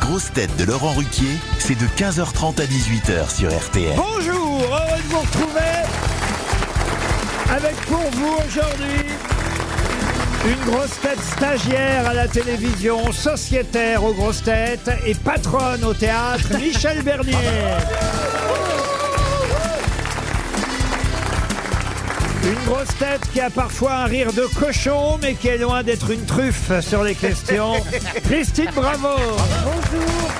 grosses têtes de Laurent Ruquier, c'est de 15h30 à 18h sur RTL. Bonjour, heureux de vous retrouver avec pour vous aujourd'hui une grosse tête stagiaire à la télévision, sociétaire aux grosses têtes et patronne au théâtre, Michel Bernier. Une grosse tête qui a parfois un rire de cochon, mais qui est loin d'être une truffe sur les questions. Christine Bravo. Bonjour.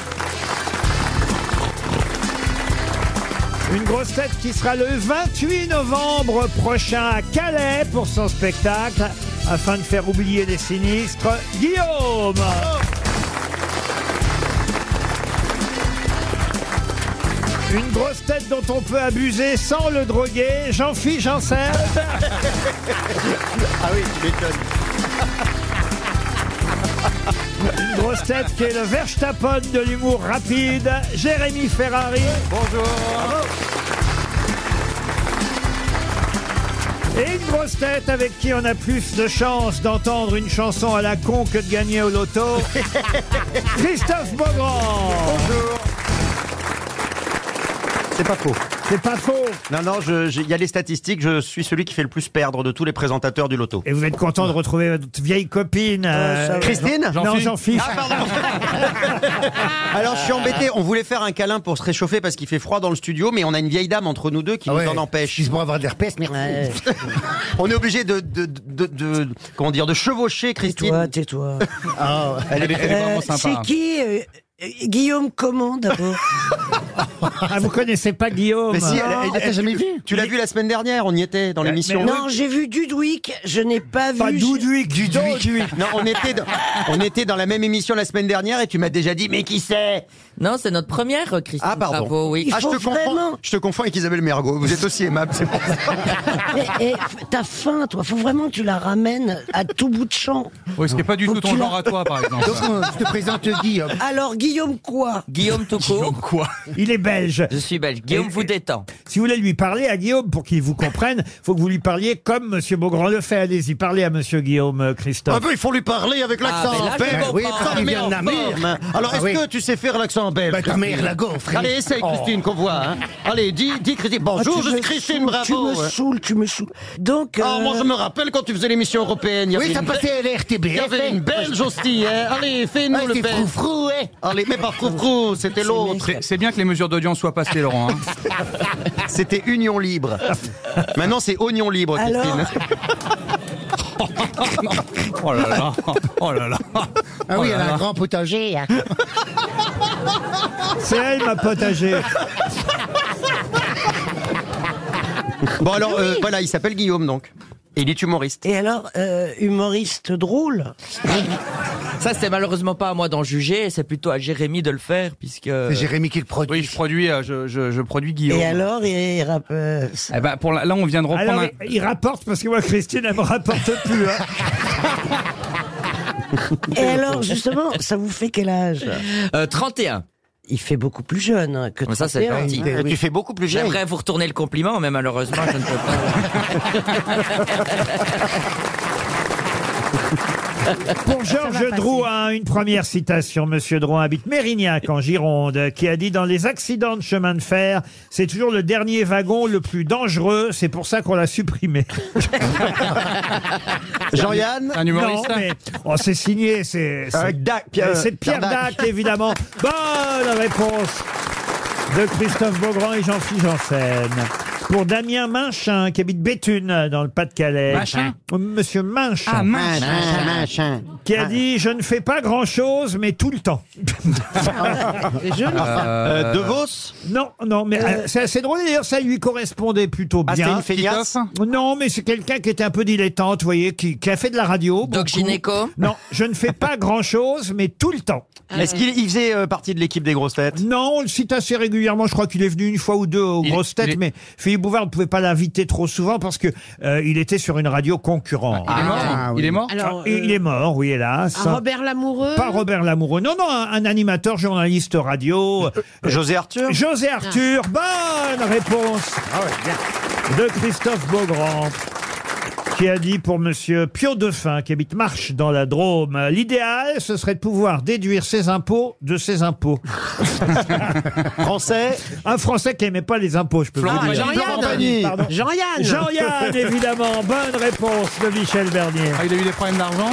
Une grosse tête qui sera le 28 novembre prochain à Calais pour son spectacle, afin de faire oublier les sinistres. Guillaume. Une grosse tête dont on peut abuser sans le droguer, Jean-Philippe Janssen. Ah oui, tu Une grosse tête qui est le Verstappen de l'humour rapide, Jérémy Ferrari. Bonjour. Et une grosse tête avec qui on a plus de chances d'entendre une chanson à la con que de gagner au loto, Christophe Beaugrand. Bonjour. C'est pas faux. C'est pas faux. Non, non, je- je- il y a les statistiques, je suis celui qui fait le plus perdre de tous les présentateurs du loto. Et vous êtes content de retrouver votre vieille copine euh, Christine Non, Jean-Phi. Jean-Philippe. Alors je suis embêté, on voulait faire un câlin pour se réchauffer parce qu'il fait froid dans le studio, mais on a une vieille dame entre nous deux qui nous en empêche. Ils vont avoir de l'herpès, merci. On est obligé de, de, de, de- comment dire, de chevaucher Christine. Toi, tais-toi. Elle est, elle est vraiment Euh, sympa. hein. c'est qui euh, euh, Guillaume comment d'abord Ah, vous connaissez pas Guillaume Mais si, elle- elle- Ah, t'as elle- jamais vu Tu l'as vu la semaine dernière, on y était dans l'émission. Non, j'ai vu Dudwick, je n'ai pas vu. Pas Doudouic, Non, on était, dans, on était dans la même émission la semaine dernière et tu m'as déjà dit, mais qui c'est Non, c'est notre première, euh, Christine Ah, pardon. Bravo, oui. Il Ah, je faut te confonds. vraiment- Je te confonds avec Isabelle Mergot. Vous êtes aussi aimable, c'est pour ça. Mais, eh, f- T'as faim, toi. Faut vraiment que tu la ramènes à tout bout de champ. Oui, ce qui n'est pas du Faut tout que ton tu genre la- à toi, par exemple. Donc, euh, on- je te présente Guillaume. Alors Guillaume quoi Guillaume tout court. quoi Il est belge. Je suis belge. Guillaume vous détend. Si vous voulez lui parler à Guillaume pour qu'il vous comprenne, faut que vous lui parliez comme Monsieur Beaugrand le fait. Allez-y, parlez à Monsieur Guillaume euh, Un Christophe. peu, Ah bah, il faut lui parler avec Ah, l'accent mais là, en je paix. comprends. oui, Ça parce le qu'il met vient en de la mer. forme. Alors, Ah est-ce oui. que tu sais faire l'accent belge Bah, ta mère, la Oh. gaufre. Allez, essaye, Christine, qu'on voit. hein. Allez, dis, dis, Christine. Ah, tu Bonjour, je me suis Christine, saoules, Tu bravo. me saoules, tu me saoules. Donc. Ah, euh, moi, je me rappelle quand tu faisais l'émission européenne. Il y avait Oui, ça une be- passait à la RTB. il y avait une belge aussi. hein. Allez, fais-nous Ah, le c'est belge. froufrou, ouais. Allez, mais par frou c'était l'autre. C'est bien que les mesures d'audience soient passées, Laurent. hein. C'était Union Libre. Maintenant, c'est Oignon Libre, Alors Christine. Oh là là Oh là là Ah Oh oui, là elle a là. un grand potager. hein. C'est elle, ma potager. Bon, alors, euh, voilà, il s'appelle Guillaume, donc. Et il est humoriste. Et alors, euh, humoriste drôle Ça, c'est malheureusement pas à moi d'en juger. C'est plutôt à Jérémy de le faire, puisque. C'est Jérémy qui le produit. Oui, je produis, euh, je, je- je produis Guillaume. Et alors, et rap- euh, ça- Eh ben, pour la- Là, on vient de reprendre Alors, un- il rapporte parce que moi, Christine, elle me rapporte plus. hein. Et alors, justement, ça vous fait quel âge Euh, 31. Il fait beaucoup plus jeune hein, que Mais ça, c'est 31, gentil. hein. Tu fais beaucoup plus jeune. J'aimerais vous retourner le compliment, mais malheureusement, je ne peux pas. Pour Georges Drouin, une première citation. Monsieur Drouin habite Mérignac, en Gironde, qui a dit Dans les accidents de chemin de fer, c'est toujours le dernier wagon le plus dangereux. C'est pour ça qu'on l'a supprimé. Jean-Yann un humoriste. hein Non, mais oh, c'est signé, c'est c'est- Euh, Dac, Pierre- c'est Pierre Pierre Dac. Dac, évidemment. Bonne réponse de Christophe Beaugrand et Jean-Philippe Janssen. Pour Damien Minchin, qui habite Béthune, dans le Pas-de-Calais. Minchin Monsieur Minchin, Ah, mince Machin, machin. qui a dit « Je ne fais pas grand-chose, mais tout le temps Euh, De Vos ». Non, non, mais euh, c'est assez drôle. D'ailleurs, ça lui correspondait plutôt Ah, c'est bien. une feignasse non, mais c'est quelqu'un qui était un peu dilettante, vous voyez, qui, qui a fait de la radio. Doc beaucoup. Gynéco Non, je ne fais pas grand-chose, mais tout le temps. Est-ce qu'il il faisait euh, partie de l'équipe des grosses têtes Non, on le cite assez régulièrement. Je crois qu'il est venu une fois ou deux aux Il- grosses têtes, il est- mais Philippe Bouvard ne pouvait pas l'inviter trop souvent parce que euh, il était sur une radio concurrente. Il est mort Ah, Il est mort Ah, il est mort, oui, hélas. Robert Lamoureux. Pas Robert Lamoureux. Non, non, un, un animateur, journaliste radio. Euh, José Arthur José Arthur, bonne réponse de Christophe Beaugrand. qui a dit pour Monsieur Pio Defin, qui habite Marche dans la Drôme, l'idéal, ce serait de pouvoir déduire ses impôts de ses impôts. français Un Français qui n'aimait pas les impôts, je peux Ah, vous dire. Jean-Yann. Florent Pagny, pardon. Jean-Yann. Jean-Yann, évidemment. Bonne réponse de Michel Bernier. Ah, il a eu des problèmes d'argent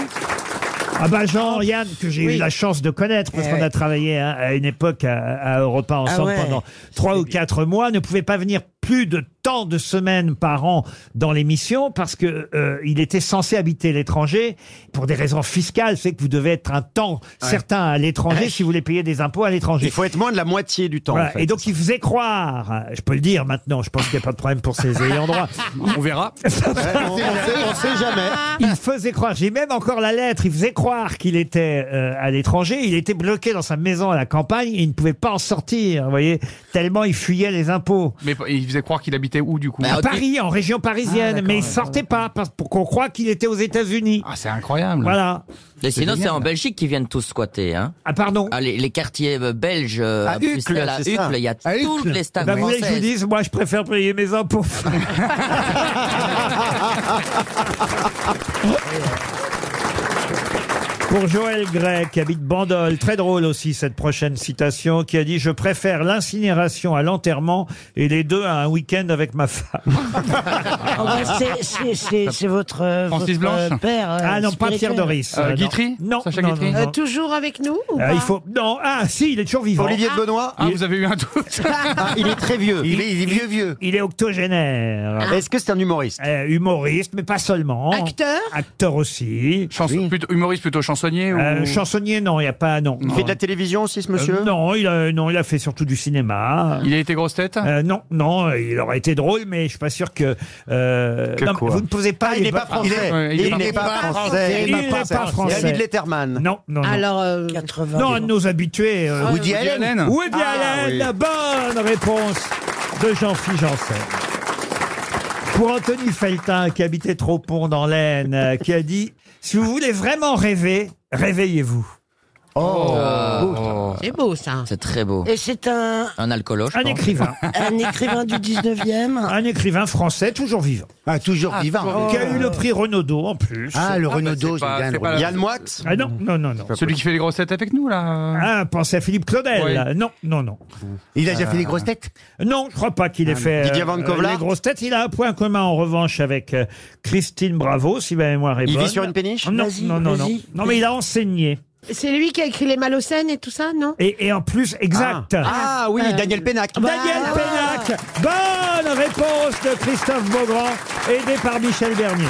Ah bah Jean-Yann, que j'ai eu la chance de connaître, parce Eh qu'on ouais. a travaillé hein, à une époque à, à Europe 1 ensemble Ah ouais. pendant trois ou quatre mois, ne pouvait pas venir plus de tant de semaines par an dans l'émission parce que euh, il était censé habiter l'étranger pour des raisons fiscales, c'est que vous devez être un temps certain à l'étranger si vous voulez payer des impôts à Eh. Il l'étranger. faut être moins de la moitié du temps. Voilà. en fait. Et donc il faisait croire, je peux le dire maintenant, je pense qu'il n'y a pas de problème pour ces ayants droit, On verra. on, sait, on sait jamais. il faisait croire, j'ai même encore la lettre, il faisait croire qu'il était euh, à l'étranger, il était bloqué dans sa maison à la campagne, et il ne pouvait pas en sortir, vous voyez, tellement il fuyait les impôts. Mais il faisait croire qu'il habitait où du coup Ah, À Paris, en région parisienne, mais il sortait pas parce- pour qu'on croie qu'il était aux États-Unis. Ah, c'est incroyable. Voilà. Et sinon, génial. c'est en Belgique qu'ils viennent tous squatter. Hein. Ah pardon. Ah, les, les quartiers euh, belges, euh, À à Bruxelles, Uccle, à c'est ça. Uccle, il y a À toutes Uccle. les stars Bah, vous voulez que je vous françaises. dise, moi je préfère payer mes impôts. Pour Joël Gray, qui habite Bandol, très drôle aussi cette prochaine citation, qui a dit Je préfère l'incinération à l'enterrement et les deux à un week-end avec ma femme. Oh, bah, c'est- c'est- C'est c'est votre, euh, Francis votre, euh, Blanche père. euh, Ah non, pas spirituel. Pierre Doris. Euh, non. Guitry Non, Sacha non, Guitry non, Euh, non. toujours avec nous ou Euh, pas il faut. Non, ah si, il est toujours vivant. Olivier de Benoît, Ah, vous avez eu un doute ah, il est très vieux. Il est, vieux, vieux. Ah. Il est octogénaire. Est-ce que c'est un humoriste Euh, humoriste, mais pas seulement. Acteur Acteur aussi. Chanson- plutôt- Humoriste plutôt chansonnier ou... Euh, chansonnier, non, il n'y a pas, non. Il non. fait de la télévision aussi, ce Euh, monsieur non, il a, non, il a fait surtout du cinéma. Il a été grosse tête Euh, non, non, il aurait été drôle, mais je suis pas sûr que. euh, non, quoi vous ne posez pas. Ah, les il n'est bonnes- pas français. Ouais, il est il n'est pas pas français. français. Il n'est pas français. David Letterman. Non, non, non. Alors, euh, 80. non, un de nos habitués. euh, Ah, Woody Woody Allen. Allen Woody Ah, Allen, oui. la bonne réponse de Jean-Philippe Janssen. Pour Anthony Feltin, qui habitait Tropon dans l'Aisne, euh, qui a dit Si vous voulez vraiment rêver, réveillez-vous. Oh. Oh, c'est beau ça. c'est très beau. Et c'est un, Un alcoolo, je Un pense. écrivain, un écrivain du 19e. un écrivain français, toujours vivant, Ah, toujours vivant. qui a eu le prix Renaudot en plus. Ah, le bah, c'est Renaudot, j'aime pas- bien c'est le pas la- Renaudot. Yann Moix. Ah non, non, non, non. Celui qui fait les grosses têtes avec nous là euh. Ah, pensez à Philippe Claudel. Oui. Ah. là. Non, non, non. Il a déjà fait les grosses têtes Non, je crois pas qu'il ait fait euh, Didier Van Kovlar les grosses têtes. Il a un point commun en revanche avec euh, Christine Bravo, si ma mémoire est Il bonne. vit sur une péniche Non, Vas-y, non, non, non. vas-y. Non, mais il a enseigné. C'est lui qui a écrit les Malocènes et tout ça, non Et, et en plus, exact. Euh, Ah oui, Daniel Pénac. Ah. Daniel Pénac. Bonne réponse de Christophe Beaugrand, aidé par Michel Bernier.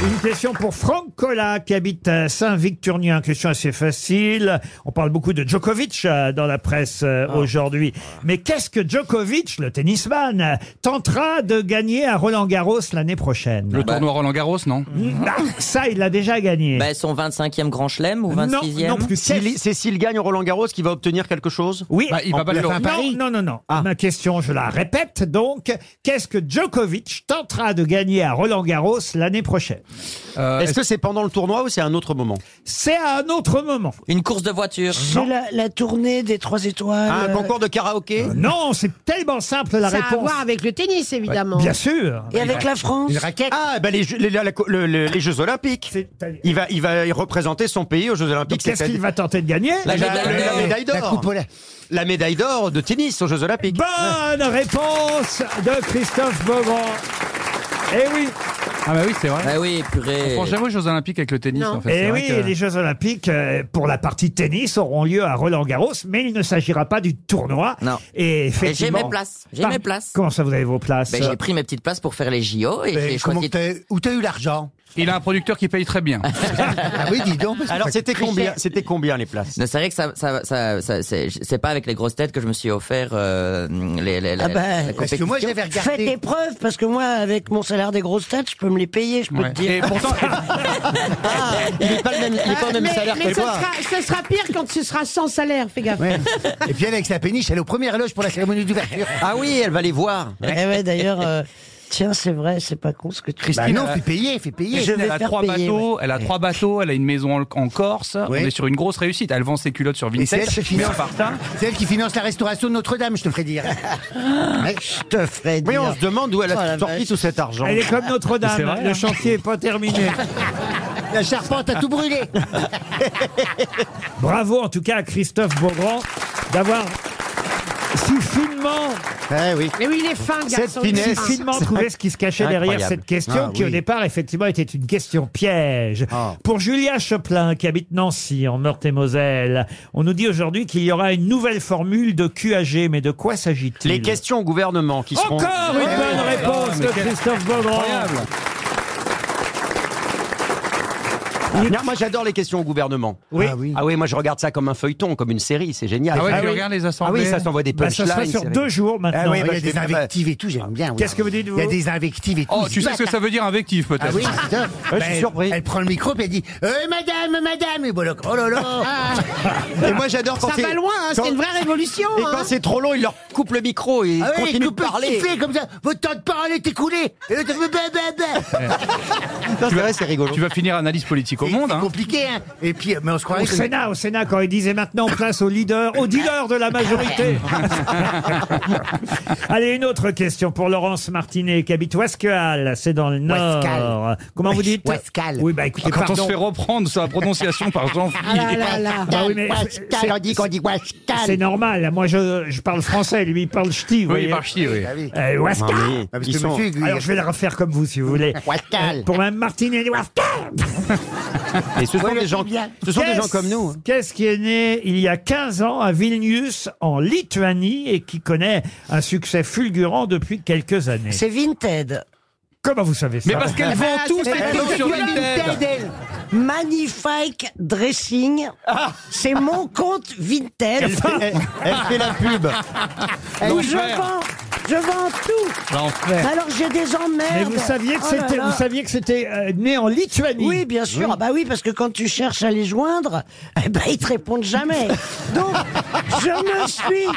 Une question pour Franck Collat qui habite à Saint-Victurnien. Question assez facile. On parle beaucoup de Djokovic euh, dans la presse euh, Ah. aujourd'hui. Mais qu'est-ce que Djokovic, le tennisman, euh, tentera de gagner à Roland Garros l'année prochaine Le tournoi Roland Garros, non Mm. Ah, Ça, il l'a déjà gagné. Bah, son 25e Grand Chelem ou Non, 26e non plus. S'il- C'est s'il gagne Roland Garros qui va obtenir quelque chose Oui. Bah, il va pas le Non, non, non, non. Ah. Ma question, je la répète donc. Qu'est-ce que Djokovic tentera de gagner à Roland Garros l'année prochaine Euh, Est-ce que c'est pendant le tournoi ou c'est à un autre moment C'est à un autre moment. Une course de voiture. C'est la, la tournée des trois étoiles. Un euh, concours de karaoké Non, c'est tellement simple la Ça a à réponse. voir avec le tennis, évidemment. Bien sûr. Et avec la France. Ah, ben les, Jeux- les- la- la- le- le- les Jeux Olympiques. C'est- Il va, il va y représenter son pays aux Jeux Donc Olympiques. qu'est-ce c'est- qu'il va tenter de gagner La Euh, la, médaille la- la d'or. médaille La d'or. coupe au lait. La médaille d'or de tennis aux Jeux Olympiques. Bonne réponse de Christophe Beaugrand. Eh oui, Ah bah oui, c'est vrai. Bah oui, On purée. pense jamais aux Jeux Olympiques avec le tennis Non. en fait. eh c'est oui, vrai que- les Jeux Olympiques euh, pour la partie tennis auront lieu à Roland Garros, mais il ne s'agira pas du tournoi. Non. Et Et J'ai effectivement. mes places. J'ai Par- mes places. Comment ça vous avez vos places Ben, j'ai pris mes petites places pour faire les JO et Ben, Mais j'ai comment choisi. t'as- Où t'as eu l'argent Il a un producteur qui paye très bien. Ah oui, dis donc. parce que Alors ça c'était coûte combien cher. C'était combien les places Non, c'est vrai que ça, ça, ça, ça- c'est c'est pas avec les grosses têtes que je me suis offert euh, les, les, Ah la- ben, la Parce que moi, compétition. j'avais Faites regardé. des preuves, parce que moi, avec mon salaire des grosses têtes, je peux me les payer, je peux Ouais. te Et dire. pourtant, Il n'est pas le même, il est pas Ah, au même mais salaire mais que ce, toi. sera, ce sera pire quand ce sera sans salaire, fais gaffe. Ouais. Et puis elle, avec sa péniche, elle est au premier loge pour la cérémonie d'ouverture. Ah oui, elle va les voir. Eh ouais, d'ailleurs, euh, Tiens, c'est vrai, c'est pas con ce que tu dis. Bah non, euh, fais payer, fais payer. je vais elle a faire trois payer, bateaux, elle a trois bateaux, elle a une maison en, en Corse. Oui. On est sur une grosse réussite. Elle vend ses culottes sur Et c'est elle Vinted. qui mais à finance. part ça, C'est elle qui finance la restauration de Notre-Dame, je te le ferai dire. Ouais. Je te ferai Mais dire. on se demande où elle Oh, a la sorti vache. tout cet argent. Elle est comme C'est Notre-Dame, vrai, le hein. chantier est pas terminé. La charpente a tout brûlé. Bravo en tout cas à Christophe Beaugrand d'avoir si finement, Eh oui. Mais oui, il est fin, le garçon. il est si fin. finement trouvé ce qui se cachait derrière Incroyable. cette question Ah, qui au oui. départ effectivement était une question piège. Ah. Pour Julia Choplin qui habite Nancy en Meurthe-et-Moselle, on nous dit aujourd'hui qu'il y aura une nouvelle formule de QAG, mais de quoi s'agit-il Les questions au gouvernement qui seront. Encore une bonne réponse Ah, de mais quel- Christophe Beaugrand. incroyable. Non, moi j'adore les questions au gouvernement. Oui. Ah oui. Ah oui, moi je regarde ça comme un feuilleton, comme une série, c'est génial. Ah ouais, Ah tu oui. regardes les Ah assemblées. oui, ça s'envoie des Bah, ça punchlines. se fait sur c'est deux rigolo. jours maintenant. Ah oui, Il bah, y a je des fais- invectives et tout, j'aime bien. oui. Qu'est-ce que vous dites, vous Il y a des invectives et tout. Oh, tu sais ce que ça veut dire invectif Ah peut-être oui, c'est ça. je Bah, suis elle- surpris. Elle prend le micro et elle dit Euh, Madame, Madame Et Bollock, oh là là Et moi j'adore quand Ça c'est. va loin, hein, c'est une vraie révolution. Et hein. quand c'est trop long, il leur coupe le micro et ils Ah oui, continuent tout de peut parler. fait comme ça. Votre temps de parole est écoulé. Et l'autre, bah, bah, bah. Non, C'est vrai, c'est rigolo. Tu euh, vas finir analyse politique au C'est- monde. C'est hein. compliqué, hein. Et puis, mais on se Au croirait. que- Sénat, au Sénat, quand ils disaient maintenant place au leader, au dealer de la majorité. Allez, une autre question pour Laurence Martinet, qui habite Wasquehal, c'est dans le Nord. Wascal. Comment vous dites Wascal. Oui, bah écoutez, Ah, Quand on pardon. se fait reprendre sa prononciation par jean Ah là là là. Bah oui, mais c'est- Wascal, on dit qu'on dit C'est Wascal. normal, moi je, je parle français, lui il parle ch'ti, vous Oui, voyez. par chier, oui. Ah oui. Euh, Wascal. Non, mais Ah, parce ils que sont- monsieur, il- Alors je vais le refaire comme vous si vous voulez. Wascal. Euh, Pour Mme Martinet, Wascal Et ce sont Ouais, des gens, bien. ce sont des Qu'est-ce- gens comme nous. hein. Qu'est-ce qui est né il y a 15 ans à Vilnius, en Lituanie, et qui connaît un succès fulgurant depuis quelques années C'est Vinted. Comment vous savez ça Mais parce Ah, qu'elle vend tout, c'est cette pas tête sur possible. Vinted. Magnifique dressing. C'est mon compte Vinted. Elle fait la pub. Où je l'enfer. vends, je vends tout. L'enfer. Alors j'ai des emmerdes. Mais vous saviez que Oh là c'était, là. vous saviez que c'était euh, né en Lituanie. Oui, bien sûr. Ah bah oui, parce que quand tu cherches à les joindre, eh ben, ils te répondent jamais. Donc, je me suis,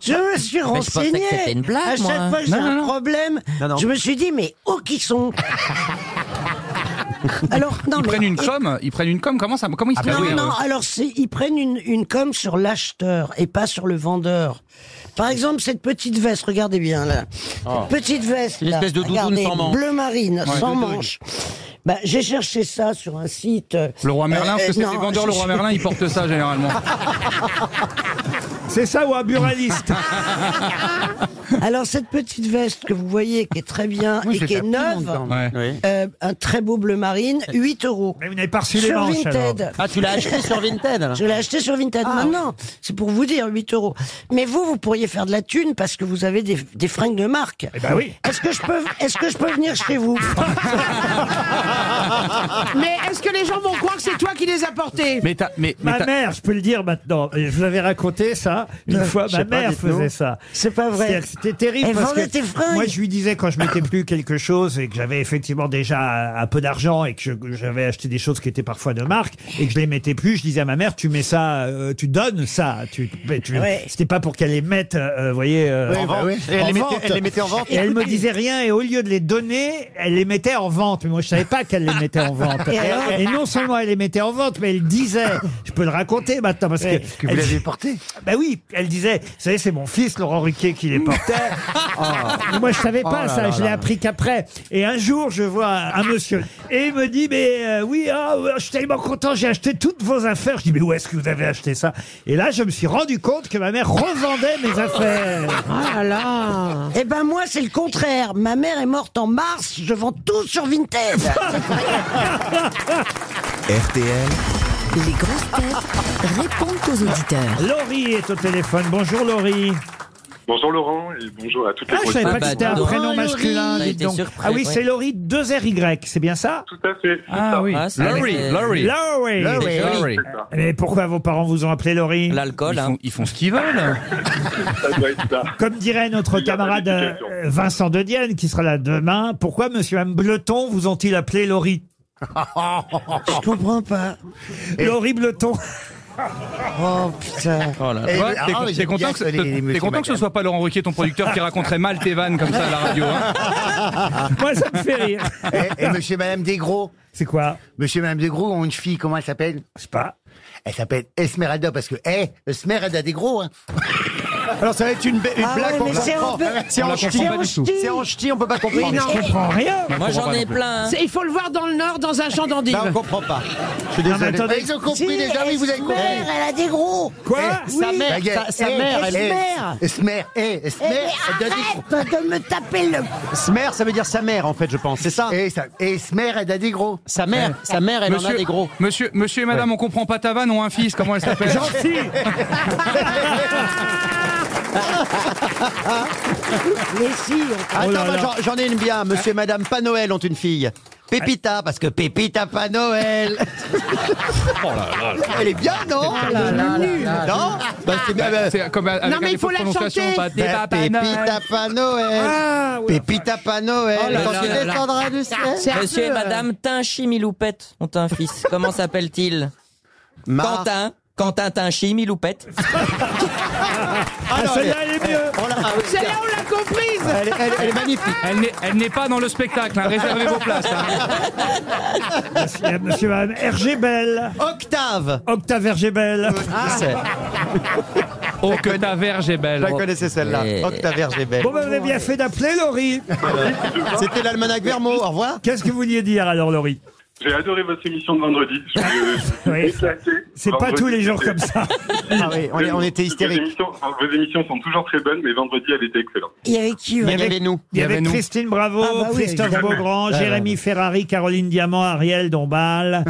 je me suis pensais que renseigné. c'était une blague, à chaque moi. fois que j'ai Non, un non, non. problème, Non, non. je me suis dit, mais où qu'ils sont Alors, non, Ils mais- prennent une com, ils prennent une com, comment ça Comment ils se non, préparent non, alors c'est, ils prennent une, une com sur l'acheteur et pas sur le vendeur. Par exemple, cette petite veste, regardez bien là. Ah. Cette petite veste. Une là, espèce de doudoune regardez, sans manche. Bleu marine, sans doudoune. manche. Bah, j'ai cherché ça sur un site. euh, Le roi Merlin, parce euh, que c'est non, les vendeurs, le roi je- Merlin, ils portent ça généralement. C'est ça ou un buraliste Alors cette petite veste que vous voyez qui est très bien Oui, et c'est qui est la plus longue, neuve, quand Ouais. Oui. euh, un très beau bleu marine, 8 euros. Mais vous n'avez pas reçu les Sur manches alors. Vinted. Ah, tu l'as acheté sur Vinted alors Ah. Je l'ai acheté sur Vinted. Maintenant, c'est pour vous dire 8 euros. Mais vous, vous pourriez faire de la thune parce que vous avez des, des fringues de marque. Eh ben oui. Est-ce que je peux, est-ce que je peux venir chez vous Mais est-ce que les gens vont croire que c'est toi qui les as portés Mais t'as, mais, mais Ma t'as- mère, je peux le dire maintenant, et je vous avais raconté ça, une fois ma mère faisait ça. C'est pas vrai. C'est-à-dire que C'était terrible. Elle parce vendait que tes fringues. Moi, je lui disais quand je mettais plus quelque chose et que j'avais effectivement déjà un peu d'argent et que je- j'avais acheté des choses qui étaient parfois de marque et que je les mettais plus, je disais à ma mère, tu mets ça, euh, tu donnes ça. Tu, mais tu- Ouais. C'était pas pour qu'elle les mette, euh, vous voyez. euh, en bah vente. oui. Et elle, En les mettait, vente. elle les mettait en vente Et elle me disait rien et au lieu de les donner, elle les mettait en vente. Mais moi, je savais pas qu'elle les mettait en vente. Et alors Et non seulement elle les mettait en vente, mais elle disait, je peux le raconter maintenant parce que, Que vous elle- l'avez porté. bah oui, elle disait, vous savez, c'est mon fils, Laurent Ruquier, qui les portait. Mais Moi, je savais pas ça, je l'ai appris qu'après. Et un jour, je vois un monsieur, et il me dit, mais euh, oui, ah, je suis tellement content, j'ai acheté toutes vos affaires. Je dis, mais où est-ce que vous avez acheté ça Et là, je me suis rendu compte que ma mère revendait mes affaires. Ah là là Eh ben moi, c'est le contraire. Ma mère est morte en mars. Je vends tout sur Vinted. RTL, Les grosses têtes répondent aux auditeurs. Laurie est au téléphone. Bonjour, Laurie. Bonjour Laurent et bonjour à toutes les Ah, je grosses savais Ah pas têtes. bah, que c'était un dis donc. prénom Oh, masculin, Laurie. dites T'as été donc. surpris, Ah oui, ouais. c'est Laurie 2RY, c'est bien ça Tout à fait. c'est Ah ça. oui. Ah, ça, Laurie, c'est- Laurie. Laurie Laurie. C'est ça. Eh Mais pourquoi vos parents vous ont appelé Laurie L'alcool, Ils hein. font, ils font ce qu'ils veulent. hein. Ça doit être ça. Comme dirait notre Il y a pas camarade d'explication. euh, Vincent Dedienne, qui sera là demain, pourquoi monsieur M. Bleton vous ont-ils appelé Laurie je comprends pas. Laurie Bleton Oh putain. Oh là là. Eh, Ouais, ah, t'es ah, t'es j'aime content, bien que, ce- ça, les- les t'es monsieur, content que ce madame. soit pas Laurent Ruquier, ton producteur, qui raconterait mal tes vannes comme ça à la radio. hein Moi, ça me fait rire. bah. Et, et monsieur et madame Desgros. C'est quoi Monsieur et madame Desgros ont une fille, comment elle s'appelle Je sais pas. Elle s'appelle Esmeralda parce que, hé, Esmeralda Desgros. Hein. Alors ça va être une, Ah ouais, mais c'est en C'est en ch'ti. C'est en ch'ti. C'est en ch'ti, on peut pas comprendre. Je comprends rien. Moi, j'en ai non plus. plein. hein. C'est- Il faut le voir dans le Nord, dans un champ d'endives. Là, on comprend pas. Je suis Non, désolé. Bah, mais Mais attendez. ils ont Si, compris déjà, oui, vous avez compris. Esmer, elle a des gros. Quoi Eh, Sa mère, Ben, sa, sa mère, elle est. Esmer. Esmer, hé, Eh, Esmer, mais elle a des gros. arrête de me taper le... Smer, ça veut dire sa mère en fait, je pense. C'est ça. Eh, ça- Esmer, elle a des gros. Sa mère, sa mère, elle en a des gros. Monsieur, monsieur et madame, on comprend pas ta vanne, on a un fils, comment elle s'appelle Gentil Mais si, on- Attends, là moi, là. j'en- j'en ai une bien. Monsieur et Madame pas Noël ont une fille. Pépita, parce que Pépita pas Noël. Oh Elle est bien, Oh non Non Bah, c'est bien, bah, C'est comme avec mais des il faut fausses la prononciations, chanter. pas des bah, papas Pépita Noël. pas Noël. Ah, oui. Pépita pas Noël. Oh là Quand là tu là là. descendras du ciel. Monsieur et Madame Tinchi Miloupette ont un fils. Comment s'appelle-t-il Mar- Quentin. Quentin Tinchi Miloupette. Ah, Ah, non, elle est- celle-là, elle est mieux. oh là, ah oui, Celle-là, on l'a comprise elle est- elle est- elle est magnifique. Elle n'est- Elle n'est pas dans le spectacle, hein, réservez vos places. hein. Il y a Monsieur et Madame Hergé Bell. Octave Ah. Octave Hergé Bell. Je sais, Oh que ta verge est je belle. la connaissais celle-là. Oh, Et- Octave Hergébel. Bon, ben, vous avez bien fait d'appeler Laurie. C'était l'almanach Vermo, au revoir. Qu'est-ce que vous vouliez dire alors, Laurie J'ai adoré votre émission de vendredi. Je me- je me suis Oui. éclaté. C'est pas Vendredi, tous les jours c'était- comme ça. Ah oui, on, on était Vos hystériques. émissions, vos émissions sont toujours très bonnes, mais vendredi, elle était excellente. il y avait qui Il ouais y avait nous. Il y avait avait nous. Christine Bravo, Ah, bah oui, Christophe Beaugrand, Jérémy Ferrari, Caroline Diamant, Ariel Dombal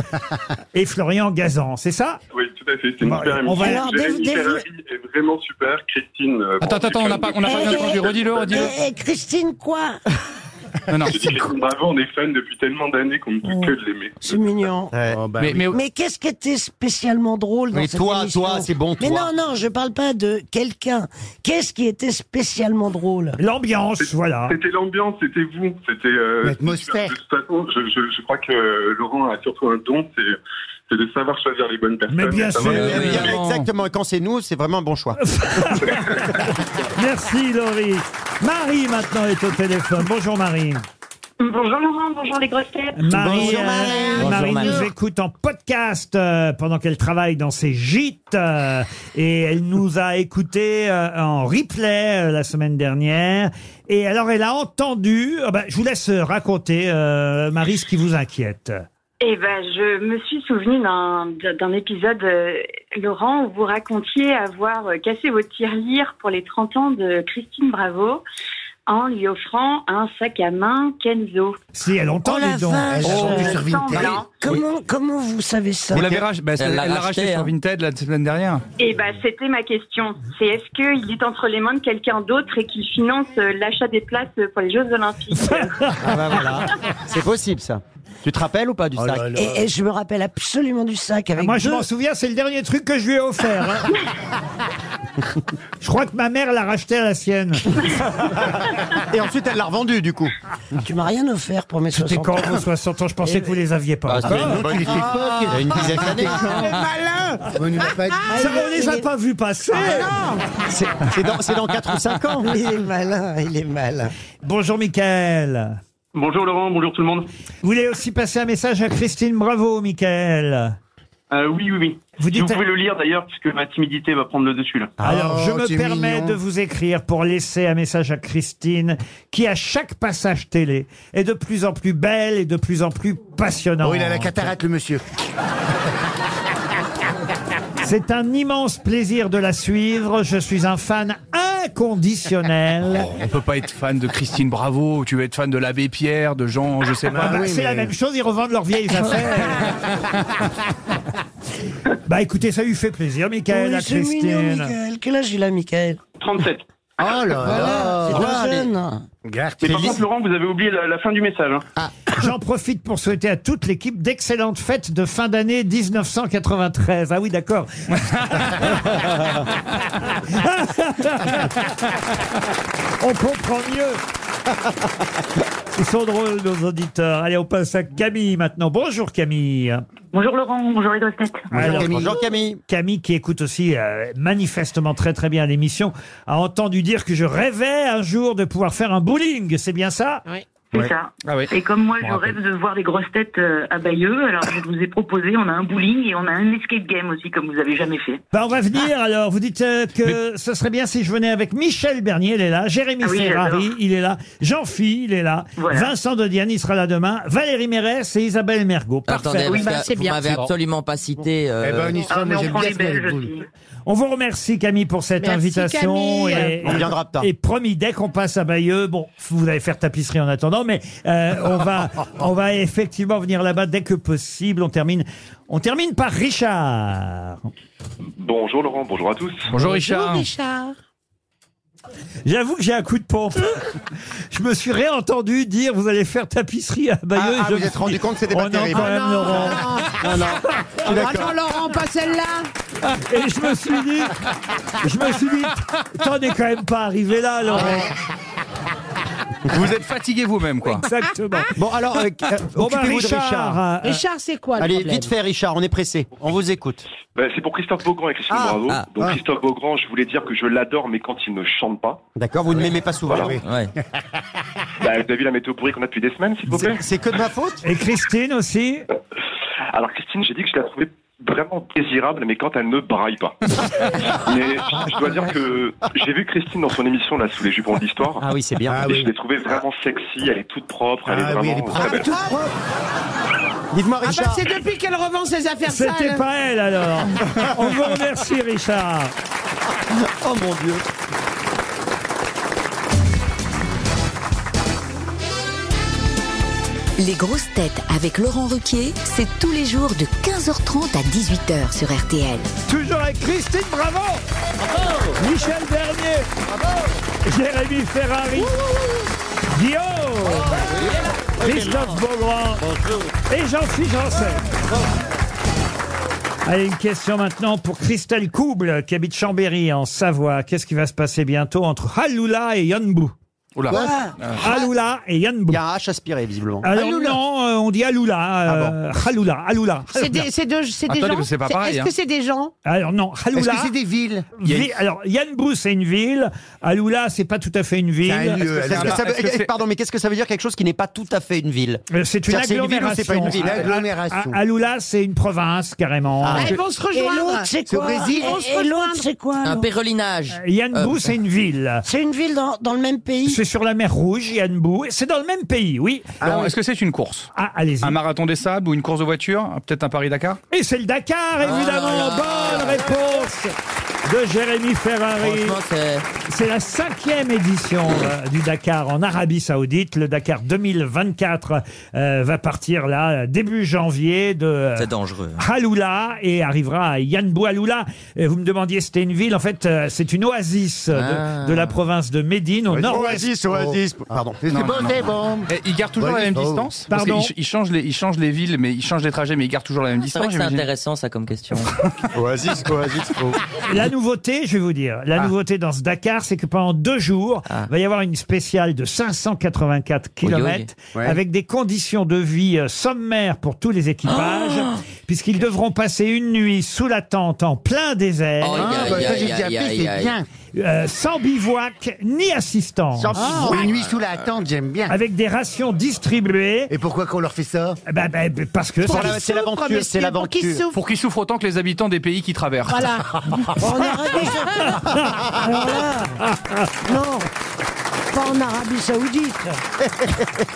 et Florian Gazan. C'est ça Oui, tout à fait. C'est une Bon, super on va- émission. Alors, Jérémy dès- dès- Ferrari est vraiment super. Christine. euh, Attends, attends, attends, on n'a pas, on n'a pas bien Eh, entendu. Redis-le, redis-le. Et, et Eh, Christine quoi Non, non. Je dis, Christine Bravo, on est fan depuis tellement d'années qu'on ne peut que de l'aimer. C'est mignon. Eh, Oh, bah Mais, mais Mais qu'est-ce qui était spécialement drôle dans Mais cette toi, émission toi, c'est bon, Mais toi. non, non, je parle pas de quelqu'un. Qu'est-ce qui était spécialement drôle L'ambiance, voilà. C'était l'ambiance, c'était vous, c'était. euh, L'atmosphère. De toute façon, je, je, je crois que euh, Laurent a surtout un don, c'est c'est de savoir choisir les bonnes personnes. Mais bien et savoir sûr. les aimer. Euh, oui. Exactement, et quand c'est nous, c'est vraiment un bon choix. Merci, Laurie. Marie, maintenant, est au téléphone. Bonjour, Marie. Bonjour Laurent, bonjour les grosses têtes. Marie, Bonjour, euh, Marie. Marie Bonjour, Marie. nous écoute en podcast euh, pendant qu'elle travaille dans ses gîtes euh, et elle nous a écouté euh, en replay euh, la semaine dernière. Et alors elle a entendu. ah bah, je vous laisse raconter, euh, Marie, ce qui vous inquiète. Eh ben, je me suis souvenu d'un d'un épisode, euh, Laurent, où vous racontiez avoir euh, cassé votre tirelire pour les 30 ans de Christine Bravo en lui offrant un sac à main Kenzo. Si elle entend Oh la les dons. vache Oh, euh, du survivant. Semblant. Comment, comment vous savez ça vous l'avez racheté, bah, Elle elle l'a l'a racheté, racheté hein. sur Vinted la semaine dernière. Eh ben, c'était ma question. C'est est-ce qu'il est entre les mains de quelqu'un d'autre et qui finance euh, l'achat des places euh, pour les Jeux Olympiques Ah ben bah voilà. C'est possible ça. Tu te rappelles ou pas du Oh sac là là. et, et je me rappelle absolument du sac avec Moi, je deux- m'en souviens, c'est le dernier truc que je lui ai offert. hein. je crois que ma mère l'a racheté à la sienne. Et ensuite, elle l'a revendu du coup. Tu m'as rien offert pour mes C'était 60 quand ans. vos 60 ans Je pensais que vous les aviez pas. Ah, Ah, C'était une bonne époque. Il y a une dizaine d'années. On eh, ne l'a Ah, pas dit. ah, Ça, on les a pas vus passer. Ah, C'est c'est dans, c'est dans 4 ou 5 ans. Il est malin, il est malin. Bonjour, Michael. Bonjour Laurent, bonjour tout le monde. Vous voulez aussi passer un message à Christine Bravo, Michael. Euh, oui, oui, oui. Vous dites- Ah, vous pouvez le lire d'ailleurs, puisque ma timidité va prendre le dessus là. Alors, je Oh, me t'es permets mignon. de vous écrire pour laisser un message à Christine, qui à chaque passage télé est de plus en plus belle et de plus en plus passionnante. Oh, il a la cataracte, le monsieur. eh, C'est un immense plaisir de la suivre. Je suis un fan inconditionnel. On peut pas être fan de Christine Bravo, tu veux être fan de l'abbé Pierre, de Jean, je sais Ah pas. bah, oui, c'est mais- la même chose, ils revendent leurs vieilles affaires. bah écoutez, ça lui fait plaisir, Ah, Michael, à Oui, Oh, c'est Christine. mignon, Michael. Quel âge il a, Michael 37. Oh là là. C'est voilà, un mais- jeune. Regarde, Mais par contre, Laurent, vous avez oublié la, la fin du message. hein. Ah. J'en profite pour souhaiter à toute l'équipe d'excellentes fêtes de fin d'année 1993. Ah oui, d'accord. On comprend mieux. Ils sont drôles, nos auditeurs. Allez, on passe à Camille maintenant. Bonjour Camille. Bonjour Laurent, bonjour les grosses têtes. Alors, Camille. Bonjour, Camille. qui écoute aussi euh, manifestement très très bien l'émission, a entendu dire que je rêvais un jour de pouvoir faire un bowling. C'est bien ça Oui. C'est ça. Ah Ah Et comme moi, je rêve de voir des grosses têtes euh, à Bayeux, alors je vous ai proposé, on a un bowling et on a un escape game aussi, comme vous avez jamais fait. Bah, on va Ah. venir alors. Vous dites euh, que ce serait bien si je venais avec Michel Bernier, il est là. Jérémy Ah oui, Ferrari, j'adore. il est là. Jean-Phi, il est là. Voilà. Vincent Dodiane, il sera là demain. Valérie Mérès et Isabelle Mergot. Parfait. bah, Attendez, parce bah, que vous m'avez absolument pas cité. Eh ben, euh, ben, Ah, Ah, On vous remercie Camille pour cette Merci, invitation. Camille. Et, On viendra plus tard. Et promis, dès qu'on passe à Bayeux, bon, vous allez faire tapisserie en attendant, mais euh, on va, on va effectivement venir là-bas dès que possible. On termine, on termine par Richard. Bonjour Laurent, bonjour à tous. J'avoue que j'ai un coup de pompe. je me suis réentendu dire vous allez faire tapisserie à Bayeux. Ah, ah, et je vous me êtes suis rendu dit, compte que c'était pas oh non, terrible. quand même, Ah, non, Laurent. Non, non. Je suis d'accord. Attends, Laurent, pas celle-là. Et je me suis dit, je me suis dit, t'en es quand même pas arrivé là, Laurent. Vous êtes fatigué vous-même, quoi. Exactement. Bon, alors, euh, euh, Bon, bah, occupez-vous de Richard, Richard. euh, Richard, c'est quoi le Allez, problème vite fait, Richard, on est pressé. On vous écoute. Ben, c'est pour Christophe Beaugrand et Christine Ah, Bravo. ah, Donc ah. Christophe Beaugrand, je voulais dire que je l'adore, mais quand il ne chante pas, D'accord, vous ne m'aimez pas souvent. Voilà. ouais. ben, vous avez vu la météo pourrie qu'on a depuis des semaines, s'il vous plaît Euh, C'est- C'est que de ma faute Et Christine aussi. Alors Christine, j'ai dit que je la trouvais vraiment désirable, mais quand elle ne braille pas. mais je je dois dire que j'ai vu Christine dans son émission là sous les jupons de l'histoire. Ah oui, c'est bien. Ah et oui. je l'ai trouvée vraiment sexy, elle est toute propre, elle est Ah vraiment oui, elle très est propre. belle. Dites-moi, Ah bah Richard. c'est depuis qu'elle revend ses affaires C'était sales. pas elle bah, alors. On vous remercie Richard. oh mon Dieu. Les grosses têtes avec Laurent Ruquier, c'est tous les jours de 15h30 à 18h sur RTL. Toujours avec Christine Bravo. Michel Bernier. Jérémy Ferrari. Guillaume. Christophe Beaugrand. Et Jean-Philippe Janssen. Allez, une question maintenant pour Christelle Couble, qui habite Chambéry, en Savoie. Qu'est-ce qui va se passer bientôt entre Haloula et Yonbou Oula. Ah. Haloula et Yonbou. Il y a un H aspiré, visiblement. Alors non, euh, on dit Haloula. euh, Haloula, Haloula. C'est des, c'est de- c'est des Attendez, gens. mais c'est pas pareil, Est-ce hein. que c'est des gens Alors non, Est-ce Haloula. que c'est des villes vi- Alors Yanbu c'est une ville, Haloula c'est pas tout à fait une C'est un ville. lieu. Est-ce que alors. ça veut- est-ce que c'est- Eh, Pardon, mais qu'est-ce que ça veut dire quelque chose qui n'est pas tout à fait une ville Euh, C'est une C'est-à-dire, c'est une ville ou agglomération. c'est pas une ville Une agglomération. Ah, Haloula c'est une province carrément. Ah. Ah, Ils vont se Et rejoindre. l'autre, c'est C'est au quoi Brésil. Et- On se Et l'autre, rejoint. c'est quoi Un l'autre pérelinage. Euh, Yanbu c'est une ville. C'est une ville dans, dans le même pays C'est sur la mer Rouge, Yanbu. C'est dans le même pays, oui. Ah, Bon, Est-ce que c'est une course Ah, allez-y. Un marathon des sables ou une course de voiture Peut-être un Paris-Dakar Et c'est le Dakar, Ah évidemment. Bonne réponse de Jérémy Ferrari. Franchement, c'est. C'est la cinquième édition euh, du Dakar en Arabie Saoudite. Le Dakar 2024 euh, va partir là début janvier de euh, C'est dangereux. hein. Haloula et arrivera à Yanbu Haloula. Et Vous me demandiez c'était une ville. En fait, euh, c'est une oasis euh, de- Ah. de, la province de Médine au nord-ouest. Oh. Oasis, Oasis. Pardon. C'est Non, bon, non, c'est bon. Et ils gardent Eh, toujours Ouais, la même oh. distance Parce Pardon qu'ils ch- ils changent les, ils changent les villes, mais ils changent les trajets, mais ils gardent toujours la même Ah, C'est distance. vrai que c'est j'imagine. intéressant ça comme question. Oasis, Oasis. oh. La nouveauté, je vais vous dire, la nouveauté dans ce Dakar, c'est que pendant deux jours, Ah. il va y avoir une spéciale de 584 Oi, oi. km Ouais. avec des conditions de vie euh, sommaires pour tous les équipages, puisqu'ils devront passer une nuit sous la tente en plein désert, Oh, Ah, Aïe, bah, ça, aïe, j'ai déjà aïe, fait, aïe, c'est aïe. bien. euh, sans bivouac ni assistance, Ah, Une nuit sous la tente, j'aime bien. avec des rations distribuées. Et pourquoi qu'on leur fait ça Bah, Eh, bah, bah, parce que Pour la- qu'ils ben, c'est souffrent, l'aventure, monsieur, c'est Pour qu'ils l'aventure. souffrent. Pour qu'ils souffrent autant que les habitants des pays qui traversent. En Voilà. Arabie Saoudite Alors là Non Pas en Arabie Saoudite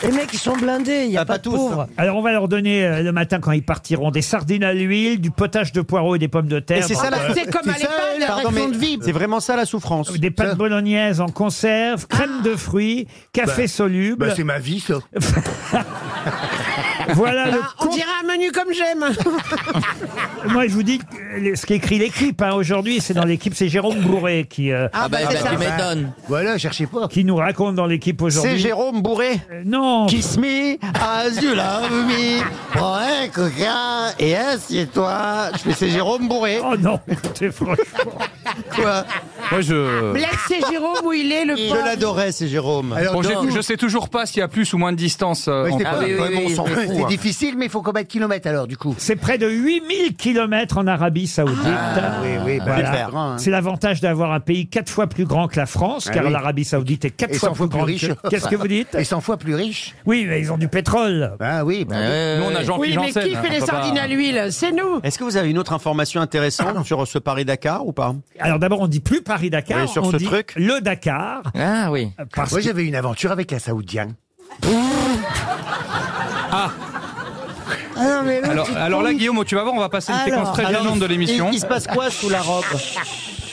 Les mecs, ils sont blindés, il n'y a Ah, pas, pas de hein. tous. pauvres alors on va leur donner euh, le matin quand ils partiront des sardines à l'huile, du potage de poireaux et des pommes de Et terre. c'est ça la. C'est comme à c'est ça, l'époque, la pardon, raison mais de vivre. C'est vraiment ça la souffrance. Des pâtes bolognaises en conserve, crème de fruits, café soluble. Bah, c'est ma vie, ça. voilà le Ah, on compte. dirait un menu comme j'aime. Moi, je vous dis que les- ce qu'écrit l'équipe hein, aujourd'hui, c'est dans l'équipe, c'est Jérôme Bourré qui, euh, Ah, bah, c'est bah, ça. tu m'étonnes. Voilà, cherchez pas. qui nous raconte dans l'équipe C'est aujourd'hui. Jérôme Bourré. Euh, Non, Kiss me, as you love me. Prends un coca et assieds-toi. Je fais c'est Jérôme Bourré. oh non, écoutez, franchement. Quoi Moi, je. Laisse c'est Jérôme où il est, le Je pauvre. l'adorais, c'est Jérôme. Bon, j'ai- je sais toujours pas s'il y a plus ou moins de distance euh, Ouais, c'est entre pas- eux. ouais, bon, on s'en fout, hein. C'est difficile, mais il faut combien de kilomètres alors, du coup C'est près de 8000 km en Arabie Saoudite. Ah, oui, oui, bah, c'est Voilà. le terrain, hein. C'est l'avantage d'avoir un pays quatre fois plus grand que la France, Ah car oui. l'Arabie Saoudite est quatre Et fois 100 plus fois plus grande. riche. que- Qu'est-ce que vous dites Et 100 fois plus riche Oui, mais ils ont du pétrole. Ah oui, bah, Nous, on a jean Oui, mais qui fait hein, les sardines à l'huile C'est nous. euh, Est-ce que vous avez une autre information intéressante sur ce Paris-Dakar ou pas Alors d'abord, on dit plus Paris-Dakar, Oui, sur on ce dit truc. le Dakar. Euh, Ah oui. Parce Moi, que j'avais une aventure avec la Saoudiane. Ah non, mais l'autre, Alors, il alors là, tombe. Guillaume, tu vas voir, on va passer une Alors, séquence très gênante de l'émission. Il, il se passe quoi sous la robe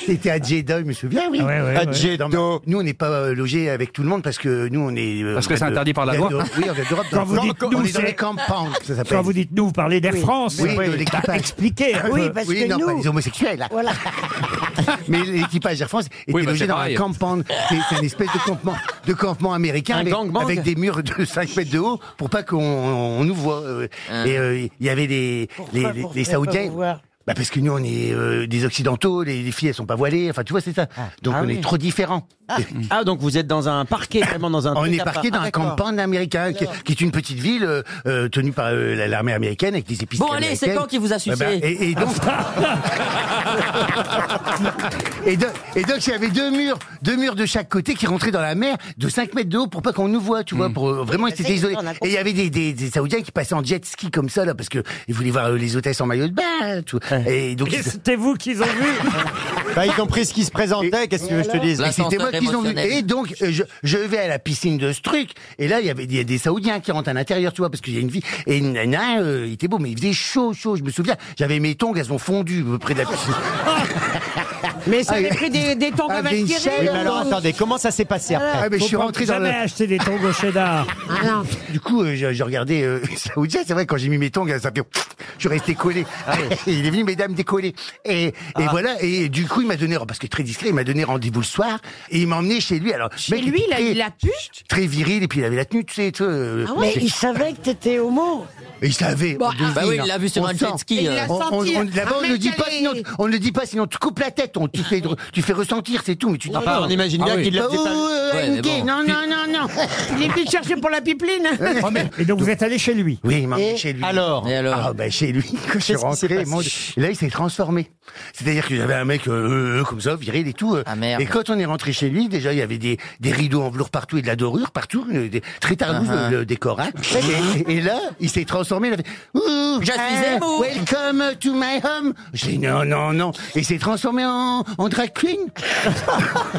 C'était à Jeddah, je me souviens, oui. Ouais, ouais, ouais. Jeddah. Nous, on n'est pas euh, logés avec tout le monde parce que nous, on est. euh, Parce que on vient c'est de- interdit par la on vient loi. de- oui, on vient d'Europe. Quand dans- vous non, dites on nous, est dans c'est- les campagnes, ça s'appelle. quand vous dites nous, vous parlez d'Air France. Oui, de Bah, l'équipage. expliquez. un Oui, peu. parce oui, que non, nous, pas les homosexuels. là. voilà. Mais l'équipage Air France était Oui, bah, logé c'est dans pareil. un camping. C'est c'est une espèce de campement, de campement américain Un avec, gangbang avec des murs de 5 mètres de haut pour pas qu'on on nous voit. euh, Ah. Et euh, il y avait des les, Pourquoi- les- les pourquoi pas Saoudiens. vous voir Bah, parce que nous on est euh, des occidentaux, les, les filles elles sont pas voilées, enfin tu vois c'est ça. Donc Ah on oui. est trop différents. Ah, donc vous êtes dans un parquet, vraiment dans un. On truc est à parqué part. dans Ah, un d'accord. camping américain qui, qui est une petite ville euh, euh, tenue par euh, la- l'armée américaine avec des épices. Eh ben, Bon, allez, c'est quand qui vous a sucé et, et donc, Ah, et donc, et donc, il y avait deux murs, deux murs de chaque côté qui rentraient dans la mer de 5 mètres de haut pour pas qu'on nous voit, tu Mm. vois, pour euh, Ah, vraiment c'était isolé. on a compris. Et il y avait des, des, des Saoudiens qui passaient en jet ski comme ça là parce que ils voulaient voir euh, les hôtesses en maillot de bain, tout. Et donc Et c'était vous qu'ils ont vu. Bah, ils ont pris ce qui se présentait, qu'est-ce que tu veux que je te dise Là, Et c'était moi L'ascenseur qu'ils ont vu. émotionnel. Et donc, euh, je, je vais à la piscine de ce truc. Et là, il y avait il y a des Saoudiens qui rentrent à l'intérieur, tu vois, parce qu'il y a une vie. Et il y en a un, euh, il était beau, mais il faisait chaud, chaud. Je me souviens, j'avais mes tongs, elles ont fondu euh, près de la piscine. Mais ça Ah, avait oui. pris des, euh, des temps de Avec une chaîne. Oui, Valkyrie. mais alors attendez, comment ça s'est passé après Ah, mais je suis rentré dans jamais le. acheter des tongos cheddar. Du coup, euh, je, je regardais euh, Saoudien. C'est vrai, quand j'ai mis mes tongs, ça fait. Je suis resté collé. Et il est venu, mesdames, décoller. Et, et voilà. Et du coup, il m'a donné, parce que très discret, il m'a donné rendez-vous le soir. Et il m'a emmené chez lui. Alors, Mais lui, il a eu la puce. Très viril, et puis il avait la tenue, tu sais, tu vois, euh, Mais il savait que t'étais homo. Et il savait. Bon, devine, Bah oui, il l'a vu sur on un sent. jet ski. Il euh. l'a On, on- senti. on- Là-bas, on Un ne mec dit pas, allé- sinon, on ne le dit pas, sinon tu coupes la tête, on, tu, fais, tu fais ressentir, c'est tout, mais tu dis Enfin, pas. on imagine bien Ah oui. qu'il l'a Bah, fait ouh, pas- euh, Ouais, mais Anniké, bon. Non, non, non, non. Il est venu te chercher pour la pipeline. Et donc vous êtes allé chez lui. Oui, il m'a emmené Et chez lui. Alors, Et alors Ah bah chez lui, quand je suis Qu'est-ce qui s'est rentré, mon Dieu. Et là il s'est transformé. C'est-à-dire que j'avais un mec euh, euh, comme ça, viril et tout. euh. Ah, merde. Et quand on est rentré chez lui, déjà il y avait des, des rideaux en velours partout et de la dorure partout, euh, des- très tardouf Ah, ah. le décor. hein. Et, et là il s'est transformé. Il a fait, Ouh, Je suis Hein ah, Zemmour. Welcome to my home. J'ai dit non non non. Et il s'est transformé en, en drag queen.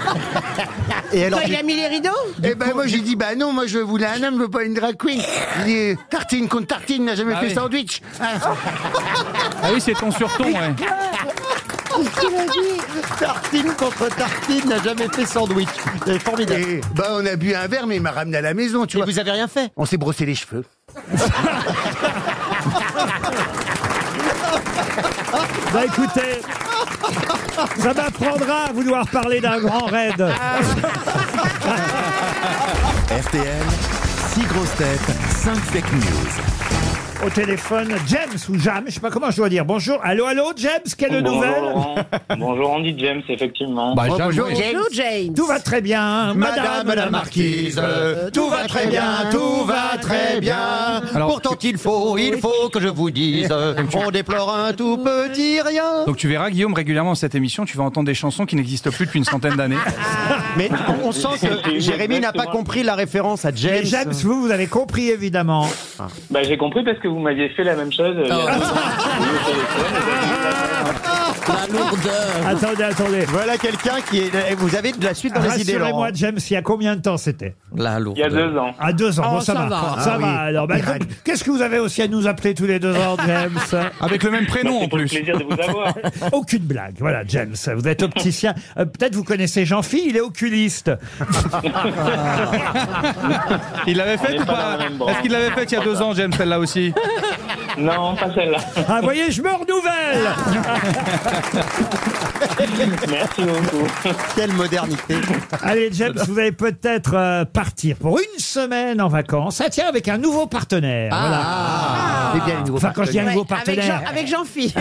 et alors, Toi, il a mis les rideaux et ben moi j'ai dit bah non moi je voulais un homme, je veux pas une drag queen. Il dit tartine contre tartine n'a jamais Ah fait oui. sandwich. Ah. Ah oui, c'est ton sur ton, ouais. tartine contre tartine n'a jamais fait sandwich. C'est formidable. Et bah on a bu un verre mais il m'a ramené à la maison tu Et vois. vous avez rien fait On s'est brossé les cheveux. Bah écoutez, ça m'apprendra à vouloir parler d'un grand raid. RTL, 6 grosses têtes, 5 fake news. Au téléphone, James ou Jam, je sais pas comment je dois dire. Bonjour, allô, allô, James, quelle Bonjour nouvelle Laurent. Bonjour Andy James, effectivement. Bah, Oh, jamais. bonjour, James. Hello, James. Tout va très bien, hein, tout va très bien, Euh, tout va très bien. Alors, Pourtant il faut, il faut que je vous dise, on déplore un tout petit rien. Donc tu verras, Guillaume, régulièrement dans cette émission, tu vas entendre des chansons qui n'existent plus depuis une centaine d'années. Mais on- on sent que Euh, Jérémy n'a pas compris la référence à Et James. James, vous, vous avez compris évidemment. Bah, j'ai compris parce que vous m'aviez fait la même chose. euh, il y a deux ans. La lourdeur. Attendez, attendez. Voilà quelqu'un qui est. Vous avez de la suite dans les idées. Laurent. Rassurez-moi, James, il y a combien de temps c'était Il La y a lourdeur. deux ans. À deux ans, Oh, bon, ça, ça va. va. Ça Ah va, oui. alors. bah, Il donc, Qu'est-ce que vous avez aussi à nous appeler tous les deux ans, James Avec le même Bah, prénom en C'est pour le plus. plaisir de vous avoir. Aucune blague. Voilà, James, vous êtes opticien. Euh, Peut-être vous connaissez Jean-Phi, il est oculiste. Il l'avait On faite est ou pas pas dans la même branche. Est-ce qu'il l'avait faite il y a deux ans, James, celle-là aussi Non, pas celle-là. Ah, vous voyez, je me renouvelle Merci beaucoup. Quelle modernité. Allez, James, vous allez peut-être euh, partir pour une semaine en vacances. Ah, tiens, avec un nouveau partenaire. Voilà. C'est bien les nouveaux Enfin, quand je dis un nouveau Avec Jean- partenaire. Avec Jean-Phi.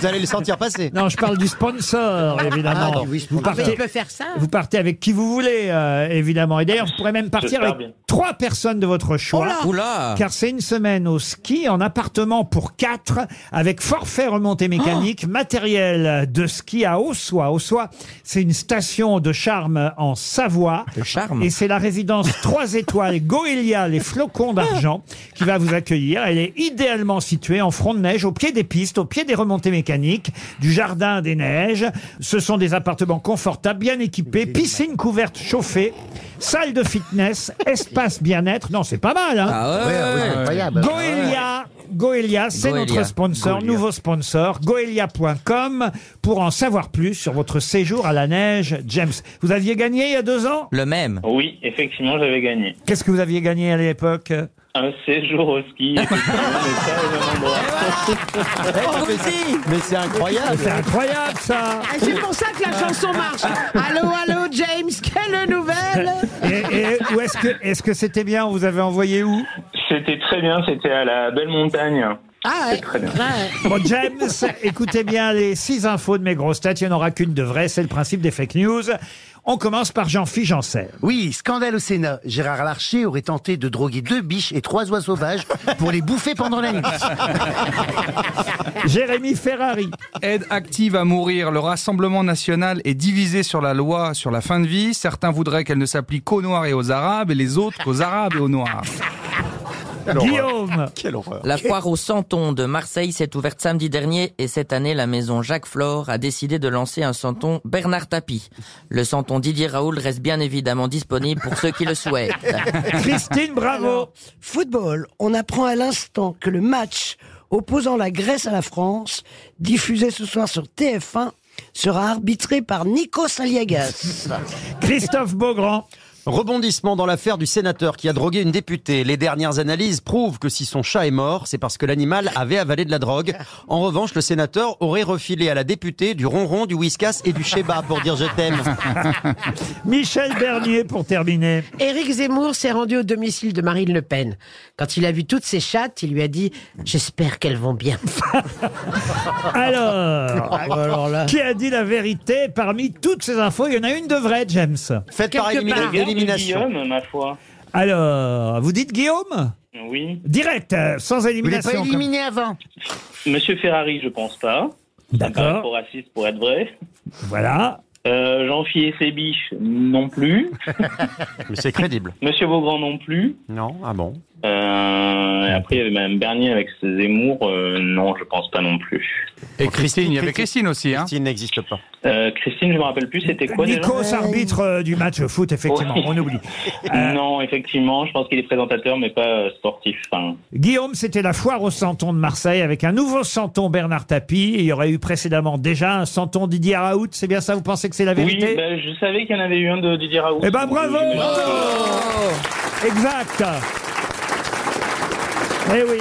vous allez le sentir passer. Non, je parle du sponsor, évidemment. Ah, oui, vous, Ah, mais partez, il peut faire ça. vous partez avec qui vous voulez, euh, évidemment. Et d'ailleurs, vous pourrez même partir J'espère avec bien. trois personnes de votre choix. Oh là Oula Car c'est une semaine au ski, en appartement pour quatre, avec forfait remontée mécanique, matériel de ski à Ossois. Ossois, c'est une station de charme en Savoie. De charme Et c'est la résidence 3 étoiles Goélia, les flocons d'argent, qui va vous accueillir. Elle est idéalement située en front de neige, au pied des pistes, au pied des remontées mécaniques, du jardin des neiges. Ce sont des appartements confortables, bien équipés, piscine couverte chauffée, salle de fitness, espace bien-être. Non, c'est pas mal, hein ouais, ouais, ouais, incroyable. Goélia, Goélia, c'est Goélia. notre sponsor, Goélia. nouveau sponsor, goélia.com, pour en savoir plus sur votre séjour à la neige. James, vous aviez gagné il y a deux ans Le même. Oui, effectivement, j'avais gagné. Qu'est-ce que vous aviez gagné à l'époque Un séjour au ski, effectivement, mais pas au même endroit. Mais c'est incroyable. C'est incroyable ça Ah, C'est pour ça que la chanson marche. Allô, allô, James, quelle nouvelle Et, et où est-ce que est-ce que c'était bien On vous avait envoyé où C'était très bien, c'était à la belle montagne. Ah ouais. Très bien. Bon, James, écoutez bien les six infos de mes grosses têtes. Il n'y en aura qu'une de vraie. C'est le principe des fake news. On commence par Jean-Philippe Janssen. Oui, scandale au Sénat. Gérard Larcher aurait tenté de droguer deux biches et trois oies sauvages pour les bouffer pendant la nuit. Jérémy Ferrari. Aide active à mourir. Le Rassemblement national est divisé sur la loi sur la fin de vie. Certains voudraient qu'elle ne s'applique qu'aux Noirs et aux Arabes et les autres qu'aux Arabes et aux Noirs. Guillaume Quelle horreur. La foire au Santon de Marseille s'est ouverte samedi dernier et cette année, la maison Jacques Flore a décidé de lancer un Santon Bernard Tapie. Le Santon Didier Raoul reste bien évidemment disponible pour ceux qui le souhaitent. Christine, bravo. football, on apprend à l'instant que le match opposant la Grèce à la France, diffusé ce soir sur TF1, sera arbitré par Nico Saliagas. Christophe Beaugrand. Rebondissement dans l'affaire du sénateur qui a drogué une députée. Les dernières analyses prouvent que si son chat est mort, c'est parce que l'animal avait avalé de la drogue. En revanche, le sénateur aurait refilé à la députée du ronron, du whiskas et du sheba pour dire je t'aime. Michel Bernier pour terminer. Éric Zemmour s'est rendu au domicile de Marine Le Pen. Quand il a vu toutes ses chattes, il lui a dit J'espère qu'elles vont bien. Alors, alors là. qui a dit la vérité parmi toutes ces infos Il y en a une de vraie, James. Faites par Quelque élimina- part. Regarde élimination. Guillaume, Euh, ma foi. Alors, vous dites Guillaume Oui. Direct, euh, sans élimination. comme- avant. Monsieur Ferrari, je pense pas. D'accord. Pas trop raciste pour être vrai. Voilà. Euh, Jean-Phi et ses biches, non plus. Mais c'est crédible. Monsieur Beaugrand, non plus. Non, ah bon. Euh, et après, il y avait Madame Bernier avec ses Zemmour. euh, non, je pense pas non plus. Et Christine, il y avait Christine aussi. Hein. euh, Christine n'existe pas. Euh, Christine, je me rappelle plus, c'était quoi déjà Nikos, arbitre euh, du match de foot, effectivement, Ouais. on oublie. Euh, Non, effectivement, je pense qu'il est présentateur, mais pas euh, sportif. Enfin, Guillaume, c'était la foire au Santon de Marseille avec un nouveau Santon Bernard Tapie. Il y aurait eu précédemment déjà un Santon Didier Raoult. C'est bien ça Vous pensez que c'est la oui, vérité ben, je savais qu'il y en avait eu un de Didier Raoult. Eh ben bravo, Mais- bravo Exact Eh oui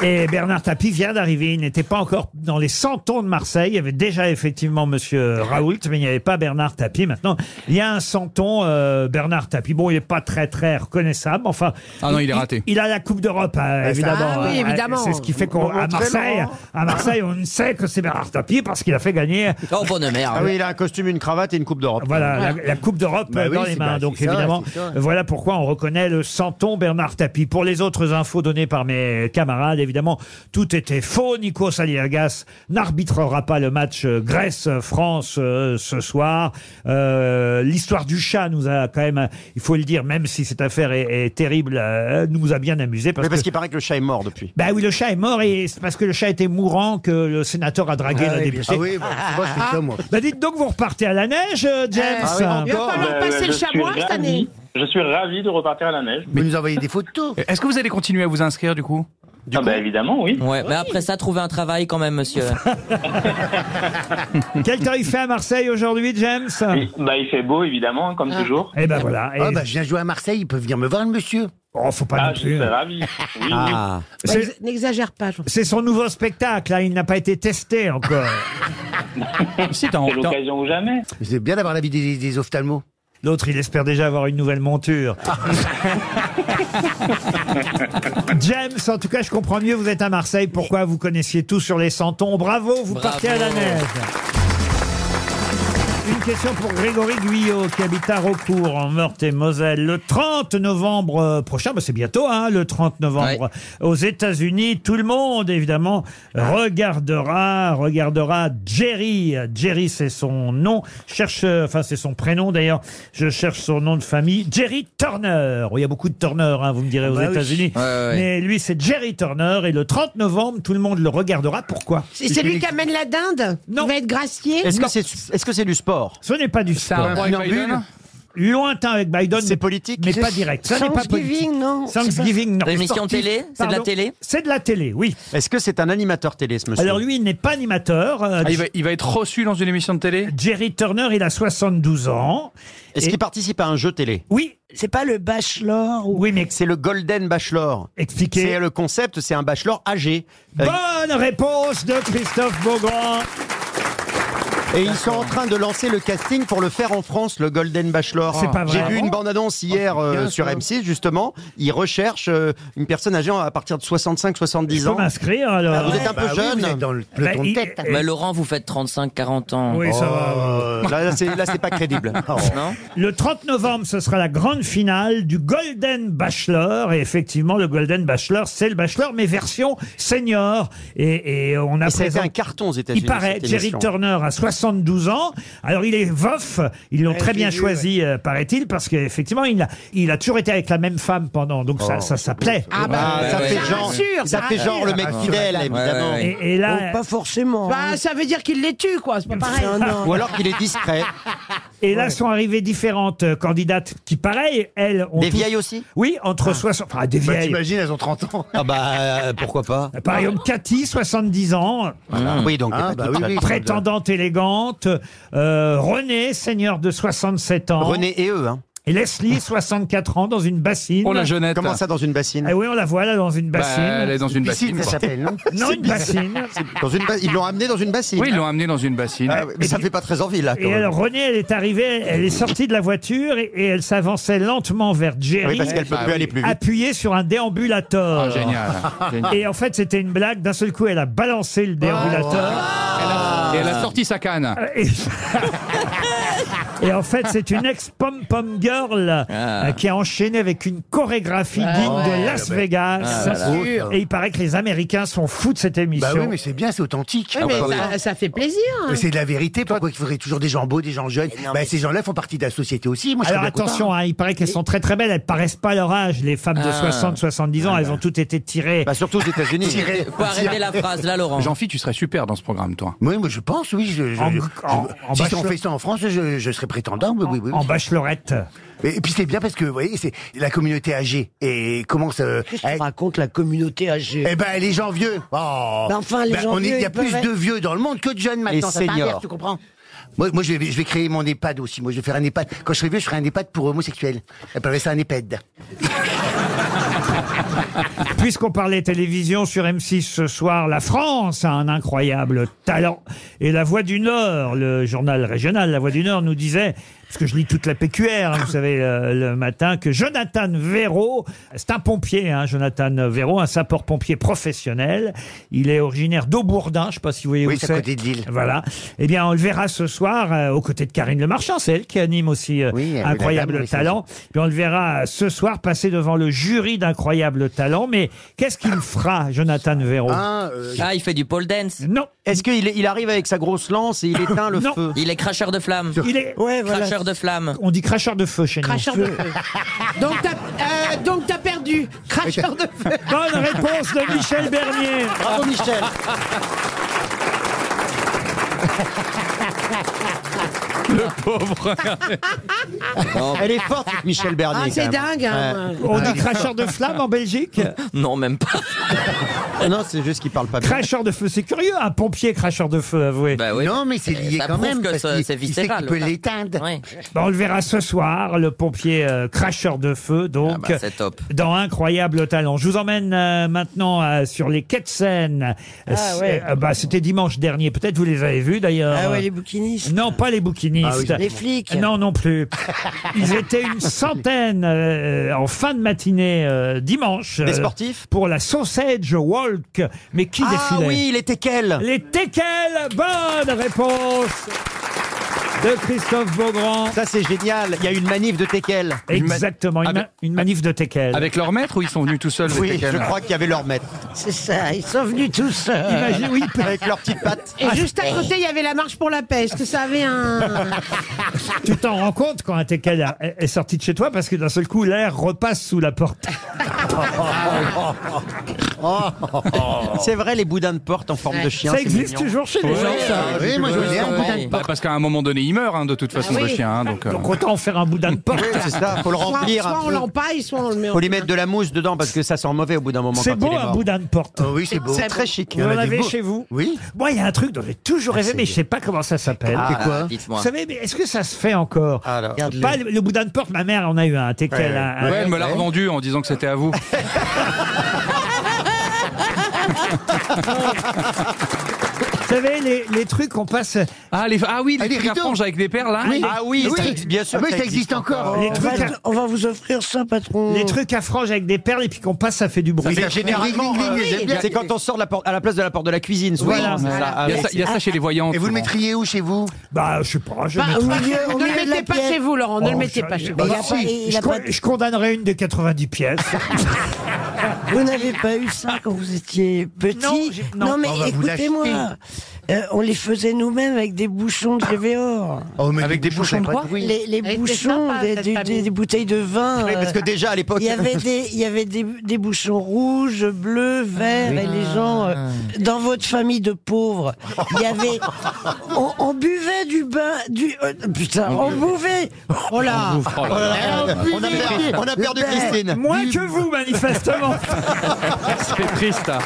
et Bernard Tapie vient d'arriver, il n'était pas encore dans les 100 tons de Marseille, il y avait déjà effectivement monsieur Raoult, mais il n'y avait pas Bernard Tapie. Maintenant, il y a un 100 tons, euh, Bernard Tapie. Bon, il n'est pas très très reconnaissable, enfin... Ah non, il est raté. Il, a la Coupe d'Europe, hein, Ah, évidemment. ah oui, hein. évidemment. C'est ce qui fait qu'à Montrez-le, Marseille, Laurent. à Marseille, on sait que c'est Bernard Tapie parce qu'il a fait gagner Oh, bonne merde. Ah oui, il a un costume, une cravate et une coupe d'Europe. voilà, la, la Coupe d'Europe Bah euh, dans oui, les c'est mains. pas- Donc c'est ça, évidemment, c'est ça. voilà pourquoi on reconnaît le santon Bernard Tapie. Pour les autres infos données par mes camarades, évidemment, tout était faux. Nico Saliagas n'arbitrera pas le match euh, Grèce-France euh, ce soir. Euh, L'histoire du chat nous a quand même, il faut le dire, même si cette affaire est, est terrible, euh, nous a bien amusé. Mais parce qu'il paraît que le chat est mort depuis. Ben oui, le chat est mort et c'est parce que le chat était mourant que le sénateur a dragué Ah la oui, bien députée. sûr. Ah oui, bah, moi, je fais ça, moi. Ben dites donc, vous repartez à la neige, euh, James. Ah oui, Il va falloir Ben, passer je le suis chamois ravi- cette année. Je suis ravi de repartir à la neige. Vous nous envoyez des photos. Est-ce que vous allez continuer à vous inscrire du coup ah bah évidemment, oui. Ouais, mais après ça, trouver un travail quand même, monsieur. Quel temps il fait à Marseille aujourd'hui, James Oui, Bah il fait beau, évidemment, comme toujours. Eh ben voilà. Et- Ah bah, je viens jouer à Marseille, il peut venir me voir, le monsieur. Oh, faut pas Ah, non je plus. suis ravi. Oui, Ah. C'est- Bah, N'ex- Bah, N'exagère pas, Jean. C'est son nouveau spectacle, hein, il n'a pas été testé encore. Si, t'as oui. en- C'est l'occasion ou jamais. C'est bien d'avoir l'avis des, des ophtalmos. L'autre, il espère déjà avoir une nouvelle monture. James, en tout cas, je comprends mieux, vous êtes à Marseille, pourquoi vous connaissiez tout sur les santons. Bravo, vous partez à la Bravo. neige. Une question pour Grégory Guyot, qui habite à Raucourt, en Meurthe-et-Moselle. Le 30 novembre euh, prochain, bah, c'est bientôt, hein, le 30 novembre, aux États-Unis, tout le monde, évidemment, regardera, regardera Jerry. Jerry, c'est son nom. Cherche, euh, enfin, c'est son prénom, d'ailleurs. Je cherche son nom de famille. Jerry Turner. Oui, Il y a beaucoup de Turner, hein, vous me direz, aux Bah oui. États-Unis. Ouais, ouais, ouais. Mais lui, c'est Jerry Turner, et le 30 novembre, tout le monde le regardera. Pourquoi C'est c'est lui qui amène la dinde Non. Il va être gracié Est-ce que Non. c'est est-ce que c'est du sport Ce n'est pas du ça sport. Lointain avec Biden. C'est mais- politique Mais pas direct. Ça n'est pas politique. Thanksgiving, non Thanksgiving, non. Des émissions Sportif, télé C'est de la pardon. télé C'est de la télé, oui. Est-ce que c'est un animateur télé, ce monsieur Alors lui, il n'est pas animateur. euh, Ah, il, va, il va être reçu dans une émission de télé Jerry Turner, il a 72 ans. Est-ce qu'il participe à un jeu télé Oui. C'est pas le bachelor Oui, mais c'est le Golden Bachelor. Expliquez. C'est le concept, c'est un bachelor âgé. Euh, Bonne réponse de Christophe Beaugrand. Et ils sont en train de lancer le casting pour le faire en France, le Golden Bachelor. C'est pas vrai. J'ai Ah vu bon une bande-annonce hier euh, bien, sur ça. M6, justement. Ils recherchent euh, une personne âgée à partir de 65-70 Je ans. peux m'inscrire, alors. Ah, vous êtes un Bah peu oui, jeune. vous êtes dans le peloton Bah, de il- tête. Mais Laurent, vous faites 35-40 ans. Oui, ça va, Là, là, c'est là, c'est pas crédible. Non Le 30 novembre, ce sera la grande finale du Golden Bachelor. Et effectivement, le Golden Bachelor, c'est le Bachelor, mais version senior. Et, et on a Et ça a été présent- un carton aux États-Unis, Il paraît, cette Jerry émission. Turner a 72 ans. Alors, il est veuf. Ils l'ont Ouais, très j'ai bien vu, choisi, euh, paraît-il, parce qu'effectivement, il a, il a toujours été avec la même femme pendant. Donc, ça, Oh. ça, ça plaît. Ah bah, Ah, ça ouais, fait ouais. genre- ça fait genre le mec fidèle, évidemment. Et- et là- Oh, pas forcément. Bah, ça veut dire qu'il les tue, quoi. C'est pas pareil. Ou alors qu'il est discret. Et là sont arrivées différentes euh, candidates qui, pareil, elles ont. Des toutes- vieilles aussi Oui, entre 60. Enfin, des Bah, vieilles. T'imagines, elles ont 30 ans. Ah bah, euh, pourquoi pas Par exemple, Cathy, 70 ans. Voilà. Oui, donc. Ah, pas bah toute oui, la- oui. Prétendante élégante. Euh, René, seigneur de 67 ans. René et eux, hein. Et Leslie, 64 ans, dans une bassine. Oh, la jeunette. Comment ça dans une bassine Eh oui, on la voit là, dans une Bah, bassine. Elle est dans une Piscine, bassine. ça quoi. s'appelle, non non, une bassine. Dans une ba- Ils l'ont amené dans une bassine. Oui, ils l'ont amené dans une bassine. Ah, oui, mais ça fait pas très envie là. Quand Et même. alors, Renée, elle est arrivée, elle est sortie de la voiture et, et elle s'avançait lentement vers Jerry. Oui, parce qu'elle peut Ah plus oui. aller plus vite. appuyée sur un déambulateur. Ah, génial. Génial. Ah, Et en fait, c'était une blague. D'un seul coup, elle a balancé le déambulateur. Euh, Et elle a sorti sa canne. Et... Et en fait, c'est une ex-pom-pom girl Ah. euh, qui a enchaîné avec une chorégraphie digne de Las bah Ah Vegas. c'est sûr. Et il paraît que les Américains sont fous de cette émission. Bah oui, mais c'est bien, c'est authentique. Oui, mais ça, ça fait plaisir. hein. Mais C'est de la vérité. Pourquoi il faudrait toujours des gens beaux, des gens jeunes bah, Ces gens-là font partie de la société aussi. Moi, je Alors serais bien attention, content. hein, il paraît qu'elles sont très très belles, elles paraissent pas leur âge, les femmes de Ah. 60-70 ans, elles ont toutes été tirées. Bah, surtout aux États-Unis. Tirer- Faut arrêter la phrase, là, Laurent. Jean-Philippe, tu serais super dans ce programme, toi. Oui, moi je pense, oui. Je, je- En- je- en- je- en si bachelor- on fait ça en France, je, je serais prétendant. Oui, oui, oui. En bachelorette. Et, et puis c'est bien parce que, vous voyez, c'est la communauté âgée. Et comment ça. Qu'est-ce que Eh tu racontes, la communauté âgée eh ben, les gens vieux. Oh. Mais enfin, les gens on est- vieux, Il y a ils peuvent plus être- de vieux dans le monde que de jeunes maintenant. Les ça s'inverse, seniors. tu comprends moi, moi je, vais, je vais créer mon EHPAD aussi. Moi, je vais faire un EHPAD. Quand je serai vieux, je ferai un EHPAD pour homosexuels. Elle parlait ça un EHPAD. Puisqu'on parlait télévision sur M6 ce soir, la France a un incroyable talent. Et La Voix du Nord, le journal régional La Voix du Nord, nous disait, parce que je lis toute la PQR, hein, vous savez, euh, le matin, que Jonathan Véro, c'est un pompier, hein, Jonathan Véro, un sapeur-pompier professionnel. Il est originaire d'Aubourdin, je ne sais pas si vous voyez Oui, où c'est à côté de Lille. Voilà. Eh bien, on le verra ce soir euh, aux côtés de Karine Le Marchand, c'est elle qui anime aussi euh, Oui, elle est la Incroyable dame, oui, c'est Talent. Puis on le verra ce soir passer devant le jury d'Incroyable Talent. Mais qu'est-ce qu'il fera, Jonathan Véro Hein, euh, Ah, il fait du pole dance. Non, Est-ce qu'il est- il arrive avec sa grosse lance et il éteint le Non. feu Il est cracheur de flammes. il est. Ouais, voilà. Cracheur de flammes. On dit cracheur de feu chez nous. Cracheur de feu. Donc t'as euh, donc t'as perdu. Cracheur de feu. Bonne réponse de Michel Bernier. Bravo Michel Elle est forte, cette Michel Bernier. Ah, c'est quand même. dingue. hein. On dit cracheur de flamme en Belgique Non, même pas. Ouais. Ah Non, c'est juste qu'il parle pas bien. Cracheur de feu, c'est curieux, un pompier cracheur de feu, avouez. Bah oui. Non, mais c'est Ça lié quand prouve même. que parce ça- qu'il- c'est il sait viscéral, qu'il peut au fait. l'éteindre. Ouais. Bah, on le verra ce soir, le pompier euh, cracheur de feu, donc. Ah bah, c'est top. Dans Incroyable Talent. Je vous emmène euh, maintenant euh, sur les quais de Seine. Euh, c'est- Ah, ouais. euh, bah, C'était dimanche dernier, peut-être vous les avez vus d'ailleurs. Ah ouais, les bouquinistes. Non, pas les bouquinistes. féministes. Ah oui, Les flics. Non, non plus. Ils étaient une centaine euh, en fin de matinée euh, dimanche. Des euh, sportifs Pour la Sausage Walk. Mais qui Ah défilait oui, les teckels. Les teckels Bonne réponse de Christophe Beaugrand. Ça, c'est génial. Il y a une manif de teckels. Ah, Exactement, une, ma- une manif de teckels. Avec leur maître ou ils sont venus tout seuls les Oui, teckels je crois qu'il y avait leur maître. C'est ça, ils sont venus tous. Ah, Imagine- oui, avec leurs petites pattes. Et juste à côté, il y avait la marche pour la paix. Est-ce que ça avait un. Tu t'en rends compte quand un teckel a- est, est sorti de chez toi parce que d'un seul coup l'air repasse sous la porte. C'est vrai, les boudins de porte en forme de chien. Ça c'est existe mignon. toujours chez les gens, ça. Oui, moi, je veux Ouais, dire, ouais, boudin de ouais. Bah, parce qu'à un moment donné, il meurt hein, de toute façon Ah le oui. chien. hein, donc, euh, Donc autant faire un boudin de porte. C'est ça, faut le Soit, remplir. soit un on peu. l'empaille, soit on le met en. Faut lui mettre de la mousse dedans parce que ça sent mauvais au bout d'un moment. C'est quand il beau est un mort. boudin de porte. Oh oui, c'est beau. C'est très chic. Vous Il y en en a des avez beaux. chez vous Oui. Moi, il y a un truc dont j'ai toujours rêvé, mais je sais pas comment ça s'appelle. Ah, Ah, quoi Vous Dites-moi. savez, mais est-ce que ça se fait encore Alors. Pas le, le boudin de porte, ma mère en a eu un, un teckel. Ouais, un- un- Ouais, elle me l'a revendu en disant que c'était à vous. Vous savez, les, les trucs qu'on passe, euh, Ah, les... ah oui, les, Ah, les trucs à rideaux. franges avec des perles là. Ah oui, ça ex- bien sûr Ah oui, que ça existe encore. les on, trucs, va, à, on va vous offrir ça, patron. les trucs à franges avec des perles et puis qu'on passe, ça fait du bruit. Ça Mais fait généralement, ding, ding, ding, euh, les aime bien. c'est quand on sort de la porte, à la place de la porte de la cuisine. souvent, Voilà. c'est ça. Voilà. Ah Il y oui. a ça, il y a ça chez les voyants. Et vous le souvent. mettriez où chez vous Bah, je sais pas. Je, Pas- mettrais- Au milieu, au ne milieu le de la mettez pas pièce. chez vous, Laurent. Ne Oh, le mettez ça pas y est. chez vous. Mais il a Ah, pas- il je, a con- pas- je condamnerais une des 90 pièces. Vous n'avez pas eu ça quand vous étiez petit Non, j'ai- non. mais On va vous écoutez-moi. Euh, on les faisait nous-mêmes avec des bouchons de GVOR. Oh, mais Avec des bouchons de pas bois bruit. Les, les Elle était bouchons, sympa, des, cette des- famille. des- des bouteilles de vin. Oui, parce que euh, déjà à l'époque, il y avait des, il y avait des, des bouchons rouges, bleus, verts, et les gens euh, Ah. dans votre famille de pauvres, il y avait, on, on buvait du bain, du euh, putain, on buvait, oh là, Oh là là. on a perdu, on a perdu Ben, Christine. Moins que vous, manifestement. C'est triste. hein.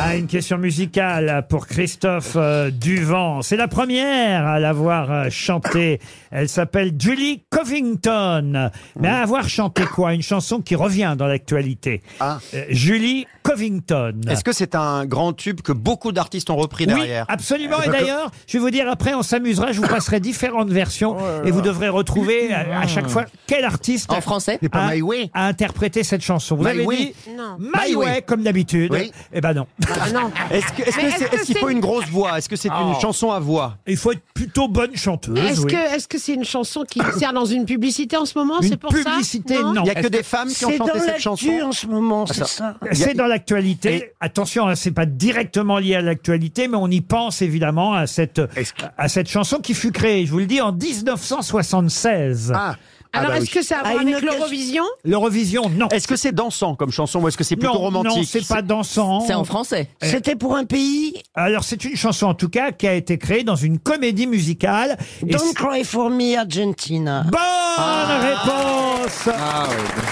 Ah, une question musicale pour Christophe euh, Duvent. C'est la première à l'avoir euh, chantée. Elle s'appelle Julie Covington. Mais à avoir chanté quoi Une chanson qui revient dans l'actualité. Ah. Euh, Julie Covington. Est-ce que c'est un grand tube que beaucoup d'artistes ont repris Oui, derrière absolument. Et d'ailleurs, je vais vous dire après, on s'amusera, je vous passerai différentes versions Oh et vous devrez retrouver euh, à, à chaque fois quel artiste En français C'est pas a, My Way. a interprété cette chanson. Vous My avez Way. dit Non. My My Way, Way. comme d'habitude. Oui. Eh ben non. Ah non. Est-ce que- est-ce que Mais c'est- est-ce que est-ce qu'il faut c'est- une grosse voix Est-ce que c'est Oh. une chanson à voix Ah. Il faut être plutôt bonne chanteuse. Est-ce oui. que est-ce que c'est une chanson qui sert dans une publicité en ce moment Une C'est pour ça publicité, non. Il n'y a que Est-ce des femmes qui ont c'est dans chanté cette l'actu chanson. en ce moment, Ah, c'est ça. C'est dans l'actualité. Attention, hein, c'est pas directement lié à l'actualité, mais on y pense évidemment à cette Est-ce que- à cette chanson qui fut créée, je vous le dis, en 1976. Ah. Ah Alors bah est-ce oui. que ça a à voir À une avec occasion- l'Eurovision L'Eurovision, non. Est-ce que c'est dansant comme chanson ou est-ce que c'est plutôt non, romantique non, c'est pas dansant. Euh, C'est en français. Eh. C'était pour un pays. Alors c'est une chanson en tout cas qui a été créée dans une comédie musicale. Et Don't c'est- cry for me, Argentina. Bonne réponse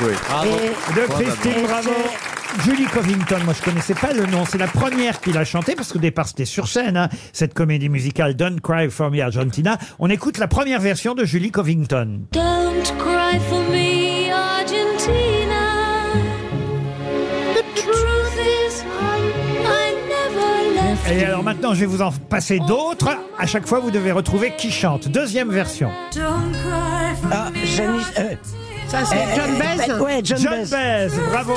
Et- de Christine bah, Bravo. bah. Julie Covington, moi je connaissais pas le nom, c'est la première qu'il a chanté parce qu'au départ c'était sur scène, hein, cette comédie musicale Don't Cry for Me Argentina. On écoute la première version de Julie Covington. Don't cry for me, Argentina. The truth is, I never left. Et alors maintenant je vais vous en passer d'autres. À chaque fois vous devez retrouver qui chante. Deuxième version. Don't cry for Ah, me, Janice, euh, Ça c'est Eh, John eh, Baez. Ouais, John, John Baez. Baez, bravo.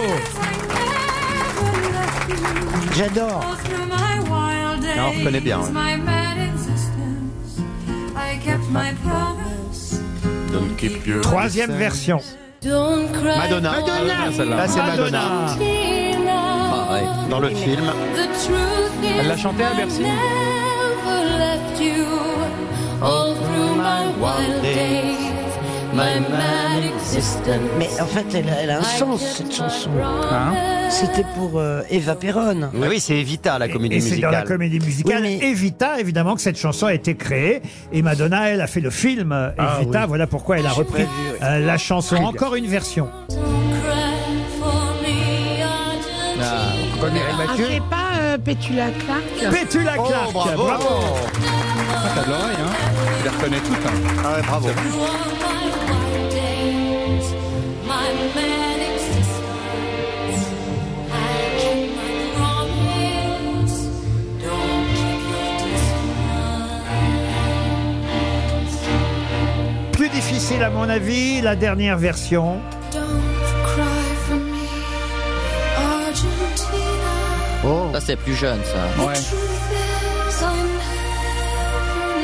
J'adore. Non, on connaît bien, ouais. Troisième version. Don't cry Madonna. Ah, Là, c'est Madonna. Dans le film. The truth is Elle l'a chanté à Bercy. I never left you all through my wild days, my mad existence. Mais en fait, elle, a- elle a un I sens, kept cette my chanson. promise. C'était pour euh, Eva Perron. Ah oui, c'est Evita la comédie Et c'est dans la musicale. comédie musicale Oui, mais- Evita, évidemment, que cette chanson a été créée. Et Madonna, elle a fait le film euh, Evita. Voilà pourquoi elle a repris euh, la chanson. Encore une version. Don't cry for me, Argentina. Ah, c'est pas euh, Petula Clark. Pétula Clark. bravo. Oh, Ah, T'as de l'oreille, hein Tu les reconnais toutes. hein. Ah ouais, bravo. Through all my wild days, my mad existence. I kept my promise. utile, à mon avis, la dernière version. Oh. Ça, c'est plus jeune, ça.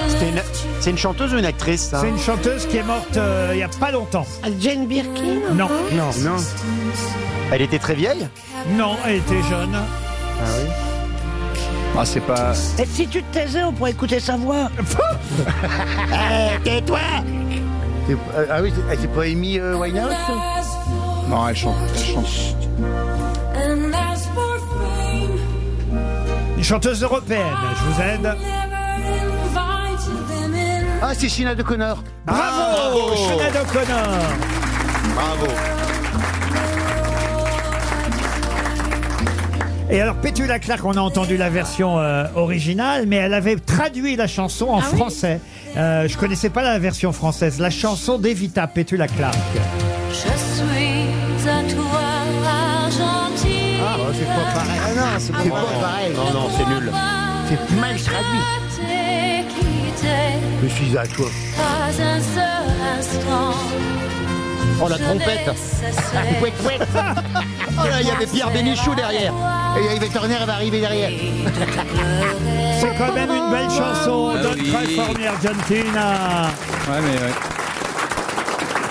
C'est une, c'est une chanteuse ou une actrice hein ça C'est une chanteuse qui est morte euh, il y a pas longtemps. Ah, Jane Birkin Non. Non, non. Elle était très vieille Non, elle était jeune. Ah oui. Ah, c'est pas. Et si tu te taisais, on pourrait écouter sa voix. Tais-toi Ah oui, c'est- c'est pas Amy euh, Winehouse Non, elle chante. Elle chante. Une chanteuse européenne, je vous aide. Ah, c'est Sheena de Connor. Ah, Bravo, Sinead O'Connor. Bravo. Et alors, Petula Clark, on a entendu la version euh, originale, mais elle avait traduit la chanson en français. Euh, je connaissais pas la version française. La chanson d'Evita, Petula Clark. Je suis à toi, Argentine. Ah, c'est pas pareil. Ah non, c'est pas pareil. Non, non, c'est nul. C'est mal traduit. T'es quitté, Je suis ah, à toi. pas un seul instant. Oh, la trompette. Couette, couette. Oh là, il y avait Pierre Bénichou derrière. Et Yves Turner, elle va arriver derrière. C'est quand même une belle chanson. Ah Don't oui. cry for me, Argentina. Ouais, mais ouais.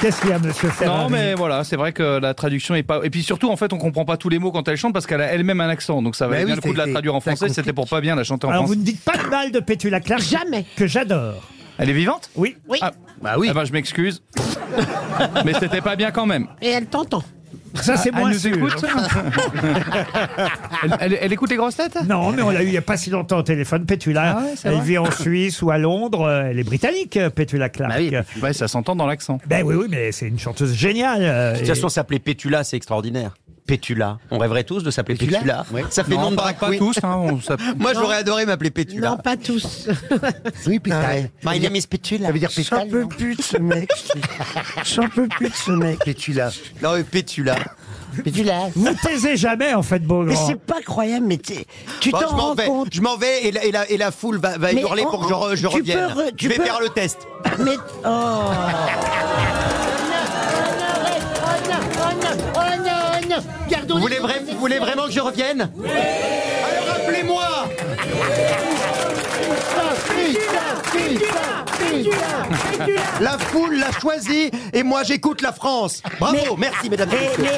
Qu'est-ce qu'il y a, monsieur Ferrari Non, mais voilà, c'est vrai que la traduction est pas. Et puis surtout, en fait, on comprend pas tous les mots quand elle chante parce qu'elle a elle-même un accent. Donc ça Bah valait oui, bien le coup de la c'est- traduire en ça français. C'était pour pas bien la chanter en Alors, vous français. ne dites pas de mal de Petula Clark. Jamais. Que j'adore. Elle est vivante Oui. Oui. Ah, bah oui. Ah bah, je m'excuse. mais c'était pas bien quand même. Et elle t'entend. Ça, c'est elle moins nous sûr. écoute elle, elle- elle écoute les grosses têtes Non, mais on l'a eu il n'y a pas si longtemps au téléphone, Petula. Ah ouais, c'est elle vrai vit en Suisse ou à Londres. Euh, Elle est britannique, euh, Petula Clark. Ah Bah oui. Ouais, ça s'entend dans l'accent. Ben oui, oui, mais c'est une chanteuse géniale. euh, De et- toute façon, s'appeler Pétula, c'est extraordinaire. Pétula. On rêverait tous de s'appeler Pétula. Ça fait non, nom de pas, drag pas queen. tous. Hein, on s'app- Moi, j'aurais adoré m'appeler Pétula. Non, pas tous. Oui, Ah pétale. My name is Pétula. Ça veut dire J'en pétale peux plus de ce mec. J'en peux plus de ce mec. Pétula. Non, mais Pétula. Pétula. Vous taisez jamais, en fait, Mais Beaugrand. c'est pas croyable, mais t'es- tu Bon, t'en Bah, je m'en rends vais, compte. je m'en vais et la, et la- et la foule va, va Mais hurler on- pour que je, re- je tu peux revienne. re- tu je vais peux- faire le test. Mais oh, Ah, Oh Vous voulez, vra- vous voulez vraiment que je revienne Oui Alors appelez-moi La foule l'a choisi et moi j'écoute la France. Bravo, merci mesdames et messieurs.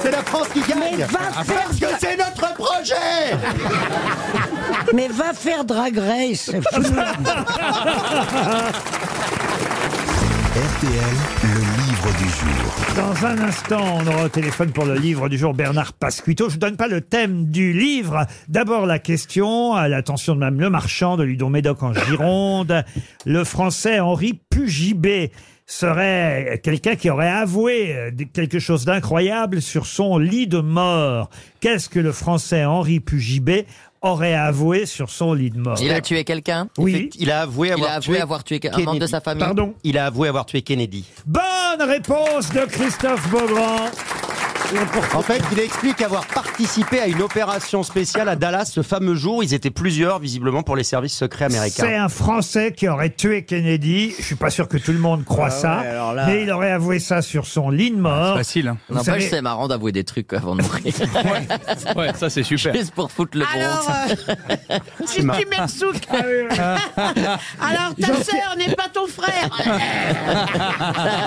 C'est la France qui gagne mais Ah, va faire, parce que c'est notre projet mais va faire Drag Race. c'est fou. RTL, le livre du jour. Dans un instant, on aura au téléphone pour le livre du jour Bernard Pasquito. Je ne donne pas le thème du livre. D'abord la question à l'attention de Mme Le Marchand de Ludon Médoc en Gironde. Le français Henri Pugibé serait quelqu'un qui aurait avoué euh, quelque chose d'incroyable sur son lit de mort. Qu'est-ce que le français Henri Pugibé aurait avoué sur son lit de mort Il a tué quelqu'un Oui. Il a avoué Il avoir a avoué tué avoir tué un Kennedy. membre de sa famille. Pardon Il a avoué avoir tué Kennedy. Bonne réponse de Christophe Beaugrand. En fait, il explique avoir participé à une opération spéciale à Dallas ce fameux jour. Ils étaient plusieurs, visiblement, pour les services secrets C'est américains. un Français qui aurait tué Kennedy. Je suis pas sûr que tout le monde croit ça, mais il aurait avoué ça sur son lit de mort. Facile. hein. Vous savez- N'empêche, c'est marrant d'avouer des trucs avant de mourir. Ouais, ça c'est super. Juste pour foutre le Alors, bronze. euh, si tu mets le souffle. Ah, Alors, ta sœur n'est pas ton frère.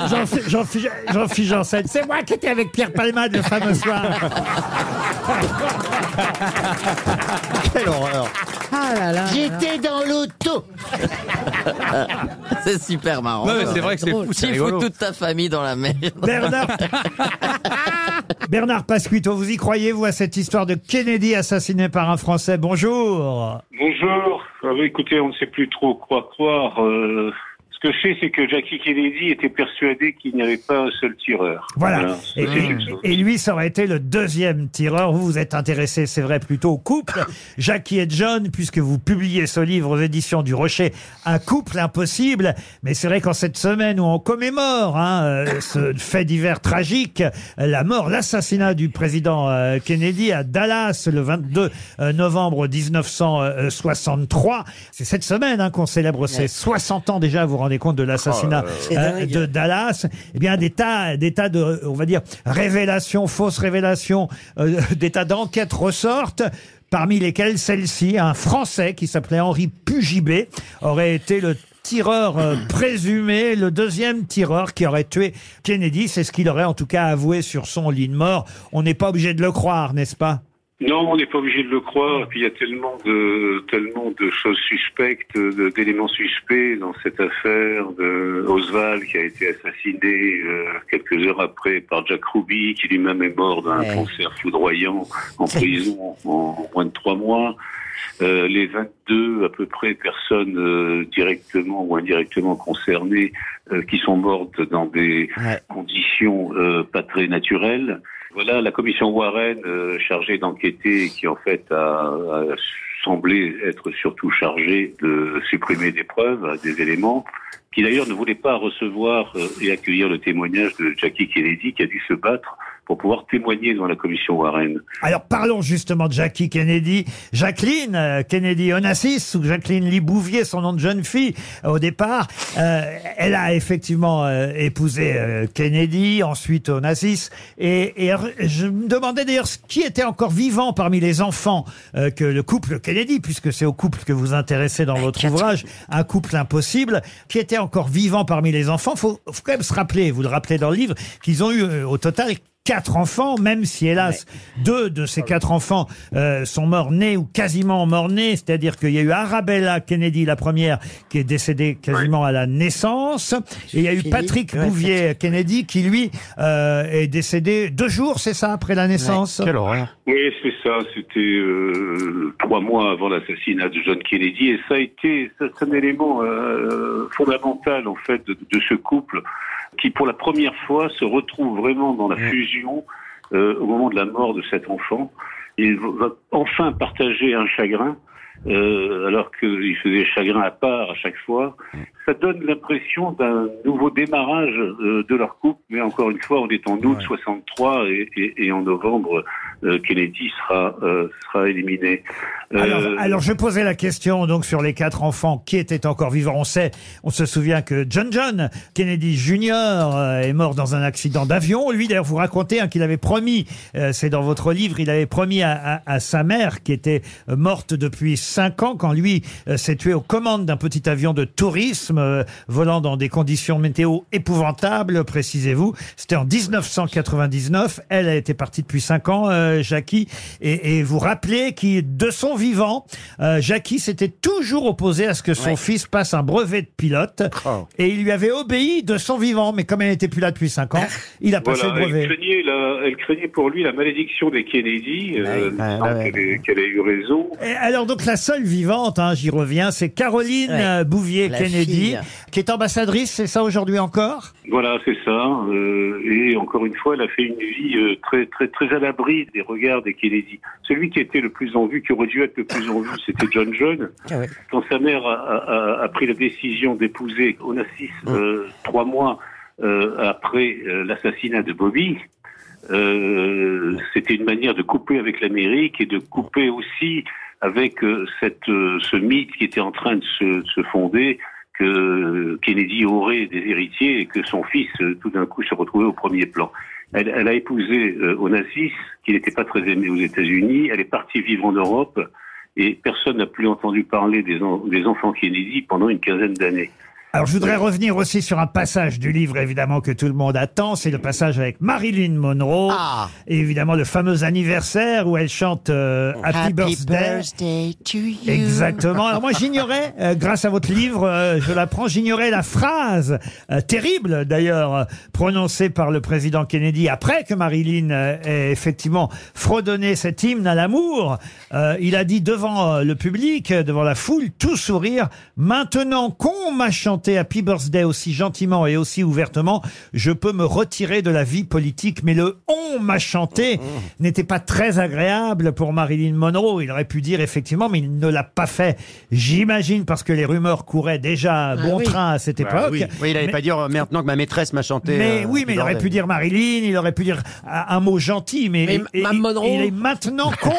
Jean-Fi- Jean-Fi- Jean-Fi Janssen, c'est moi qui étais avec Pierre Palmade le fameux soir. Quelle horreur Ah là là. J'étais dans l'auto. C'est super marrant. Non, mais c'est vrai que c'est fou, c'est Tu fous rigolo. toute ta famille dans la merde. Bernard... Bernard Pasquito, vous y croyez, vous, à cette histoire de Kennedy assassiné par un Français Bonjour. Bonjour. Ah oui, écoutez, on ne sait plus trop quoi croire. Euh, ce que je sais, c'est que Jackie Kennedy était persuadé qu'il n'y avait pas un seul tireur. Voilà. ça, Et, c'est et- une chose. et lui, ça aurait été le deuxième tireur. Vous vous êtes intéressé, c'est vrai, plutôt au couple. Jackie et John, puisque vous publiez ce livre aux éditions du Rocher, Un couple impossible. Mais c'est vrai qu'en cette semaine où on commémore hein, euh, ce fait divers tragique, la mort, l'assassinat du président euh, Kennedy à Dallas le 22 euh, novembre 1963, c'est cette semaine hein, qu'on célèbre ses 60 ans déjà, vous vous rendez compte de l'assassinat Oh là là. euh, de Dallas, eh bien des tas, des tas de, on va dire, révélations, fausses révélations, euh, des tas d'enquêtes ressortent. Parmi lesquelles celle-ci, un Français qui s'appelait Henri Pugibé aurait été le tireur euh, présumé, le deuxième tireur qui aurait tué Kennedy. C'est ce qu'il aurait en tout cas avoué sur son lit de mort. On n'est pas obligé de le croire, n'est-ce pas Non, on n'est pas obligé de le croire. Et puis il y a tellement de tellement de choses suspectes, de- d'éléments suspects dans cette affaire de Oswald qui a été assassiné euh, quelques heures après par Jack Ruby, qui lui-même est mort d'un Ouais. cancer foudroyant en prison en moins de trois mois. Euh, les 22 à peu près personnes euh, directement ou indirectement concernées euh, qui sont mortes dans des conditions euh, pas très naturelles. Voilà la commission Warren euh, chargée d'enquêter qui en fait a, a semblé être surtout chargée de supprimer des preuves, des éléments qui d'ailleurs ne voulait pas recevoir euh, et accueillir le témoignage de Jackie Kennedy qui a dû se battre pour pouvoir témoigner devant la commission Warren. Alors parlons justement de Jackie Kennedy, Jacqueline euh, Kennedy Onassis ou Jacqueline Libouvier, son nom de jeune fille euh, au départ. Euh, elle a effectivement euh, épousé euh, Kennedy, ensuite Onassis. Et, et alors, je me demandais d'ailleurs ce qui était encore vivant parmi les enfants euh, que le couple Kennedy, puisque c'est au couple que vous intéressez dans votre ouvrage, un couple impossible, qui était encore vivant parmi les enfants. Faut, faut quand même se rappeler, vous le rappelez dans le livre, qu'ils ont eu euh, au total quatre enfants, même si hélas deux de ces quatre enfants euh, sont morts nés ou quasiment morts nés, c'est-à-dire qu'il y a eu Arabella Kennedy la première qui est décédée quasiment à la naissance, et il y a eu Philippe, Patrick ouais, Bouvier Kennedy qui lui euh, est décédé deux jours, c'est ça, après la naissance. Quelle horreur Oui, c'est ça. C'était euh, trois mois avant l'assassinat de John Kennedy, et ça a été ça, c'est un élément euh, fondamental en fait de, de ce couple qui, pour la première fois, se retrouve vraiment dans la fusion euh, au moment de la mort de cet enfant. Il va va enfin partager un chagrin. euh, alors qu'il faisait chagrin à part à chaque fois, ça donne l'impression d'un nouveau démarrage euh, de leur couple, mais encore une fois, on est en août 63 et, et- et en novembre, euh, Kennedy sera, euh, sera éliminé. Euh, Alors, alors, je posais la question donc sur les quatre enfants qui étaient encore vivants. On sait, on se souvient que John John Kennedy Jr euh, est mort dans un accident d'avion. Lui d'ailleurs vous racontez hein, qu'il avait promis, euh, c'est dans votre livre, il avait promis à, à- à sa mère qui était euh, morte depuis cinq ans quand lui euh, s'est tué aux commandes d'un petit avion de tourisme euh, volant dans des conditions météo épouvantables, précisez-vous. C'était en 1999. Elle a été partie depuis cinq ans, euh, Jackie, et, et vous rappelez qui de son vivant, euh, Jackie s'était toujours opposé à ce que son fils passe un brevet de pilote, Oh. et il lui avait obéi de son vivant. Mais comme elle n'était plus là depuis cinq ans, il a passé voilà, le elle brevet. craignait, la- elle craignait pour lui la malédiction des Kennedy, euh, tant qu'elle ait- qu'elle ait eu raison. Et alors donc la seule vivante, hein, j'y reviens, c'est Caroline Ouais. euh, Bouvier La Kennedy, fille. qui est ambassadrice, c'est ça aujourd'hui encore Voilà, c'est ça. euh, et encore une fois, elle a fait une vie euh, très, très, très à l'abri des regards des Kennedy. Celui qui était le plus en vue, qui aurait dû être le plus en vue, c'était John John. Quand sa mère a, a- a- a pris la décision d'épouser Onassis euh, trois mois euh, après euh, l'assassinat de Bobby, euh, c'était une manière de couper avec l'Amérique et de couper aussi avec euh, cette, euh, ce mythe qui était en train de se, se fonder que Kennedy aurait des héritiers et que son fils euh, tout d'un coup se retrouvait au premier plan. Elle, elle a épousé euh, Onassis, qui n'était pas très aimé aux États-Unis. Elle est partie vivre en Europe et personne n'a plus entendu parler des, en- des enfants Kennedy pendant une quinzaine d'années. Alors, je voudrais revenir aussi sur un passage du livre, évidemment, que tout le monde attend. C'est le passage avec Marilyn Monroe. Et évidemment, le fameux anniversaire où elle chante euh, Happy, Birthday. to you. Exactement. Alors moi j'ignorais, euh, grâce à votre livre, euh, je l'apprends, j'ignorais la phrase euh, terrible d'ailleurs euh, prononcée par le président Kennedy après que Marilyn euh, ait effectivement fredonné cet hymne à l'amour. Euh, il a dit devant euh, le public, euh, devant la foule, tout sourire. Maintenant qu'on m'a chanté Happy Birthday aussi gentiment et aussi ouvertement, je peux me retirer de la vie politique. Mais le on m'a Mm, chanté n'était pas très agréable pour Marilyn Monroe. Il aurait pu dire effectivement, mais il ne l'a pas fait. J'imagine parce que les rumeurs couraient déjà à bon train à cette Bah époque. oui. Oui, il n'allait Mais- pas dire euh, maintenant que ma maîtresse m'a chanté. mais euh, oui, mais il aurait bordel. pu dire Marilyn, il aurait pu dire un un mot gentil, mais, Mais il, Mme il- Monroe il est maintenant con.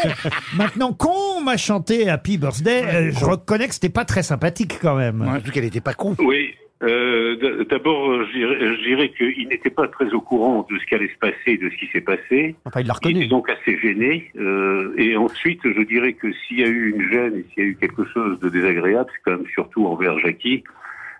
maintenant con m'a chanté Happy Birthday. Euh, je reconnais que c'était pas très sympathique quand même. En tout cas, elle n'était pas con. Oui, Euh, d- D'abord, euh, je dirais- je dirais qu'il n'était pas très au courant de ce qui allait se passer et de ce qui s'est passé. Enfin, il l'a Il est donc assez gêné. euh, et ensuite, je dirais que s'il y a eu une gêne et s'il y a eu quelque chose de désagréable, c'est quand même surtout envers Jackie,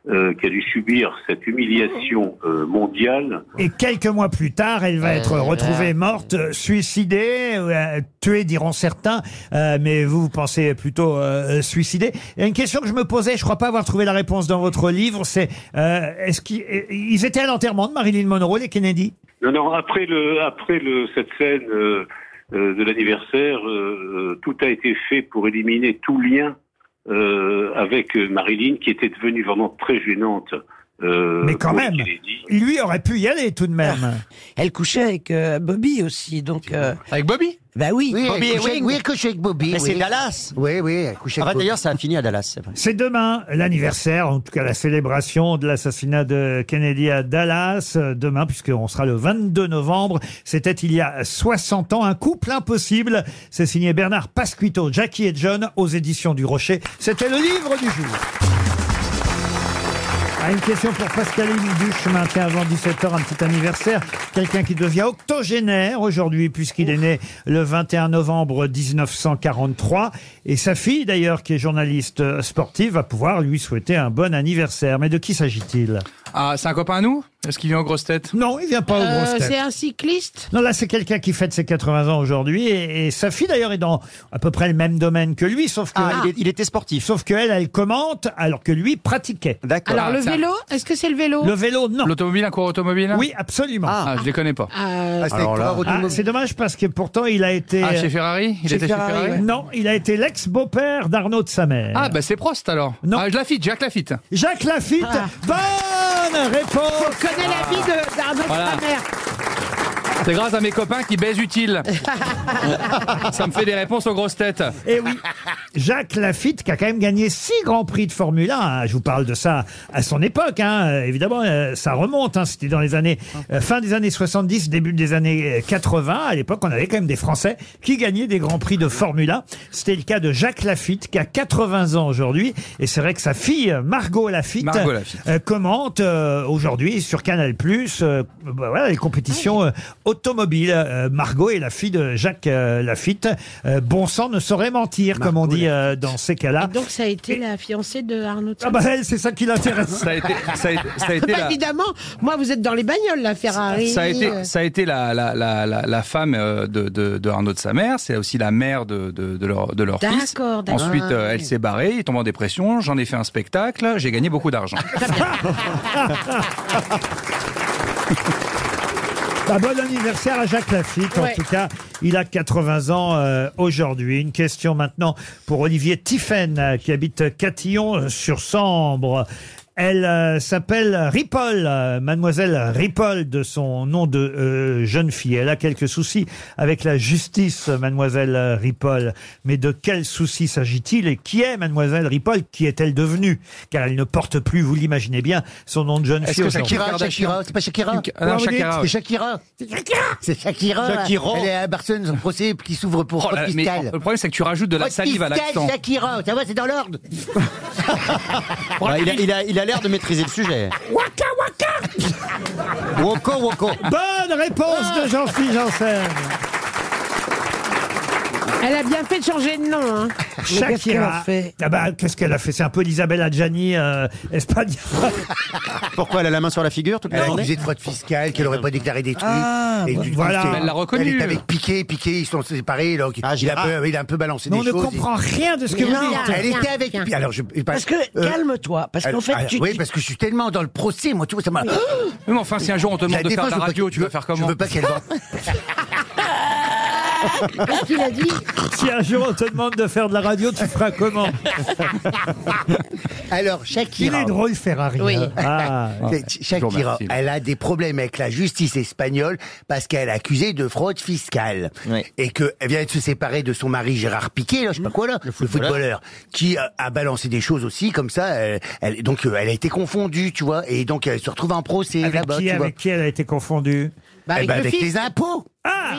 euh, qui a dû subir cette humiliation euh, mondiale. Et quelques mois plus tard, elle va être Euh, retrouvée morte, euh, suicidée, euh, tuée diront certains, euh, mais vous, vous pensez plutôt euh, suicidée. Il y a une question que je me posais, je crois pas avoir trouvé la réponse dans votre livre, c'est euh, est-ce qu'ils ils étaient à l'enterrement de Marilyn Monroe, les Kennedy Non, non, après, le, après le, cette scène euh, euh, de l'anniversaire, euh, euh, tout a été fait pour éliminer tout lien euh, avec Marilyn, qui était devenue vraiment très gênante. euh, Mais quand pour même, lui aurait pu y aller tout de même. Ah, Elle couchait avec euh, Bobby aussi, donc. euh, Avec Bobby Bah oui. Oui, elle couchait- oui, elle couchait avec Bobby. Mais c'est oui. Dallas. Oui, oui, elle couchait Ah avec bah, Bobby. d'ailleurs, ça a fini à Dallas, c'est vrai. C'est demain l'anniversaire, en tout cas la célébration de l'assassinat de Kennedy à Dallas. euh, Demain, puisqu'on sera le 22 novembre. C'était il y a 60 ans. Un couple impossible. C'est signé Bernard Pasquito, Jackie et John aux éditions du Rocher. C'était le livre du jour. Ah, une question pour Pascaline Duchemin, tiens, avant 17h, un petit anniversaire. Quelqu'un qui devient octogénaire aujourd'hui, puisqu'il est né le 21 novembre 1943. Et sa fille, d'ailleurs, qui est journaliste euh, sportive, va pouvoir lui souhaiter un bon anniversaire. Mais de qui s'agit-il Ah, c'est un copain à nous Est-ce qu'il vient aux grosses têtes Non, il vient pas aux grosses Euh, têtes. c'est un cycliste Non, là, c'est quelqu'un qui fête ses 80 ans aujourd'hui. Et, et sa fille, d'ailleurs, est dans à peu près le même domaine que lui, sauf que... Ah, il est- était sportif. Sauf qu'elle, elle commente, alors que lui pratiquait. D'accord. Alors le vélo Est-ce que c'est le vélo Le vélo, non. L'automobile, un cours automobile Oui, absolument. Ah, je les connais pas. Euh, Ah, c'est Alors là- Ah, c'est dommage parce que pourtant il a été. Ah, chez Ferrari Il Chez était chez Ferrari, Ferrari ouais. Non, il a été l'ex-beau-père d'Arnaud de sa mère. Ah, bah c'est Prost alors. Non. Ah, Lafitte, Jacques Lafitte. Jacques Lafitte, bonne réponse Je connais Ah. la vie de- d'Arnaud Voilà. de sa mère. C'est grâce à mes copains qui baisent utile. Ça me fait des réponses aux grosses têtes. Et Eh oui, Jacques Lafitte, qui a quand même gagné six grands prix de Formule 1. hein. Je vous parle de ça à son époque, hein. Euh, évidemment, euh, ça remonte. hein. C'était dans les années euh, fin des années 70, début des années euh, 80. À l'époque, on avait quand même des Français qui gagnaient des grands prix de Formule 1. C'était le cas de Jacques Lafitte, qui a 80 ans aujourd'hui. Et c'est vrai que sa fille euh, Margot Lafitte, Margot Lafitte. euh, commente euh, aujourd'hui sur Canal euh, bah voilà, les compétitions euh, automobiles. Euh, Margot est la fille de Jacques euh, Lafitte. Euh, bon sang ne saurait mentir, comme on dit euh, dans ces cas-là. Donc ça a été la fiancée de Arnaud de sa Ah bah mère. elle, c'est ça qui l'intéresse. Ça a été, ça a été- ça a été Bah, la, Évidemment, moi vous êtes dans les bagnoles là, Ah Ferrari. ça a euh, été, ça a été la, la, la, la, la femme euh, de, de, de Arnaud de sa mère. C'est aussi la mère de, de, de leur, de leur fils. D'accord, d'accord. Ensuite, Ah euh, elle s'est barrée, il tombe en dépression. J'en ai fait un spectacle. J'ai gagné beaucoup d'argent. Ah, Bah, bon anniversaire à Jacques Lafitte. Ouais. En tout cas, il a 80 ans euh, aujourd'hui. Une question maintenant pour Olivier Tiffen, euh, qui habite Catillon euh, sur Sambre. Elle euh, s'appelle Ripoll, euh, mademoiselle Ripoll de son nom de euh, jeune fille. Elle a quelques soucis avec la justice, euh, mademoiselle euh, Ripoll. Mais de quel souci s'agit-il et qui est mademoiselle Ripoll Qui est-elle devenue Car elle ne porte plus, vous l'imaginez bien, son nom de jeune Est-ce fille. que aujourd'hui. Shakira, Shakira, c'est pas Shakira Kim- ah, non, Comment vous dites Shakira, ouais. C'est Shakira. C'est Shakira. C'est Shakira. Shakira. Elle est à Barcelone, son procès qui s'ouvre pour Oh fraude là là, mais fiscale. le problème, c'est que tu rajoutes de la Fraude salive à fiscale, l'accent. Shakira, ça va, c'est dans l'ordre. Bah, il a il a- il a l'air de maîtriser le sujet. Waka waka. Woko, woko. Bonne réponse de Jean-Philippe Janssen. Elle a bien fait de changer de nom. Hein. Shakira. qu'est-ce qu'elle a fait Ah bah, qu'est-ce qu'elle a fait C'est un peu l'Isabelle Adjani euh, espagnole. Pourquoi elle a la main sur la figure toute Elle la est journée accusée de fraude fiscale, qu'elle aurait pas déclaré des trucs. Ah, Et bah, du coup, voilà. c'est- Mais elle l'a reconnue. Elle est avec Piqué, Piqué, ils sont séparés. donc Ah, il, a Gérard. un peu, il a un peu balancé Mais on des ne choses. comprend rien de ce que Non, vous dites. Elle Tiens, était avec. tiens. Alors, je, je- Parce que euh, calme-toi, parce qu'en alors- fait alors, tu. oui, tu- parce que je suis tellement dans le procès, moi, tu vois, ça m'a. Mais enfin, si un jour on te demande de faire de la défense, je veux pas radio, que- tu vas faire comment Je veux pas qu'elle vende. Qu'est-ce qu'il a dit Si un jour on te demande de faire de la radio, tu feras comment Alors, Il Shakira. est drôle, Ferrari. Oui. hein. Ah. C'est- Je vous Shakira, remercie. elle a des problèmes avec la justice espagnole parce qu'elle est accusée de fraude fiscale Oui. et qu'elle vient de se séparer de son mari Gérard Piqué, là, je sais pas quoi là, le footballeur, qui euh, a balancé des choses aussi comme ça. euh, elle, donc euh, elle a été confondue, tu vois, et donc elle se retrouve en procès Bah, Avec, là-bas, qui, tu vois. avec qui elle a été confondue Eh ben, Bah, le avec fils. les impôts. Ah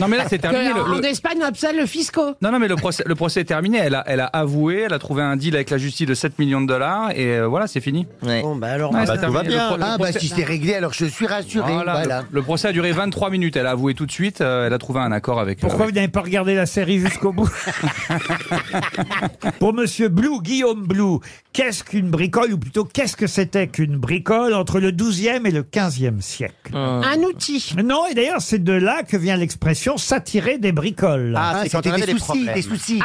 Non, mais là, c'est terminé. Que le- en, en le- Espagne, on appelle ça le fisco. Non, non, mais le procès, le procès est terminé. Elle a, elle a avoué, elle a trouvé un deal avec la justice de 7 millions de dollars et euh, voilà, c'est fini. Bon, bah alors, bah, tout va bien. Ah, bah, si c'est réglé, alors je suis rassuré. Voilà. Le, le procès a duré 23 minutes. Elle a avoué tout de suite. euh, elle a trouvé un accord avec. Pourquoi vous n'avez pas regardé la série jusqu'au bout Pour Monsieur Blou, Guillaume Blou, qu'est-ce qu'une bricole, ou plutôt qu'est-ce que c'était qu'une bricole entre le 12e et le 15e siècle Euh. Un outil. Non, et d'ailleurs, c'est de là que vient l'expression s'attirer des bricoles. Ah, c'est quand on avait des problèmes.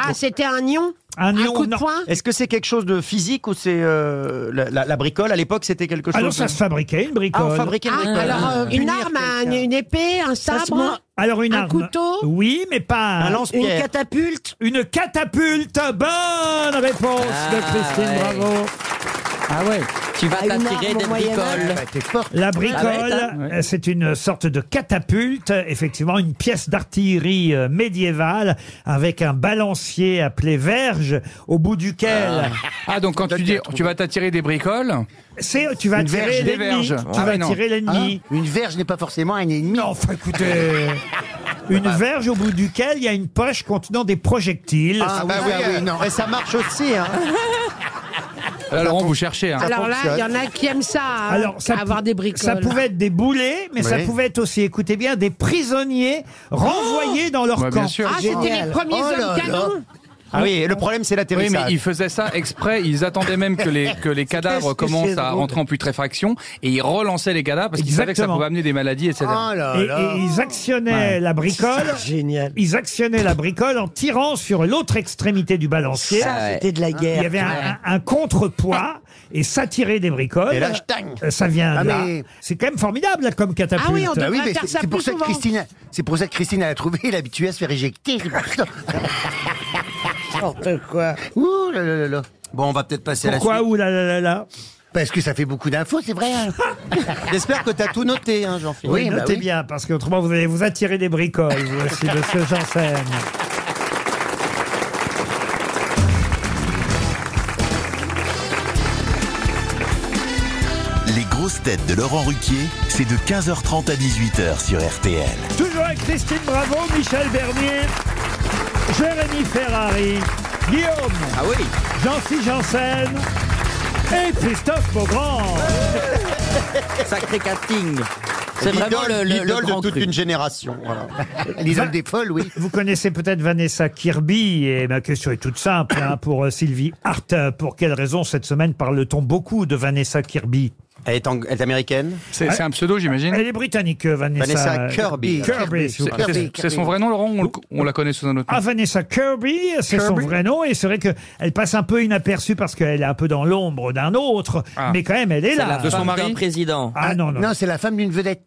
Ah, c'était un ion Un ion, coup de non. poing Est-ce que c'est quelque chose de physique ou c'est euh, la, la- la bricole à l'époque c'était quelque chose Alors Ah ça de- se fabriquait, une bricole. Ah, on fabriquait une Ah, bricole. alors, euh, une arme, un- une épée, un Ça se sabre. ment- Alors une un arme. couteau. Oui, mais pas Un lance-pierre. Une catapulte. Une catapulte. Bonne réponse de Christine ouais. Bravo. Ah ouais, tu vas Ah, une t'attirer arme des au Moyen Âge. bricoles. La bricole, Ah ouais, t'as- euh, c'est une sorte de catapulte, effectivement, une pièce d'artillerie euh, médiévale avec un balancier appelé verge au bout duquel. Ah, donc quand tu dis tu vas t'attirer des bricoles. C'est tu vas Une verge, tirer des l'ennemi. Tu verges. Ah vas ouais, non. tirer l'ennemi. Hein Une verge n'est pas forcément un ennemi. Non, enfin écoutez. Une verge au bout duquel il y a une poche contenant des projectiles. Ah, bah oui, ah oui, non. Et ça marche aussi, hein. Alors, vous cherchez. hein. Alors là, il y en a qui aiment ça, hein, Alors, ça avoir des bricoles. Ça pouvait être des boulets, mais ça Oui. pouvait être aussi, écoutez bien, des prisonniers renvoyés dans leur Bah, Ouais, camp. bien sûr. Ah, c'était les premiers Oh là hommes canons. Ah oui, et le problème c'est Oui, mais l'atterrissage. ils faisaient ça exprès. Ils attendaient même que les, que les Qu'est-ce cadavres que commencent c'est à drôle. entrer en putréfaction et ils relançaient les cadavres parce qu'ils savaient que ça Exactement. Ah pouvait amener des maladies, etc. Oh là Et, là. et ils actionnaient Ouais. la bricole. Génial. Ils actionnaient la bricole en tirant sur l'autre extrémité du balancier. Ça, c'était de la Il guerre. y avait un, un- un contrepoids et ça tirait des bricoles. Ah. Et là, je tagne. Euh, Ça vient Ah, de là. mais- C'est quand même formidable là, comme catapulte. Ah oui, on Bah oui, devrait mais faire c'est- ça c'est pour plus ça que souvent. Christine, a- c'est pour ça que Christine elle a trouvé, elle est habituée à se faire éjecter. C'est pour ça. Oh, euh, N'importe quoi. Ouh là là là là. Bon, on va peut-être passer à Pourquoi la suite. ou là là là là Parce que ça fait beaucoup d'infos, c'est vrai. hein. J'espère que t'as tout noté, hein, Jean-Philippe. Oui, bah notez oui. bien, parce qu'autrement vous allez vous attirer des bricoles, vous aussi, de ce Janssen. Les grosses têtes de Laurent Ruquier, c'est de 15h30 à 18h sur RTL. Toujours avec Christine Bravo, Michel Bernier, Jérémy Ferrari, Guillaume. Ah oui. Jean-Philippe Janssen et Christophe Beaugrand. Sacré casting. C'est L'idole- vraiment le, le, le l'idole grand de toute cru. une génération. Voilà. L'isole des folles, oui. Vous connaissez peut-être Vanessa Kirby et ma question est toute simple hein, pour euh, Sylvie Hart. Euh, Pour quelle raison cette semaine parle-t-on beaucoup de Vanessa Kirby Elle est, ang- elle est américaine C'est c'est un pseudo, j'imagine. Elle est britannique, euh, Vanessa, Vanessa Kirby. Kirby, s'il vous plaît. C'est- c'est- C'est son vrai nom, Laurent ou on, le- on la connaît sous un autre Ah, nom Vanessa Kirby, c'est son Kirby. vrai nom, et c'est vrai qu'elle passe un peu inaperçue parce qu'elle est un peu dans l'ombre d'un autre, Ah. mais quand même, elle est C'est là. la De son femme mari d'un président. Ah non, non. Non, c'est la femme d'une vedette.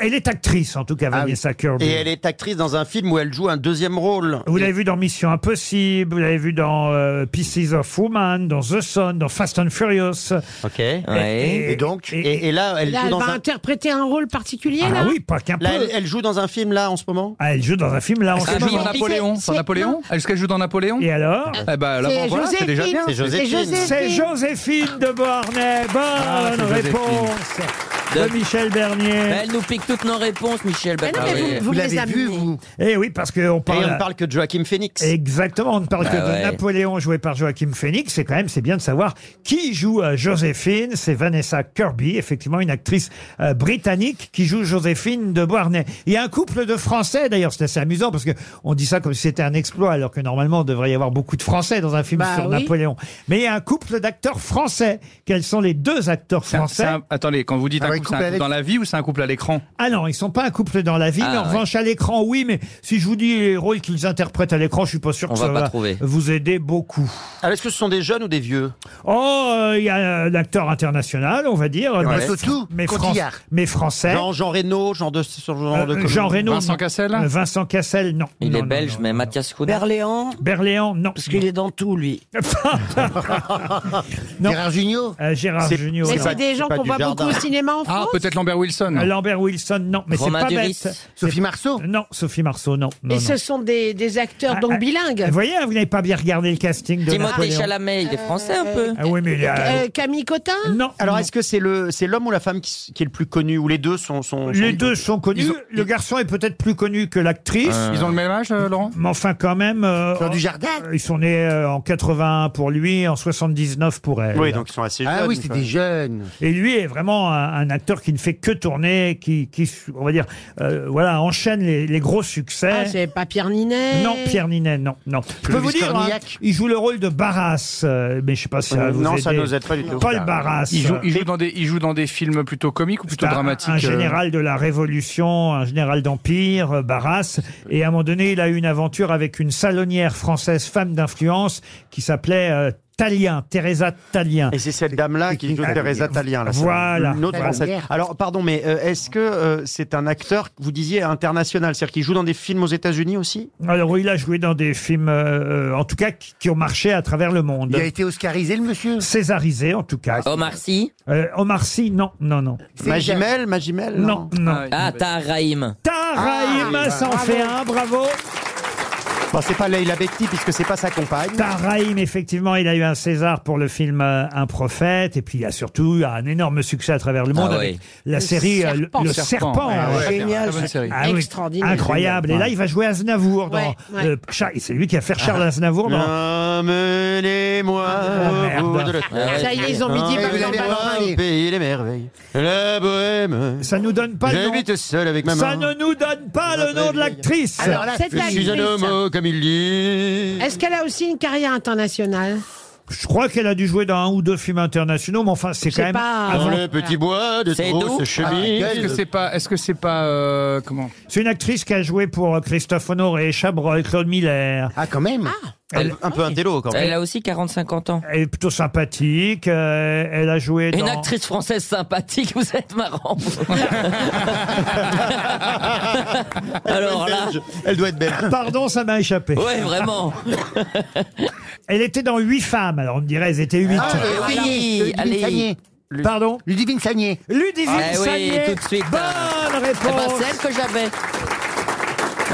Elle est actrice, en tout cas, Ah oui. Vanessa Kirby. Et elle est actrice dans un film où elle joue un deuxième rôle. Vous l'avez vu dans Mission Impossible, vous l'avez vu dans euh, Pieces of Woman, dans The Sun, dans Fast and Furious. Ok. Ouais. Et donc Et, et là, elle Là, joue elle dans va un. interpréter un rôle particulier, Ah là oui, pas qu'un peu. Là, elle, elle joue dans un film là en ce moment. Ah, elle joue dans un film là en Est-ce ce qu'elle joue dans moment. Napoléon C'est- Dans Napoléon Est-ce qu'elle joue dans Napoléon Et alors Eh ben, là, C'est voilà, c'est déjà bien. C'est Joséphine. C'est Joséphine. Joséphine de Beauharnais. Bonne Ah, c'est Bah, réponse de De- Michel Bernier. Mais elle nous pique toutes nos réponses, Michel Mais non, Bernier. Ah mais vous- vous, Vous me les l'avez amenez. vu, vous Eh oui, parce qu'on Et parle. on ne parle que de Joachim Phoenix. Exactement, on ne parle que Bah ouais. de Napoléon joué par Joachim Phoenix. C'est quand même, c'est bien de savoir qui joue euh, Joséphine. C'est Vanessa Kirby, effectivement une actrice euh, britannique qui joue Joséphine de Beauharnais. Il y a un couple de Français d'ailleurs, c'est assez amusant parce que on dit ça comme si c'était un exploit, alors que normalement il devrait y avoir beaucoup de Français dans un film Bah sur oui. Napoléon. Mais il y a un couple d'acteurs français. Quels sont les deux acteurs C'est un- c'est français un- attendez, quand vous dites Ah un ouais, couple, c'est couple un à couple dans la vie ou c'est un couple à l'écran Ah non, ils sont pas un couple dans la vie, Ah, mais en ouais. revanche à l'écran, oui. Mais si je vous dis les rôles qu'ils interprètent à l'écran, je suis pas sûr On que va ça pas va trouver. vous aider beaucoup. Alors, est-ce que ce sont des jeunes ou des vieux Oh, euh, il y a l'acteur international, on va dire. Moi, Mais- surtout, mais, Fran- Cotillard. mais français. Genre Jean Reno, genre de. ce Genre de Euh, Jean Reno. Vincent non. Cassel Euh, Vincent Cassel, non. Il Non, est non, belge, non. mais Mathias Coudin. Berléand, Berléand, non. parce qu'il est dans tout, lui. Non. Gérard Jugnot Euh, Gérard C'est- Jugnot. Mais C'est non. Euh, pas- c'est des c'est gens pas qu'on du voit jardin. beaucoup au cinéma en Ah, peut-être Lambert Wilson. Euh, Lambert Wilson, non, mais c'est Romain pas Duris. bête. Sophie Marceau Non, Sophie Marceau, non. non, Et non. ce sont des, des acteurs donc bilingues. Vous voyez, hein, vous n'avez pas bien regardé le casting de Timothée Napoléon. Chalamet, il est français un peu. Ah oui, mais il y a- Euh, Camille Cotin Non. Alors, est-ce que c'est le c'est l'homme ou la femme qui, s- qui est le plus connu ou les deux sont sont, Les deux sont connus. Ils ont- Le garçon est peut-être plus connu que l'actrice. Euh. Ils ont le même âge, Laurent Mais enfin, quand même. euh, Fleur du Jardin euh, Ils sont nés euh, en 81 pour lui et en 79 pour elle. Oui, donc ils sont assez Ah jeunes, oui, c'est quoi. des jeunes. Et lui est vraiment un, un acteur qui ne fait que tourner, qui, qui on va dire, euh, voilà, enchaîne les, les gros succès. Ah, c'est pas Pierre Ninet non, Pierre Ninet, non, non. Je peux Clovis vous dire, hein, Cornillac. il joue le rôle de Barras, euh, mais je sais pas si ça va vous Non, ça aider. nous aide pas du tout. Paul Barras. Il joue, il joue dans des, il joue dans des films plutôt comiques ou plutôt un- dramatiques Bah, Un euh, général de la Révolution, un général d'Empire, euh, Barras. Et à un moment donné, il a eu une aventure avec une salonnière française, femme d'influence, qui s'appelait euh, Thalien, Teresa Thalien. Et c'est cette dame-là qui joue Teresa Talien. Là, c'est Voilà. Une autre Voilà. française. Alors, pardon, mais euh, est-ce que euh, c'est un acteur, vous disiez, international C'est-à-dire qu'il joue dans des films aux États-Unis aussi Alors, il a joué dans des films, euh, euh, en tout cas, qui, qui ont marché à travers le monde. Il a été oscarisé, le monsieur Ah, Césarisé, en tout cas. Omar Sy. Euh, Omar Sy, non, non, non. Magimel, Magimel Non, non. Ah, Tahar Rahim. Taraïm, Ah, ça en bravo. fait un, bravo. Bon, c'est pas Leila Bekti, puisque c'est pas sa compagne. Taraïm, effectivement, il a eu un César pour le film euh, Un prophète, et puis il a surtout eu un énorme succès à travers le monde Ah avec oui. la Le série euh, Serpent. Le Le Serpent. Serpent, hein. ouais, ouais. Génial. Très bonne série. Ah oui, Extraordinaire. Incroyable. Et là, il va jouer Aznavour dans. Ouais, ouais. euh, Char- c'est lui qui a fait Charles Aznavour dans. Emmenez-moi Ah, au bout merde. de la Ça y est, ils ont mis dix balles dans le ballon. au pays des merveilles. La bohème. Ça nous donne pas le nom. J'habite seul avec ma maman. Ça ne nous donne pas le nom de l'actrice. Alors, cette Je suis un actrice, homo, comme il dit. Est-ce qu'elle a aussi une carrière internationale Ah, Je crois qu'elle a dû jouer dans un ou deux films internationaux, mais enfin, c'est Je sais quand même. pas. Dans avant- le petit bois de C'est Ah, grosse doux. chemise. Est-ce Ah, que c'est pas, est-ce que c'est pas, euh, comment C'est une actrice qui a joué pour euh, Christophe Honoré, Chabrol, Claude Miller. Ah, quand même Elle- un Ah, peu un télo quand Elle même. a aussi 40-50 ans. Elle est plutôt sympathique. euh, elle a joué dans. Une actrice française sympathique, vous êtes marrant. Alors là, Elle doit être belle. Pardon, ça m'a échappé. ouais, vraiment. Elle était dans huit femmes. Alors on me dirait, elles étaient huit. Ah, euh, Allez, Sagné, Ludivine allez. Sagné. Pardon. Ludivine Sagné. Ludivine Ah, Eh oui, Sagné. tout de suite. Bonne Eh ben, réponse. c'est elle que j'avais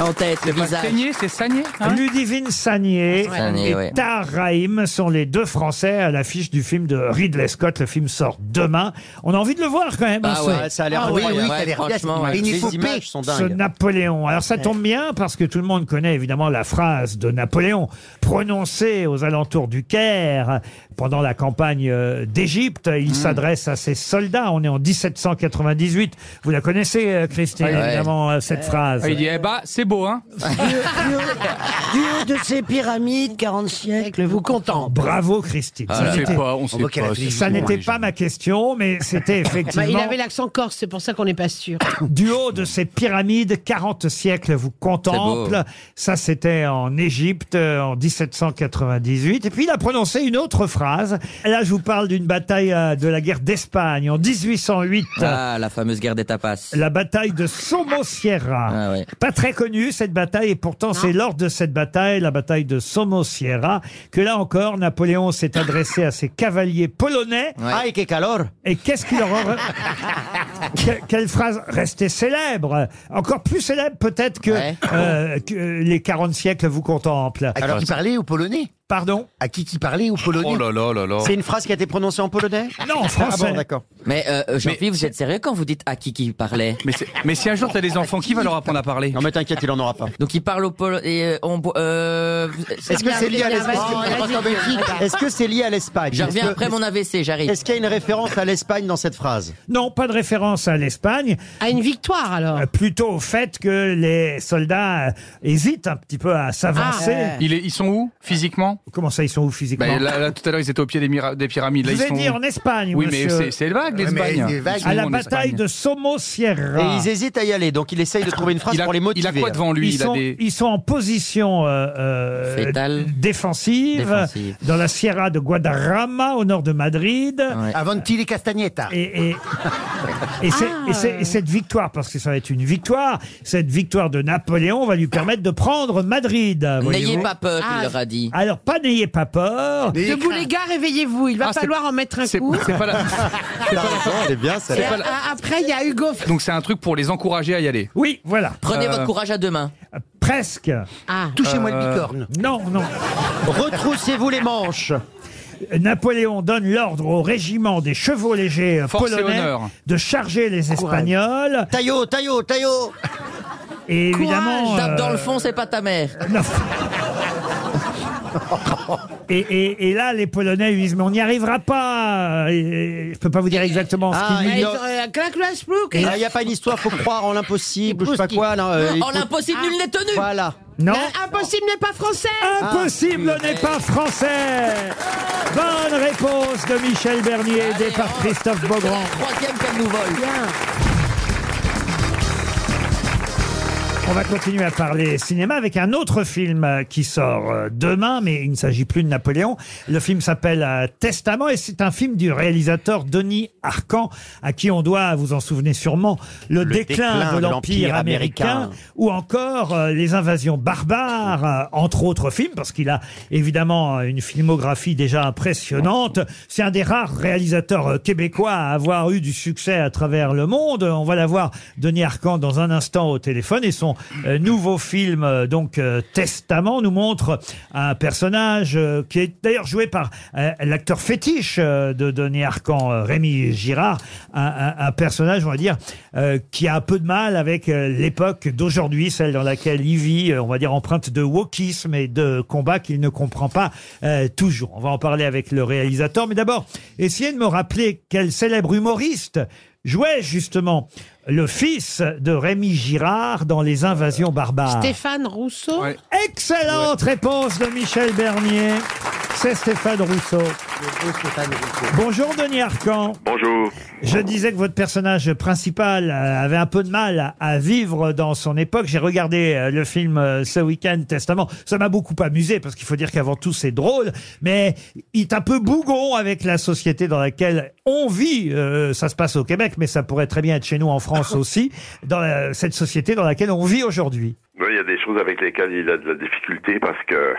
en tête, le visage. Saigné, c'est Sagné hein Ludivine Sagné Sagné, et ouais. Tahar Rahim sont les deux Français à l'affiche du film de Ridley Scott. Le film sort demain. On a envie de le voir quand même. Bah ce- ouais, Ça a l'air Ah oui, oui, incroyable. ça a l'air bien. franchement, ouais. Et une Les épopée. images sont ce dingues. Napoléon. Alors ça tombe bien parce que tout le monde connaît évidemment la phrase de Napoléon prononcée aux alentours du Caire pendant la campagne euh, d'Égypte. Il s'adresse à ses soldats. On est en 1798. Vous la connaissez, euh, Christine, Ouais. évidemment, euh, cette phrase. Ah, Il dit, eh bah, c'est beau, hein Du, du haut- du haut de ces pyramides, 40 siècles, vous content. Bravo, Christine. On ça sait n'était- Ah, pas, on sait voit qu'elle pas. hein, a fait ça n'était pas ma question, mais c'était Bah, Il effectivement avait l'accent corse, c'est pour ça qu'on n'est pas sûr. du haut de ces pyramides, 40 siècles vous contemplent. Ça, c'était en Égypte euh, en 1798. Et puis, il a prononcé une autre phrase. Là, je vous parle d'une bataille euh, de la guerre d'Espagne en 1808. Ah, la fameuse guerre des tapas. La bataille de Somosierra. Ah ouais. Pas très connue cette bataille, et pourtant c'est lors de cette bataille, la bataille de Somosierra, que là encore Napoléon s'est adressé à ses cavaliers polonais Ay, que calor. et qu'est-ce qu'il leur aurait... Que- Quelle phrase restée célèbre Encore plus célèbre peut-être que, Ouais. euh, que, euh, les 40 siècles vous contemplent. À Ah, qui qui parlait au polonais Pardon À qui qui parlait au polonais Oh là là là là. C'est une phrase qui a été prononcée en polonais Non, en français. Ah bon, d'accord. Mais euh, Jean-Pierre, vous êtes sérieux quand vous dites à qui qui parlait Mais, c'est- mais si un jour t'as des enfants, qui va leur apprendre à parler Non mais t'inquiète, il en aura pas. Donc il parle au polo et euh, on bo- euh, Est-ce que c'est lié à l'Espagne Est-ce que c'est lié à l'Espagne je reviens Est-ce que- après mon AVC, j'arrive. Est-ce qu'il y a une référence à l'Espagne dans cette phrase Non, pas de référence à l'Espagne, À une victoire alors. euh, plutôt au fait que les soldats euh, hésitent un petit peu à s'avancer. Ah, Il est- ils sont où, physiquement Comment ça, ils sont où physiquement Bah, là, là, tout à l'heure, ils étaient au pied des, mira- des pyramides. Je Là, vous ils ai sont... dit en Espagne, Oui, mais monsieur. c'est c'est vague, Ouais, mais l'Espagne. c'est vague. Ils sont à la en bataille Espagne. de Somosierra. Et ils hésitent à y aller, donc il essaye de trouver une phrase Il a, pour les il motiver. a quoi devant lui ils, il a sont, des... ils sont en position euh, euh, Fétale. défensive, Défensive. dans la Sierra de Guadarrama au nord de Madrid. Ouais. Avant les Castagnetta. Et, et- et c'est- Ah. et c'est- et cette victoire, parce que ça va être une victoire, cette victoire de Napoléon va lui permettre de prendre Madrid. voyez-vous. Ah. N'ayez pas peur, il leur a dit. Alors pas N'ayez pas peur. Debout les gars, réveillez-vous, il va falloir en mettre un coup. c'est pas la- c'est pas la- elle est bien, celle-là. Et a- Ah, Après, il y a Hugo. Donc c'est un truc pour les encourager à y aller. Euh, Oui, voilà. Prenez votre courage à deux mains. Presque. Ah. Touchez-moi le bicorne. Euh, Non, non. Retroussez-vous les manches. Napoléon donne l'ordre au régiment des chevaux légers euh, Force et polonais honneur. de charger les Espagnols. Taillot, taillot, taillot. Et évidemment. Tape dans euh, le fond, c'est pas ta mère. Et, et- et là, les Polonais lui disent Mais on n'y arrivera pas. Et- et je peux pas vous dire exactement Ah, ce qu'il il dit. y a- euh, Et là, il n'y a pas une histoire, faut croire en l'impossible, je sais pas quoi. Non, euh, il faut- Oh, n'est tenu. Voilà. Ah. Non. Impossible n'est pas français. Impossible n'est pas français. Bonne réponse de Michel Bernier, aidé par oh. Christophe Beaugrand. Troisième qu'elle nous vole. On va continuer à parler cinéma avec un autre film euh, qui sort euh, demain, mais il ne s'agit plus de Napoléon. Le film s'appelle euh, Testament et c'est un film du réalisateur Denis Arcan, à qui on doit, vous en souvenez sûrement, le, Le déclin, de l'Empire américain, américain. ou encore euh, les invasions barbares, euh, entre autres films, parce qu'il a évidemment euh, une filmographie déjà impressionnante. C'est un des rares réalisateurs euh, québécois à avoir eu du succès à travers le monde. On va l'avoir, Denis Arcand, dans un instant au téléphone. Et son euh, nouveau film, euh, donc euh, Testament, nous montre un personnage euh, qui est d'ailleurs joué par euh, l'acteur fétiche euh, de Denis Arcand, euh, Rémi Girard, un, un- un personnage, on va dire, euh, qui a un peu de mal avec euh, l'époque d'aujourd'hui, celle dans laquelle il vit, euh, on va dire, empreinte de wokisme et de combat qu'il ne comprend pas euh, toujours. On va en parler avec le réalisateur, mais d'abord, essayez de me rappeler quel célèbre humoriste jouait justement le fils de Rémi Girard dans Les Invasions barbares. Stéphane Rousseau. Excellente réponse de Michel Bernier. C'est Stéphane Rousseau. Bonjour Denis Arcan. Bonjour. Je disais que votre personnage principal euh, avait un peu de mal à- à vivre dans son époque. J'ai regardé euh, le film euh, ce week-end, Testament. Ça m'a beaucoup amusé parce qu'il faut dire qu'avant tout c'est drôle, mais il est un peu bougon avec la société dans laquelle on vit. Euh, ça se passe au Québec, mais ça pourrait très bien être chez nous en France aussi, dans la- cette société dans laquelle on vit aujourd'hui. Oui, il y a des choses avec lesquelles il a de la difficulté parce que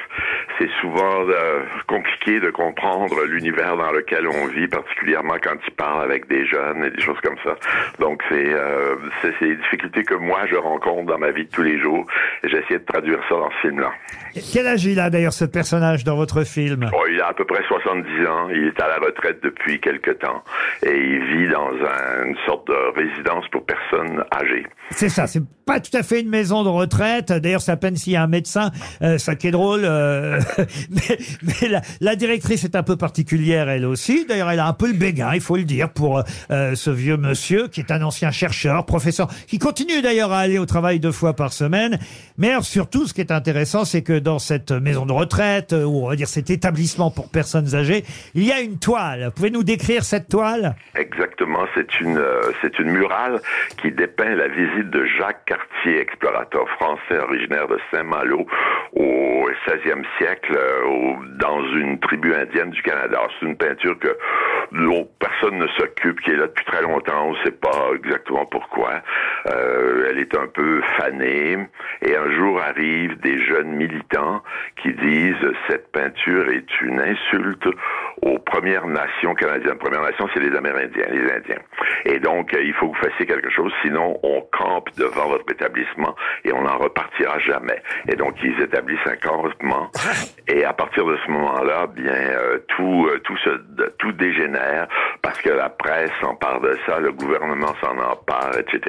c'est souvent euh, compliqué de comprendre l'univers dans lequel on vit, particulièrement quand il parle avec des jeunes et des choses comme ça. Donc c'est euh, c'est c'est des difficultés que moi je rencontre dans ma vie de tous les jours et j'essaie de traduire ça dans ce film-là. Quel âge il a d'ailleurs ce personnage dans votre film Bon, Oh, il a à peu près 70 ans, il est à la retraite depuis quelque temps et il vit dans un- une sorte de résidence pour personnes âgées. C'est ça, c'est pas tout à fait une maison de retraite. D'ailleurs, c'est à peine s'il y a un médecin, euh, ça qui est drôle. euh, mais mais la, la directrice est un peu particulière, elle aussi. D'ailleurs, elle a un peu le béguin, il faut le dire, pour euh, ce vieux monsieur qui est un ancien chercheur, professeur, qui continue d'ailleurs à aller au travail deux fois par semaine. Mais alors, surtout, ce qui est intéressant, c'est que dans cette maison de retraite, euh, ou on va dire cet établissement pour personnes âgées, il y a une toile. Pouvez-nous décrire cette toile Exactement, c'est une euh, c'est une murale qui dépeint la visite de Jacques Cartier, explorateur français originaire de Saint-Malo au 16e siècle euh, au- dans une tribu indienne du Canada. C'est une peinture que dont personne ne s'occupe, qui est là depuis très longtemps, on ne sait pas exactement pourquoi. Euh, elle est un peu fanée et un jour arrivent des jeunes militants qui disent cette peinture est une insulte aux Premières Nations canadiennes. Premières Nations, c'est les Amérindiens, les Indiens. Et donc, euh, il faut que vous fassiez quelque chose, sinon on campe devant votre établissement et on n'en repartira jamais. Et donc, ils établissent un campement. Et à partir de ce moment-là, bien, euh, tout, euh, tout, se, tout dégénère parce que la presse s'empare de ça, le gouvernement s'en empare, etc.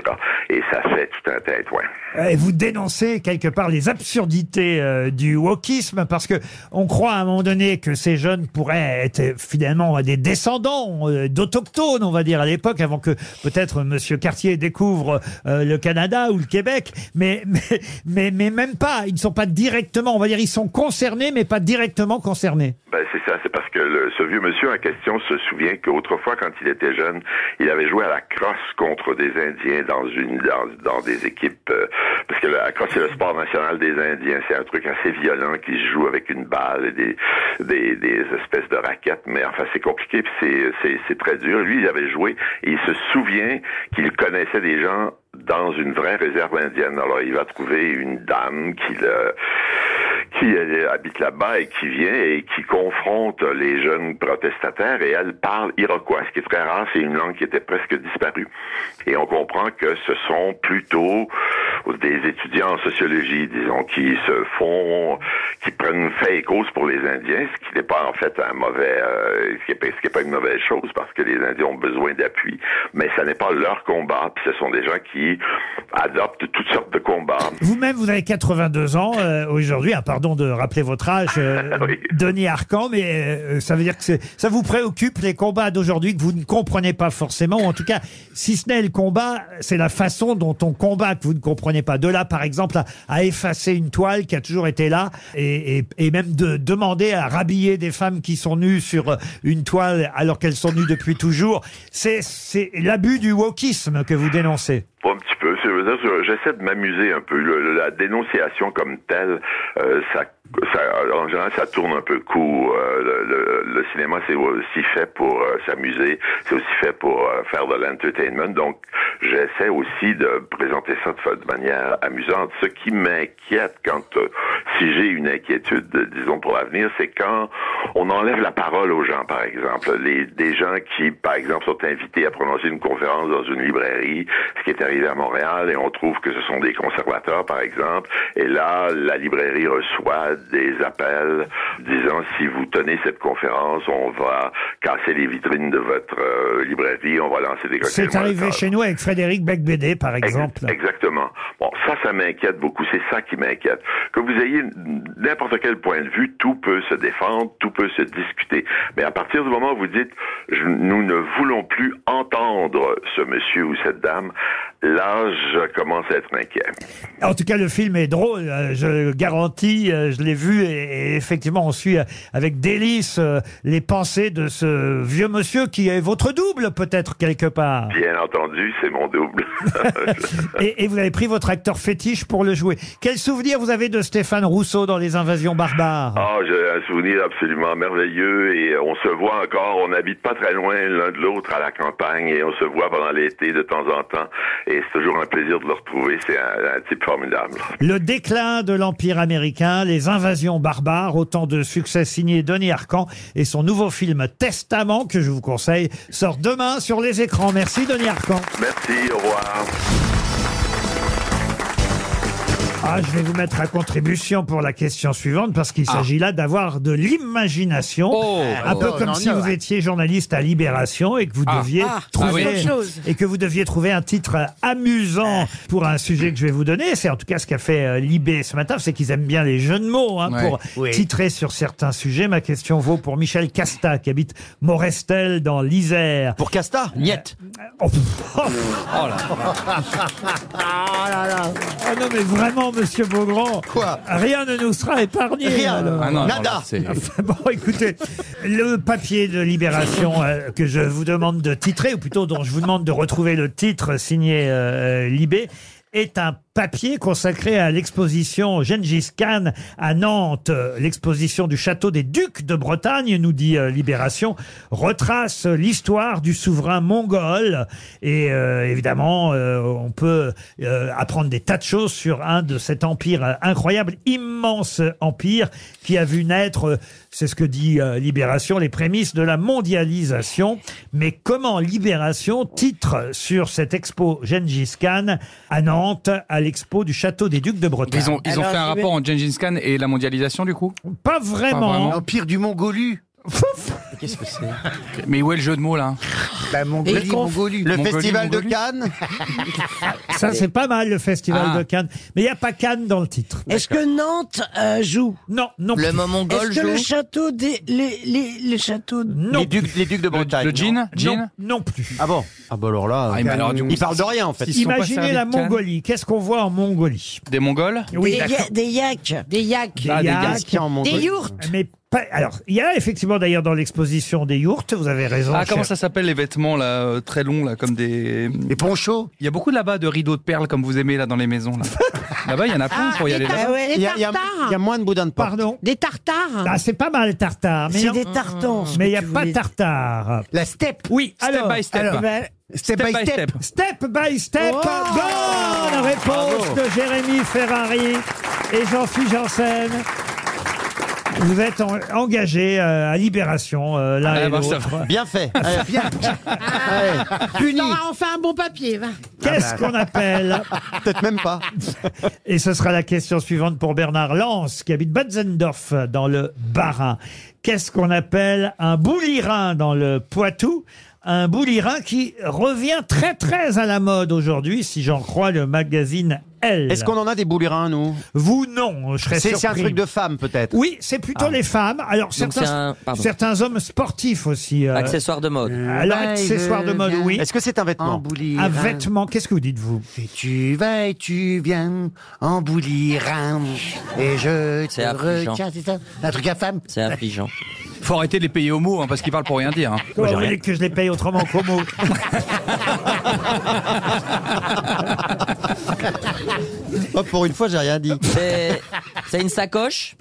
Et ça fait tout un tête-ouin. Euh, Et vous dénoncez quelque part les absurdités euh, du wokisme parce que on croit à un moment donné que ces jeunes pourraient être euh, finalement euh, des descendants euh, d'autochtones, on va dire à l'époque, avant que peut-être Monsieur Cartier découvre euh, le Canada ou le Québec. Mais, mais mais mais même pas. Ils ne sont pas directement, on va dire, ils sont concernés, mais pas directement concernés. Ben, c'est ça, c'est parce que le- ce vieux monsieur en question se souvient qu'autrefois, quand il était jeune, il avait joué à la crosse contre des Indiens dans une dans, dans des équipes euh, parce que la crosse c'est le sport national des Indiens, c'est un truc assez violent qui se joue avec une balle et des des, des espèces de raquettes, mais enfin c'est compliqué puis c'est c'est c'est très dur. Lui, il avait joué et il se souvient qu'il connaissait des gens dans une vraie réserve indienne. Alors, il va trouver une dame qu'il qui elle, habite là-bas et qui vient et qui confronte les jeunes protestataires et elle parle iroquois, ce qui est très rare, c'est une langue qui était presque disparue. Et on comprend que ce sont plutôt des étudiants en sociologie, disons, qui se font, qui prennent fait et cause pour les Indiens, ce qui n'est pas en fait un mauvais, euh, ce qui n'est pas- ce qui est pas une mauvaise chose parce que les Indiens ont besoin d'appui, mais ça n'est pas leur combat, puis ce sont des gens qui adoptent toutes sortes de combats. Vous-même, vous avez 82 ans euh, aujourd'hui. Ah, pardon de rappeler votre âge, euh, Denis Arcan, mais euh, ça veut dire que c'est- ça vous préoccupe les combats d'aujourd'hui que vous ne comprenez pas forcément, ou en tout cas, si ce n'est le combat, c'est la façon dont on combat que vous ne comprenez pas. De là, par exemple, à, à effacer une toile qui a toujours été là, et, et- et même de demander à rhabiller des femmes qui sont nues sur euh, une toile alors qu'elles sont nues depuis toujours, c'est c'est l'abus du wokisme que vous dénoncez. Un petit peu. Je veux dire, je- J'essaie de m'amuser un peu. Le- le- la dénonciation comme telle, euh, ça, ça- en général, ça tourne un peu court. Euh, le, le- le cinéma, c'est aussi fait pour euh, s'amuser. C'est aussi fait pour euh, faire de l'entertainment. Donc, j'essaie aussi de présenter ça de, fa- de manière amusante. Ce qui m'inquiète quand, euh, si j'ai une inquiétude, euh, disons, pour l'avenir, c'est quand on enlève la parole aux gens, par exemple. Les, des gens qui, par exemple, sont invités à prononcer une conférence dans une librairie, ce qui est arrivé à Montréal, et on trouve que ce sont des conservateurs, par exemple. Et là, la librairie reçoit des appels disant si vous tenez cette conférence, on va casser les vitrines de votre euh, librairie, on va lancer des cocktails C'est arrivé Molotov. chez nous avec Frédéric Becbédé, par exemple. Exactement. Bon, ça, ça m'inquiète beaucoup. C'est ça qui m'inquiète. Que vous ayez n'importe quel point de vue, tout peut se défendre, tout peut se discuter. Mais à partir du moment où vous dites, je- nous ne voulons plus entendre ce monsieur ou cette dame, là, je commence à être inquiet. En tout cas, le film est drôle, euh, je le garantis, euh, je l'ai vu et, et effectivement, on suit euh, avec délice euh, les pensées de ce vieux monsieur qui est votre double peut-être quelque part. Bien entendu, c'est mon double. Et, et vous avez pris votre acteur fétiche pour le jouer. Quel souvenir vous avez de Stéphane Rousseau dans Les Invasions barbares Ah, j'ai un souvenir absolument merveilleux et euh, on se voit encore, on n'habite pas très loin l'un de l'autre à la campagne et on se voit pendant l'été de temps en temps et c'est toujours un plaisir de le retrouver, c'est un, un type formidable. Le déclin de l'Empire américain, les invasions barbares, autant de succès signé Denis Arcan et son nouveau film Testament, que je vous conseille, sort demain sur les écrans. Merci Denis Arcan. Merci, au revoir. Ah, je vais vous mettre à contribution pour la question suivante parce qu'il s'agit là d'avoir de l'imagination, un peu Oh, comme non, si non, vous ouais. étiez journaliste à Libération et que vous Ah. deviez Ah, trouver ah oui. Autre chose. et que vous deviez trouver un titre amusant pour un sujet que je vais vous donner. C'est en tout cas ce qu'a fait euh, Libé ce matin, c'est qu'ils aiment bien les jeux de mots hein, Ouais. pour Oui. titrer sur certains sujets. Ma question vaut pour Michel Casta qui habite Morestel dans l'Isère. Pour Casta, Niette. Oh là là Ah non, mais vraiment, monsieur Beaugrand. Quoi Rien ne nous sera épargné. Rien. alors. Ah non, non, Nada. là, c'est- Enfin, bon, écoutez, le papier de Libération euh, que je vous demande de titrer, ou plutôt dont je vous demande de retrouver le titre signé euh, Libé, est un papier consacré à l'exposition Gengis Khan à Nantes. Euh, L'exposition du château des ducs de Bretagne, nous dit euh, Libération, retrace l'histoire du souverain mongol. Et euh, évidemment, euh, on peut euh, apprendre des tas de choses sur un de cet empire euh, incroyable, immense empire qui a vu naître, euh, c'est ce que dit euh, Libération, les prémices de la mondialisation. Mais comment Libération titre sur cette expo Gengis Khan à Nantes, à l'expo du château des Ducs de Bretagne Ils ont, ils ont fait un rapport entre Gengis Khan et la mondialisation, du coup Pas vraiment. L'empire du Mongolu. Qu'est-ce que c'est Bah, Mais où est le jeu de mots, là Mongolie, Et conf- Mongolie. Le Mongolie, festival de Mongolie. Cannes Ça, c'est pas mal, le festival Ah. de Cannes. Mais il n'y a pas Cannes dans le titre. Est-ce que Nantes euh, joue Non, non. Le moment Est-ce que le château des les les les châteaux non. les, ducs, les ducs de Bretagne. le gin non. Gin Non. Non plus. Ah bon Ah bah alors là, Ah, mais alors, du coup, il parle de rien en fait. Imaginez la Mongolie. Qu'est-ce qu'on voit en Mongolie Des Mongols Oui. des, ya- des yaks des yaks Bah, Des yaks. des yourtes Mais pas- alors, il y a effectivement d'ailleurs dans l'exposition des yourtes, vous avez raison. Ah, comment cher- ça s'appelle les vêtements là, euh, très longs là, comme des des ponchos. Il y a beaucoup là-bas de rideaux de perles comme vous aimez là dans les maisons là. là-bas, il y en a plein pour y Ah, aller. Ah là-bas. Il y a- il y a- il y a moins de boudin de porc. Pardon des tartares Ah, c'est pas mal tartare. mais C'est non. des tartans, ce Mais il que n'y a tu pas voulais dire. tartare. La steppe. Oui, Step alors. by step. alors, Eh ben, step by step. Step by step. Oh Bonne réponse Bravo. de Jérémy Ferrari et Jean-Philippe Janssen. Vous êtes en- engagé euh, à Libération, euh, l'un Ah, et bah, ça l'autre. va. Bien fait. Allez. Bien. Puni. T'auras enfin un bon papier, va. Qu'est-ce qu'on appelle Ah bah. Peut-être même pas. Et ce sera la question suivante pour Bernard Lance, qui habite Batzendorf, dans le Bas-Rhin. Qu'est-ce qu'on appelle un boulirin dans le Poitou un boulirin qui revient très très à la mode aujourd'hui, si j'en crois le magazine Elle. Est-ce qu'on en a des boulérins, nous Vous, non. Je serais C'est c'est un surpris. truc de femme, peut-être. Oui, c'est plutôt Ah. les femmes. Alors Donc c'est certains, un- pardon. certains hommes sportifs aussi. euh, Accessoire de mode. Alors accessoire de mode, oui. Est-ce que c'est un vêtement Un vêtement. Qu'est-ce que vous dites vous Tu vas et tu viens en boulirin et je te C'est affligeant. retiens, c'est ça Un truc à femme C'est affligeant. Faut arrêter de les payer aux mots, hein, parce qu'ils parlent pour rien dire. hein. Comment vous voulez que je les paye autrement qu'au mot Oh, pour une fois, j'ai rien dit. C'est c'est une sacoche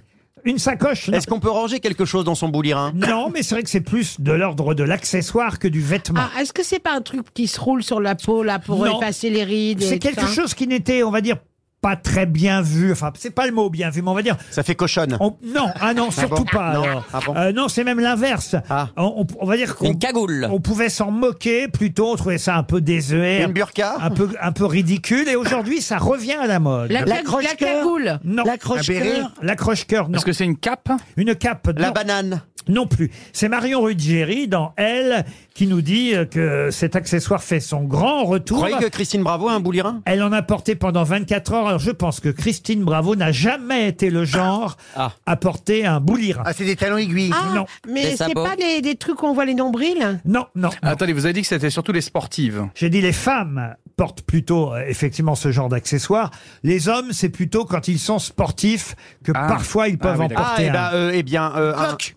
Une sacoche Est-ce qu'on peut ranger quelque chose dans son boulirin Non, mais c'est vrai que c'est plus de l'ordre de l'accessoire que du vêtement. Ah, est-ce que c'est pas un truc qui se roule sur la peau là pour Non. effacer les rides et C'est tout quelque ça chose qui n'était, on va dire, pas très bien vu. Enfin, c'est pas le mot bien vu, mais on va dire. Ça fait cochonne. on- Non, ah non, Ah surtout bon pas. Non. alors. Ah bon Euh, non, c'est même l'inverse. On, on- on va dire qu'on. Une cagoule. On pouvait s'en moquer plutôt, on trouvait ça un peu désuet. Une burqa Un peu, un peu ridicule. Et aujourd'hui, ça revient à la mode. La, la, la cagoule Non. croche-cœur. Un béret L'accroche-cœur, non. Est-ce que c'est une cape Une cape. La non. banane. Non plus. C'est Marion Ruggieri dans Elle qui nous dit euh, que cet accessoire fait son grand Vous retour. croyez que Christine Bravo a un boulirin Elle en a porté pendant 24 heures. Alors je pense que Christine Bravo n'a jamais été le genre Ah. à porter un boulirin. Ah, c'est des talons aiguilles. Ah, Non. mais Des c'est sabots. pas les- des trucs qu'on voit les nombrils Non, non. Attendez, vous avez dit que c'était surtout les sportives. J'ai dit les femmes portent plutôt euh, effectivement ce genre d'accessoires. Les hommes, c'est plutôt quand ils sont sportifs que Ah. parfois ils peuvent Ah oui, en d'accord. Ah, porter eh un. ben, euh, eh bien, euh,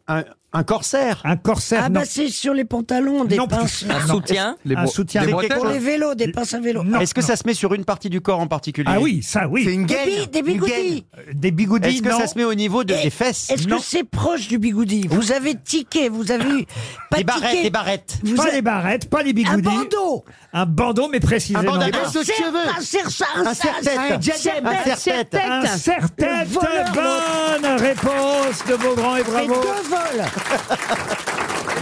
un, un- un corsaire. Un corsaire, Ah non. bah c'est sur les pantalons, des Non plus. pinces. Un Non. soutien Les un bro- soutien. des C'est bretelles quelque Pour chose- les vélos, des pinces à vélo. Non, Est-ce que non. ça se met sur une partie du corps en particulier Ah oui, ça oui. Euh, C'est une Des, gaine. bi- des Une gaine. bigoudis. Des bigoudis, Est-ce que non. ça se met au niveau de- Et- des fesses Est-ce Non. que c'est proche du bigoudi Vous avez tiqué, vous avez eu. Pas Des barrettes, tiqué. des barrettes. Vous pas avez- les barrettes, pas les Un bigoudis. bandeau Un bandeau, mais précisément. Un bandana. Un pinceau de serre- cheveux. Ah, Un serre-tête Un serre-tête. Un diadème. Un serre-tête. Un serre-tête. Ah bah, Le voleur, Bonne réponse de Beaugrand et fait bravo. deux vols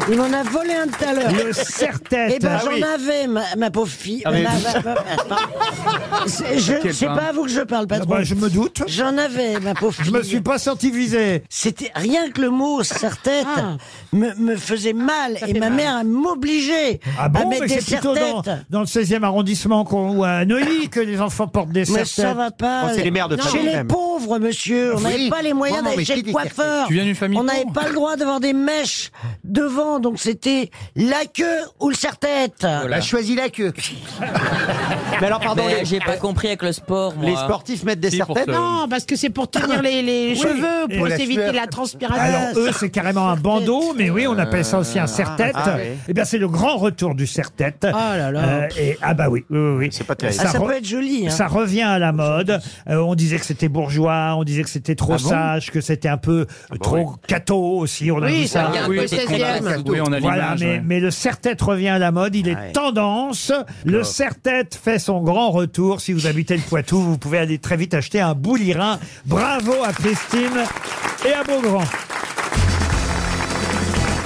Il m'en a volé un tout à l'heure. Le serre-tête. Eh ben, Ah j'en oui. avais, ma, ma pauvre fille. mais- Ma- ma- ma- ma- C'est- je Quel c'est pain. pas à vous que je parle, Ah patron. bah, je me doute. J'en avais, ma pauvre fille. Je me suis pas senti visé. C'était rien que le mot serre-tête Ah. me, me faisait mal et ma mère elle m'obligeait Ah bon, à mettre mais des c'est plutôt dans, serre-têtes. dans le 16e arrondissement qu'on, ou à Neuilly que les enfants portent des Mais serre-têtes. ça va pas. Oh, c'est les mères de Chez famille, les même. pauvres, monsieur, on Ah, Oui. n'avait pas les moyens Maman, d'aller mais chez qui le dit coiffeur. Tu viens d'une famille On n'avait pauvre pas le droit d'avoir des mèches devant, donc c'était la queue ou le serre-tête. Oh Elle a choisi la queue. Mais alors, pardon, Mais les, j'ai pas compris avec le sport, moi. les sportifs mettent des Si, pour Euh, serre-têtes se- Non, parce que c'est pour tenir les, les cheveux, et pour la éviter sueur. la transpiration. Alors eux, c'est carrément un bandeau, mais oui, on appelle ça aussi un serre-tête. ah, oui. Eh bien, c'est le grand retour du serre-tête. Ah là là. Euh, et, ah bah oui, oui, oui, oui. C'est pas terrible. Ah, ça re- peut être joli. Hein. Ça revient à la mode. Euh, on disait que c'était bourgeois, on disait que c'était trop Ah bon Ah bah sage, que c'était un peu euh, trop catho aussi. On a vu Oui, ça. ça Il y a un Oui, côté c'est combat. bien. Oui, on a Voilà, l'image. mais, ouais. mais le serre-tête revient à la mode, il est tendance. Le serre-tête fait son grand retour. Si vous habitez le Poitou, vous pouvez aller très vite acheter un boulirin. Bravo à Christine et à Beaugrand.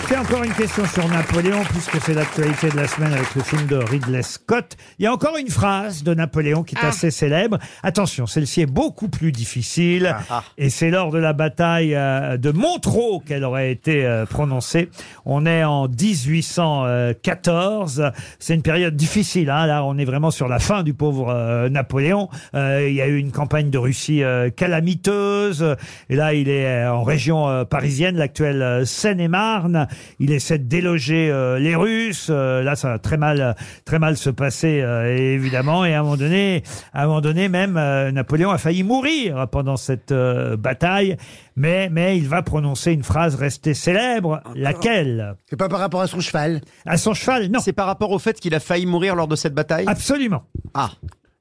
C'est encore une question sur Napoléon, puisque c'est l'actualité de la semaine avec le film de Ridley Scott. Il y a encore une phrase de Napoléon qui est assez célèbre. Attention, celle-ci est beaucoup plus difficile. Et c'est lors de la bataille euh, de Montreux qu'elle aurait été euh, prononcée. On est en 1814. C'est une période difficile. hein. Là, on est vraiment sur la fin du pauvre euh, Napoléon. Euh, il y a eu une campagne de Russie euh, calamiteuse. Et là, il est euh, en région euh, parisienne, l'actuelle euh, Seine-et-Marne. Il essaie de déloger euh, les Russes. Euh, là, ça va très mal, très mal se passer, euh, évidemment. Et à un moment donné, à un moment donné, même euh, Napoléon a failli mourir pendant cette euh, bataille. Mais, mais il va prononcer une phrase restée célèbre. Laquelle C'est pas par rapport à son cheval. À son cheval Non. C'est par rapport au fait qu'il a failli mourir lors de cette bataille Absolument. Ah,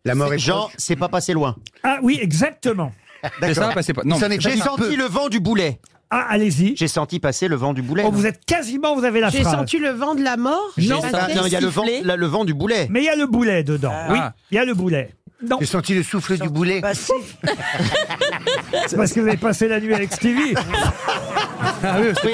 La mort est Jean, proche. c'est pas passé loin. Ah oui, exactement. C'est ça, D'accord. bah, c'est pas. Non, Ça n'est J'ai pas- senti le vent du boulet. Ah, allez-y. J'ai senti passer le vent du boulet. Oh, non vous êtes quasiment, vous avez la J'ai phrase. senti le vent de la mort. J'ai passer. senti- non, il y a le vent, siffler. là, le vent du boulet. Mais il y a le boulet dedans. Ah. Oui, il y a le boulet. Non. J'ai senti le souffle du boulet. C'est parce que vous avez passé la nuit avec Stevie. Ah Oui.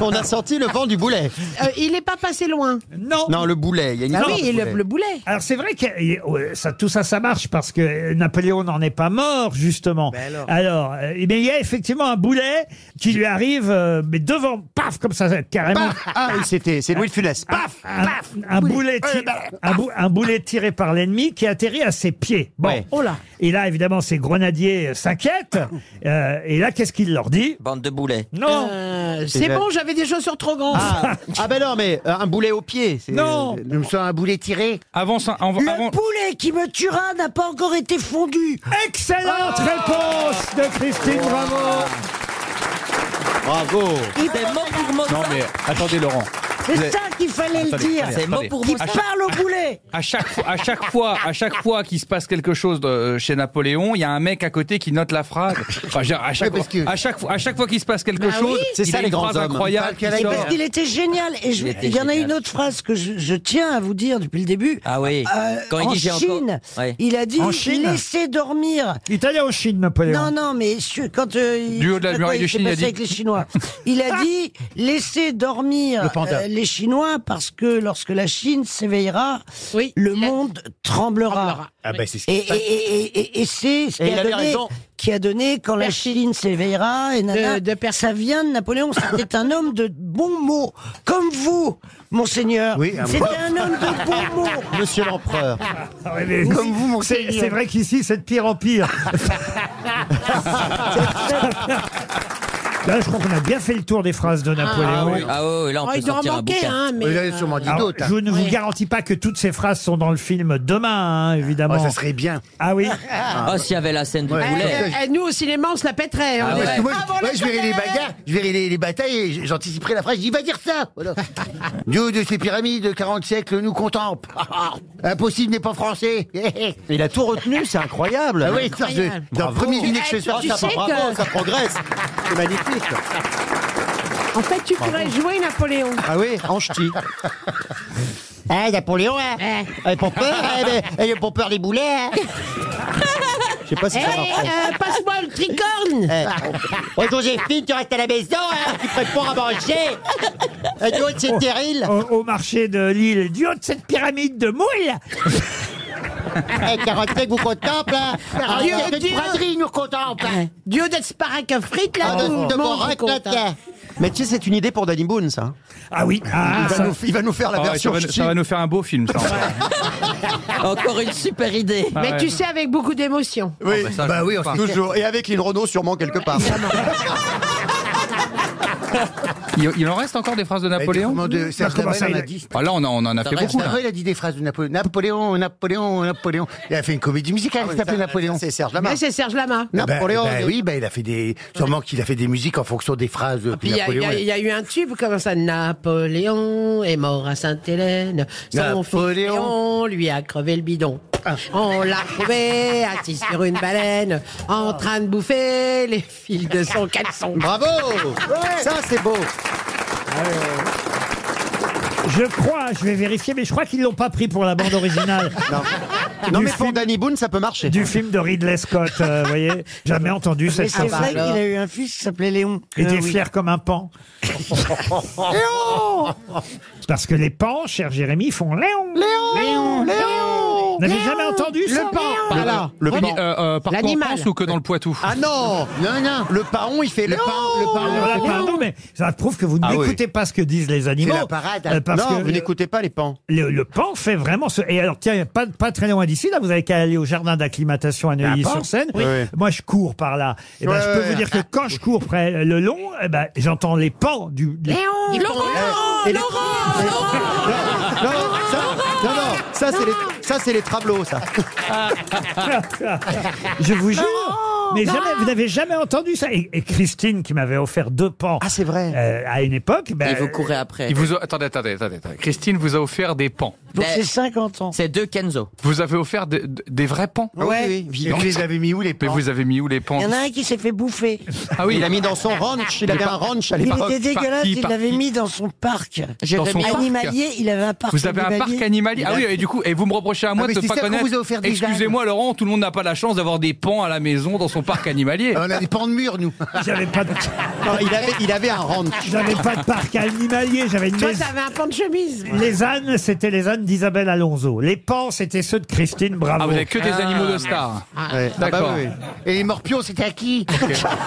On a senti le vent du boulet. Euh, il n'est pas passé loin. Non. Non, le boulet. Il y a une Ah histoire oui, de le, le boulet. Alors c'est vrai que et, ouais, ça, tout ça, ça marche parce que Napoléon n'en est pas mort justement. Ben alors, euh, eh bien, il y a effectivement un boulet qui lui arrive, euh, mais devant, paf, comme ça, carrément. Ah oui, c'était, c'est Louis de Funès. Paf, un, un Eh boulet, ti- ben, un, bou- un boulet tiré par l'ennemi qui atterrit à ses pieds. Bon, Ouais. Oh là. et là évidemment ces grenadiers euh, s'inquiètent. Euh, et là, qu'est-ce qu'il leur dit Bande de boulets. Non. Euh, C'est c'est vrai. bon, j'avais des chaussures trop grandes. Ah, ah ben non, mais euh, un boulet au pied. c'est- Non. Je me sens un boulet tiré. Avant ça, avant- Le avant- poulet qui me tuera n'a pas encore été fondu. Ah. Excellente réponse de Christine Bravo. Bravo. Eh ben, C'est mot pour mot. Non ça. mais attendez Laurent. Vous C'est avez- ça qu'il fallait le Attendez, dire. attendez, C'est mot attendez. pour Qui mot. ça. parle au boulet. À chaque fois, à chaque fois, à chaque fois qu'il se passe quelque chose de- euh, chez Napoléon, il y a un mec à côté qui note la phrase. Enfin, je veux dire, à chaque Ouais, fois, parce que- à chaque fois, à chaque fois qu'il se passe quelque Bah chose, oui. C'est il ça, a les une grands phrase hommes. incroyable. Pas le qui calibre. sort. Il était génial. Et je- Il était il y en a génial. une autre phrase que je, je tiens à vous dire depuis le début. Ah oui. Euh, Quand il en dit j'ai encore- Chine, Ouais. il a dit En Chine laissez dormir. Italien ou Chine, Napoléon Non, non, mais su- quand euh, il, Du haut de la je sais pas quoi, muraille de il s'est Chine, il a passé dit- avec les Chinois, il a dit laissez dormir Le panda. euh, les Chinois parce que lorsque la Chine s'éveillera, Oui, le il a- monde tremblera. Ah ben c'est ce Et, qui se passe. et- et- et- et c'est ce Et qui il a, avait donné, raison. qui a donné quand la Merci. Chine s'éveillera et nana, De- de Perse. ça vient de Napoléon. C'était un homme de bons mots, comme vous, monseigneur. Oui, un C'était un homme de bons mots. Monsieur l'empereur. Ah ouais, mais Comme vous, c'est, monseigneur. c'est vrai qu'ici, c'est de pire en pire. Là, je crois qu'on a bien fait le tour des phrases de Napoléon. Ah oui. Ah oui, là on Ah, peut il doit en sortir un manquer, bouquin. hein, mais. Il a sûrement dit Alors, d'autres. je ne vous Ouais. garantis pas que toutes ces phrases sont dans le film demain, hein, évidemment. Oh, ça serait bien. Ah oui Oh, s'il y avait la scène du Ouais. Eh, boulet. eh, nous au cinéma, on se la pèterait. hein. Ah Parce que moi, Bravo, moi, les je verrai les Italiens. bagarres, je verrai les, les batailles et j'anticiperai la phrase. Je dis, va dire ça voilà. Dieu de ces pyramides de 40 siècles nous contemple. Impossible n'est pas français. Il a tout retenu, c'est incroyable. Ah oui, ça, je- Incroyable. dans le premier dîner que je Eh, fais tu ça, sais va. Bravo, que- ça progresse. C'est magnifique. En fait, tu pourrais jouer Napoléon. Ah oui, en ch'ti. Eh, Napoléon, hein Eh. Elle est pour peur, eh, mais- elle est pour peur des boulets, hein Je sais pas si Eh, ça marche. euh, passe-moi le tricorne. Eh. Oh, Joséphine, tu restes à la maison, hein Tu prépares à manger Eh, dis donc, c'est terrible au, au marché de Lille, du haut de cette pyramide de moules Eh, 45 vous contemple, hein Ah, Dieu, il y a Dieu. une braderie, nous contemple hein. Eh, Dieu d'être sparac à frites Ah, là. de- nous. de Mange, Borac, raconte, là, hein. tiens. Mais tu sais, c'est une idée pour Danny Boone, ça. Ah oui, ah, Il va, ça- nous, il va nous faire la Ah ouais, ça, version va, ch'ti. ça va nous faire un beau film. Ça, en vrai. Encore une super idée. Ah Mais ouais. tu sais, avec beaucoup d'émotion. Oui, bah ça, bah je oui, sais on pas. sait- Toujours. Et avec une Renault, sûrement, quelque part. il, il en reste encore des phrases de Napoléon. Comment de- Serge comment Laval, ça, on il a a- dit. Ah, là, on, a- on en a fait reste beaucoup. un- là. Ah, il a dit des phrases de Napoléon. Napoléon, Napoléon, Napoléon. Il a fait une comédie musicale qui s'appelait Napoléon. C'est Serge Mais Lamarre. Ah, c'est Serge Eh ben, Lama. Ah bah, Napoléon, bah oui. oui, bah il a fait des. Sûrement qu'il a fait des musiques en fonction des phrases de Ah, Puis il y, a- il y Napoléon. a- il y a eu un tube comme ça. Napoléon est mort à Sainte-Hélène. Son Napoléon. fils lui a crevé le bidon. Ah. On l'a trouvé assis sur une baleine, en train de bouffer les fils de son caleçon. Oh. Bravo Ça, c'est beau. je crois, je vais vérifier, mais je crois qu'ils l'ont pas pris pour la bande originale. Non, Du mais pour film- Danny Boone, ça peut marcher. Du film de Ridley Scott, euh, vous voyez Jamais entendu Mais cette c'est chanson. vrai qu'il a eu un fils qui s'appelait Léon. Il était Euh, oui. fier comme un pan. C'est Oh Parce que les pans, cher Jérémy, font Léon. Léon, Léon, Léon. Vous n'avez jamais entendu ça Voilà. Le pan. Euh, euh, partout en L'animal. France ou que dans le Poitou Ah non Non, non. Le paon, il fait le paon, le Ah, voilà, paon. pardon, mais ça prouve que vous Ah oui. n'écoutez pas ce que disent les animaux. Euh, C'est la parade, hein. parce non, que vous n'écoutez pas les pans. le, le pan fait vraiment ce. Et alors, tiens, pas, pas très loin d'ici, là, vous avez qu'à aller au jardin d'acclimatation à Neuilly-sur-Seine. Ah, Oui. Oui. Moi, je cours par là. Et ben, Ouais, je peux ouais. vous dire que quand je cours près le long, eh ben, j'entends les pans du. les- Léon Et les- Non, non, ça, non, non, ça c'est les, ça c'est les trablots, ça. Je vous jure. Oh, Mais jamais, vous n'avez jamais entendu ça. Et, et Christine, qui m'avait offert deux pans Ah, c'est vrai. euh, à une époque, ben, Et vous courez après. Il vous a- attendez, attendez, attendez, attendez. Christine vous a offert des pans. Donc c'est 50 ans. C'est deux Kenzo. Vous avez offert de- de- des vrais pans Ah oui, Ouais. oui, oui. Et Vous les avez mis où les pans Mais vous avez mis où les pans Il y en a un qui s'est fait bouffer. Ah oui. Il a mis dans son ranch, il Mais avait un par- ranch à Il l'époque. était dégueulasse, Parti, il parti. l'avait mis dans son parc. Dans son parc animalier, il avait un parc Vous avez un animalier. parc animalier Ah oui, et du coup, et vous me reprochez à moi Ah, mais de ne c'est pas ça qu'on connaître. vous a offert déjà. Excusez-moi, Laurent, tout le monde n'a pas la chance d'avoir des pans à la maison dans son parc animalier. Ah, On a des pans de mur, nous. J'avais pas de. Non, il avait- il avait un ranch. J'avais pas de parc animalier, j'avais une Toi, maison. t'avais un pan de chemise. Les ânes, c'était les ânes d'Isabelle Alonso. Les pans, c'était ceux de Christine Bravo. Ah, vous avez que des animaux de stars. Ouais. Ah bah D'accord. oui, oui. Et les morpions, c'était à qui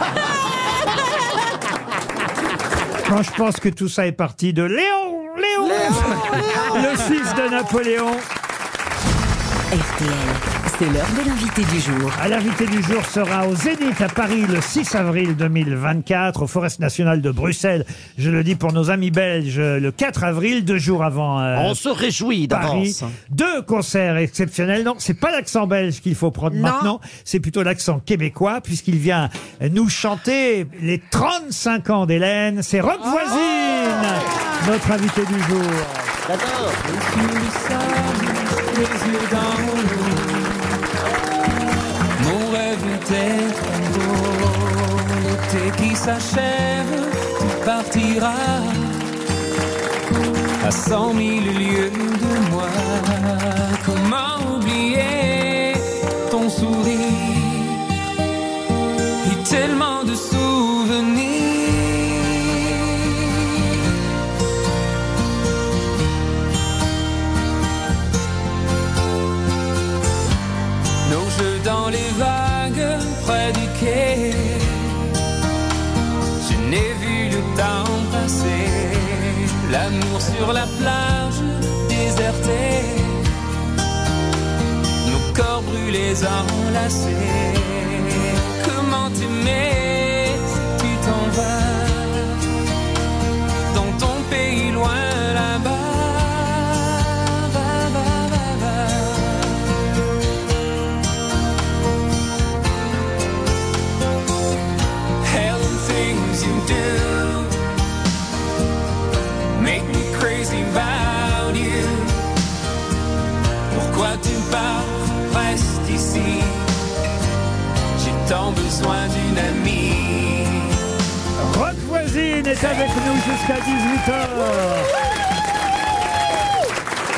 Quand je pense que tout ça est parti de Léon, Léon, le fils de Napoléon. RTL, c'est l'heure de l'invité du jour. À Ah, l'invité du jour sera au Zénith à Paris le 6 avril 2024, au Forest National de Bruxelles. Je le dis pour nos amis belges, le 4 avril, deux jours avant. euh, On se réjouit Paris. d'avance. Deux concerts exceptionnels. Non, c'est pas l'accent belge qu'il faut prendre Non. maintenant, c'est plutôt l'accent québécois, puisqu'il vient nous chanter les 35 ans d'Hélène. C'est Rock Voisine, notre invité du jour. Mon rêve était un beau l'été qui s'achève, tu partiras à cent mille lieues de moi. Comment oublier ton sourire et tellement de souvenirs. Nos jeux dans les vagues près du quai. Je n'ai vu le temps passer. L'amour sur la plage désertée. Nos corps brûlés enlacés. Comment t'aimer si tu t'en vas dans ton pays loin là-bas? Va, va, va, va. hell and things you do make me crazy about you. Pourquoi tu pars? Reste ici. J'ai tant besoin d'une amie. Rock Voisine est avec nous jusqu'à 18h.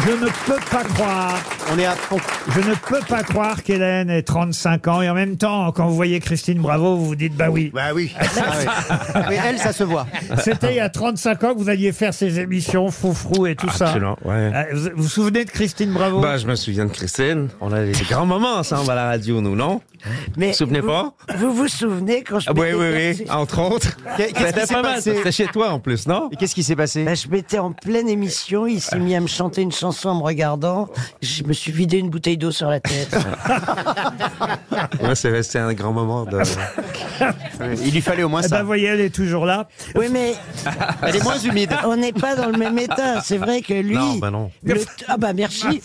Je ne peux pas croire. On est à fond. Je ne peux pas croire qu'Hélène ait 35 ans et en même temps, quand vous voyez Christine Bravo, vous vous dites bah oui. Bah oui. Mais elle, ça se voit. C'était il y a 35 ans que vous alliez faire ces émissions Foufrou et tout Excellent, ouais. ça. Euh, Vous vous vous souvenez de Christine Bravo Bah, je me souviens de Christine. On a des grands moments ensemble à la radio, nous, non Vous vous souvenez vous, pas Vous vous souvenez quand je Ah, oui, m'étais oui, perdu- oui, entre autres. Qu'est- qu'est-ce qui C'était s'est pas mal, passé c'était chez toi en plus, non Qu'est-ce qui s'est passé Ben, Je m'étais en pleine émission, il s'est mis à me chanter une chanson en me regardant. Je me suis vidé une bouteille d'eau sur la tête. Ouais, c'est resté un grand moment de... Il lui fallait au moins Eh ben, ça. voyez, elle est toujours là. Oui, mais Elle est moins humide. on n'est pas dans le même état. C'est vrai que lui. Non, bah non. le- Ah, bah merci.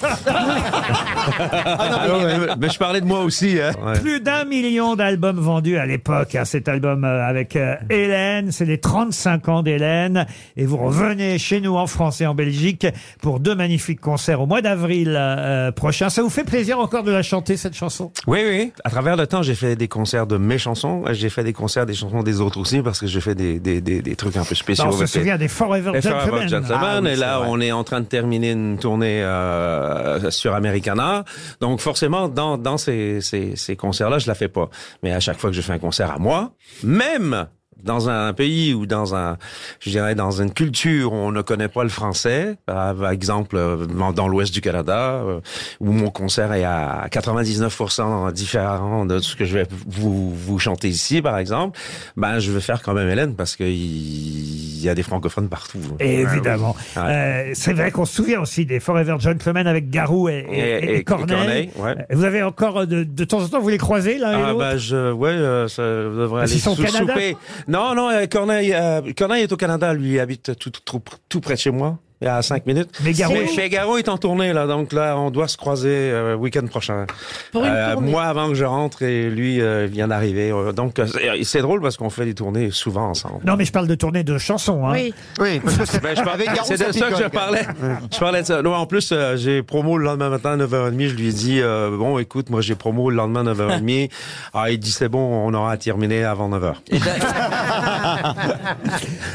Ah ouais, mais, mais je parlais de moi aussi, hein. Ouais. Plus d'un million d'albums vendus à l'époque. hein, cet album euh, avec euh, Hélène, c'est les 35 ans d'Hélène. Et vous revenez chez nous en France et en Belgique pour deux magnifiques concerts au mois d'avril euh, prochain. Ça vous fait plaisir encore de la chanter, cette chanson Oui, oui. À travers le temps, j'ai fait des concerts de mes chansons. J'ai fait des concerts des chansons des autres aussi parce que j'ai fait des, des, des, des trucs un peu spéciaux. Non, On se avec les- souvient des Forever Les Forever Gentlemen. Gentlemen, Ah oui, et là, c'est vrai. on est en train de terminer une tournée euh, sur Americana. Donc, forcément, dans, dans ces, ces, ces concerts-là, je la fais pas. Mais à chaque fois que je fais un concert à moi, même dans un pays ou dans un, je dirais, dans une culture où on ne connaît pas le français, par exemple euh, dans- dans l'ouest du Canada, euh, où mon concert est à 99% différent de ce que je vais vous, vous chanter ici, par exemple, ben je vais faire quand même Hélène parce qu'il y a des francophones partout. hein. Ben Et évidemment. Ah Ouais. Euh, c'est vrai qu'on se souvient aussi des Forever Gentlemen avec Garou et, et- et- et Corneille. ouais. Vous avez encore euh, de, de temps en temps, vous les croisez l'un et Ah l'autre bah je ouais euh, ça devrait aller Parce qu'ils sont au sou- Canada souper. Non non euh, Corneille euh, Corneille est au Canada lui il habite tout, tout tout près de chez moi. Il y a cinq minutes. Figaro. Mais Figaro est en tournée, là. Donc là, on doit se croiser euh, week-end prochain. Euh, Pour une tournée. moi, avant que je rentre, et lui euh, vient d'arriver. Euh, donc, euh, c'est- c'est drôle parce qu'on fait des tournées souvent ensemble. Non, mais je parle de tournée de chansons. Hein. Oui. oui. Ben, je parlais- c'est de ça que je parlais. Je parlais de ça. Non, en plus, euh, j'ai promo le lendemain matin à 9h30. Je lui ai dit, euh, bon, écoute, moi, j'ai promo le lendemain à 9h30. ah, il dit, c'est bon, on aura terminé avant 9h.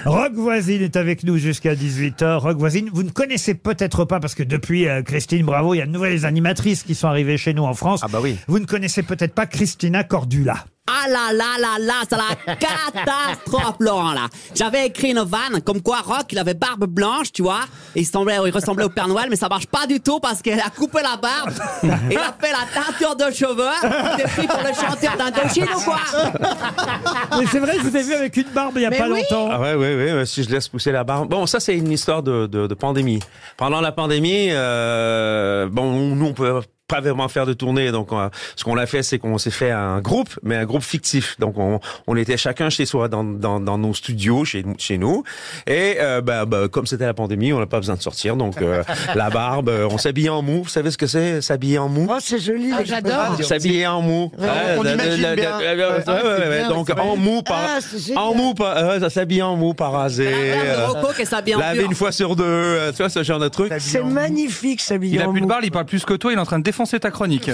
Rock Voisine est avec nous jusqu'à 18h. Rock Voisine, vous ne connaissez peut-être pas, parce que depuis euh, Christine Bravo, il y a de nouvelles animatrices qui sont arrivées chez nous en France. Ah bah oui. Vous ne connaissez peut-être pas Christina Cordula. Ah là là là là, c'est la catastrophe, Laurent, là. J'avais écrit une vanne comme quoi Rock, il avait barbe blanche, tu vois. Et il, semblait, il ressemblait au Père Noël, mais ça marche pas du tout parce qu'elle a coupé la barbe. Il a fait la teinture de cheveux. T'es pris pour le chanteur d'Indochine ou quoi Mais c'est vrai, je vous ai vu avec une barbe il n'y a Mais pas oui. longtemps. Ah ouais, ouais, ouais, ouais, si je laisse pousser la barbe. Bon, ça, c'est une histoire de, de, de pandémie. Pendant la pandémie, euh, bon, nous, on peut pas vraiment faire de tournée. Donc, on a- ce qu'on a fait, c'est qu'on s'est fait un groupe, mais un groupe fictif. Donc, on, on était chacun chez soi, dans, dans, dans nos studios, chez, chez nous. Et euh, bah, bah, comme c'était la pandémie, on n'a pas besoin de sortir. Donc, euh, la barbe, euh, on s'habillait en mou. Vous savez ce que c'est, s'habiller en mou Oh, c'est joli. Ah, l'expression. j'adore. S'habiller en mou. Ouais, Ouais, on de- de- imagine de- de- bien. ouais, ouais, ouais, Ah, ouais, c'est ouais, bien, Donc c'est en vrai. mou, par, Ah, c'est génial. en mou, par, euh, ça s'habille en mou, par rasé. de euh, Rocco qui s'habille en laver mur. une fois sur deux, euh, tu vois ce genre de truc. C'est magnifique, ce Il billet. a plus de barre, il parle plus que toi, il est en train de défoncer ta chronique.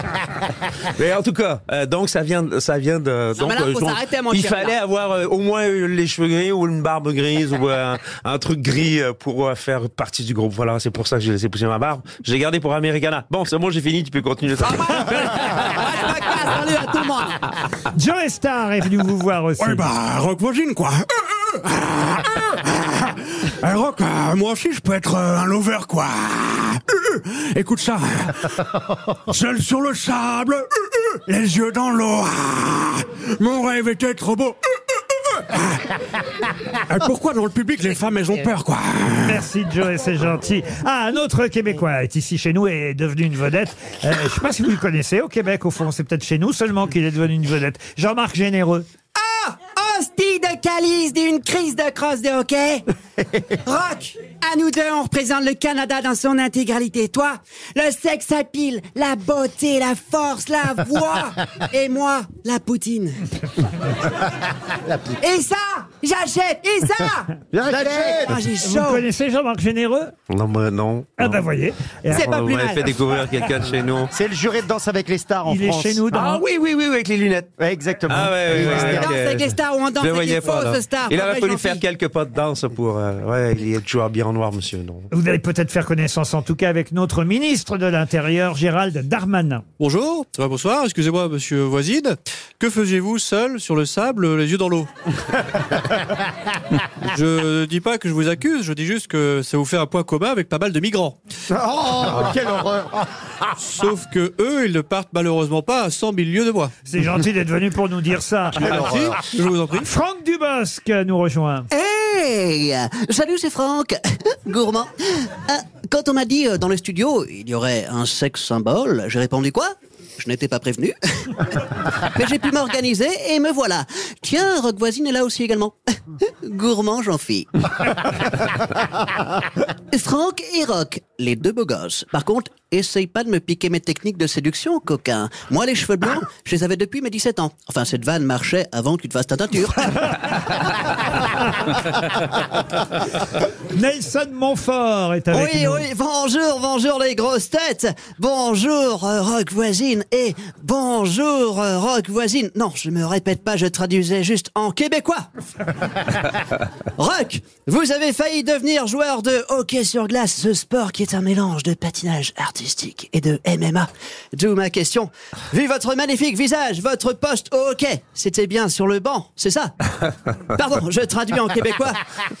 Mais en tout cas, euh, donc ça vient, ça vient de. donc, mais Ah, bah là, euh, faut donc, s'arrêter à mentir, il fallait là. avoir euh, au moins euh, les cheveux gris ou une barbe grise ou euh, un, un truc gris euh, pour euh, faire partie du groupe. Voilà, c'est pour ça que j'ai laissé pousser ma barbe. Je l'ai gardée pour Americana. Bon, c'est bon, j'ai fini. Tu peux continuer. Ah, Ça. Salut à tout le monde. Joe Star est venu vous voir aussi. Ouais, bah, rock voisine, quoi. Eh, rock, euh, moi aussi, je peux être euh, un lover, quoi. Euh, euh, Écoute ça. Seul sur le sable, euh, euh, les yeux dans l'eau. Ah, Mon rêve était trop beau. Euh, euh, euh, ah. Eh, Pourquoi dans le public, les femmes, elles ont peur, quoi Merci Joe, et c'est gentil. Ah, un autre Québécois est ici chez nous et est devenu une vedette. Euh, je ne sais pas si vous le connaissez au Québec, au fond, c'est peut-être chez nous seulement qu'il est devenu une vedette. Jean-Marc Généreux. Hostie de calice d'une crise de crosse de hockey. Rock, à nous deux, on représente le Canada dans son intégralité. Toi, le sexe à pile, la beauté, la force, la voix. Et moi, la poutine. Et ça, j'achète. Et ça, j'achète. Ah, j'ai Vous chaud. connaissez Jean-Marc Généreux Non, mais non. Ah bah voyez. on aurait fait découvrir quelqu'un de chez nous. C'est le juré de danse avec les stars en Il est France. chez nous dans- Ah oui, oui, oui, oui, avec les lunettes. exactement. Ah ouais, ouais, ouais, On danse ouais, avec ok. les stars ou on danse Je le avec voyais les pas, là. fausses stars. Ah Il Pas aurait vrai, fallu Jean-Pierre faire quelques pas de danse pour. euh, ouais, il est toujours bien en noir, monsieur. Non. Vous allez peut-être faire connaissance en tout cas avec notre ministre de l'Intérieur, Gérald Darmanin. Bonjour, Ah, bonsoir, excusez-moi monsieur Voisine. Que faisiez-vous seul sur le sable, les yeux dans l'eau Je dis pas que je vous accuse, je dis juste que ça vous fait un point commun avec pas mal de migrants. Oh, Ah, quelle horreur Sauf que eux, ils ne partent malheureusement pas à 100 000 lieues de moi. C'est gentil d'être venu pour nous dire ça. Merci, je vous en prie. Franck Dubosc nous rejoint. Hey Salut, c'est Franck Gourmand Euh, Quand on m'a dit euh, dans le studio, il y aurait un sexe symbole, j'ai répondu quoi Je n'étais pas prévenu. Mais j'ai pu m'organiser et me voilà. Tiens, Rock Voisine est là aussi également. Gourmand, j'en fis. Franck et Rock, les deux beaux gosses. Par contre, essaye pas de me piquer mes techniques de séduction, coquin. Moi, les cheveux blancs, je les avais depuis mes 17 ans. Enfin, cette vanne marchait avant que tu te fasses ta teinture. Nelson Montfort est avec oui, nous. oui, bonjour, bonjour les grosses têtes. Bonjour euh, Rock Voisine et bonjour euh, Rock Voisine. Non, je me répète pas, je traduisais juste en québécois. Rock, vous avez failli devenir joueur de hockey sur glace, ce sport qui est un mélange de patinage artistique et de MMA. D'où ma question. Vu votre magnifique visage, votre poste au hockey, c'était bien sur le banc, c'est ça Pardon, je traduis en québécois.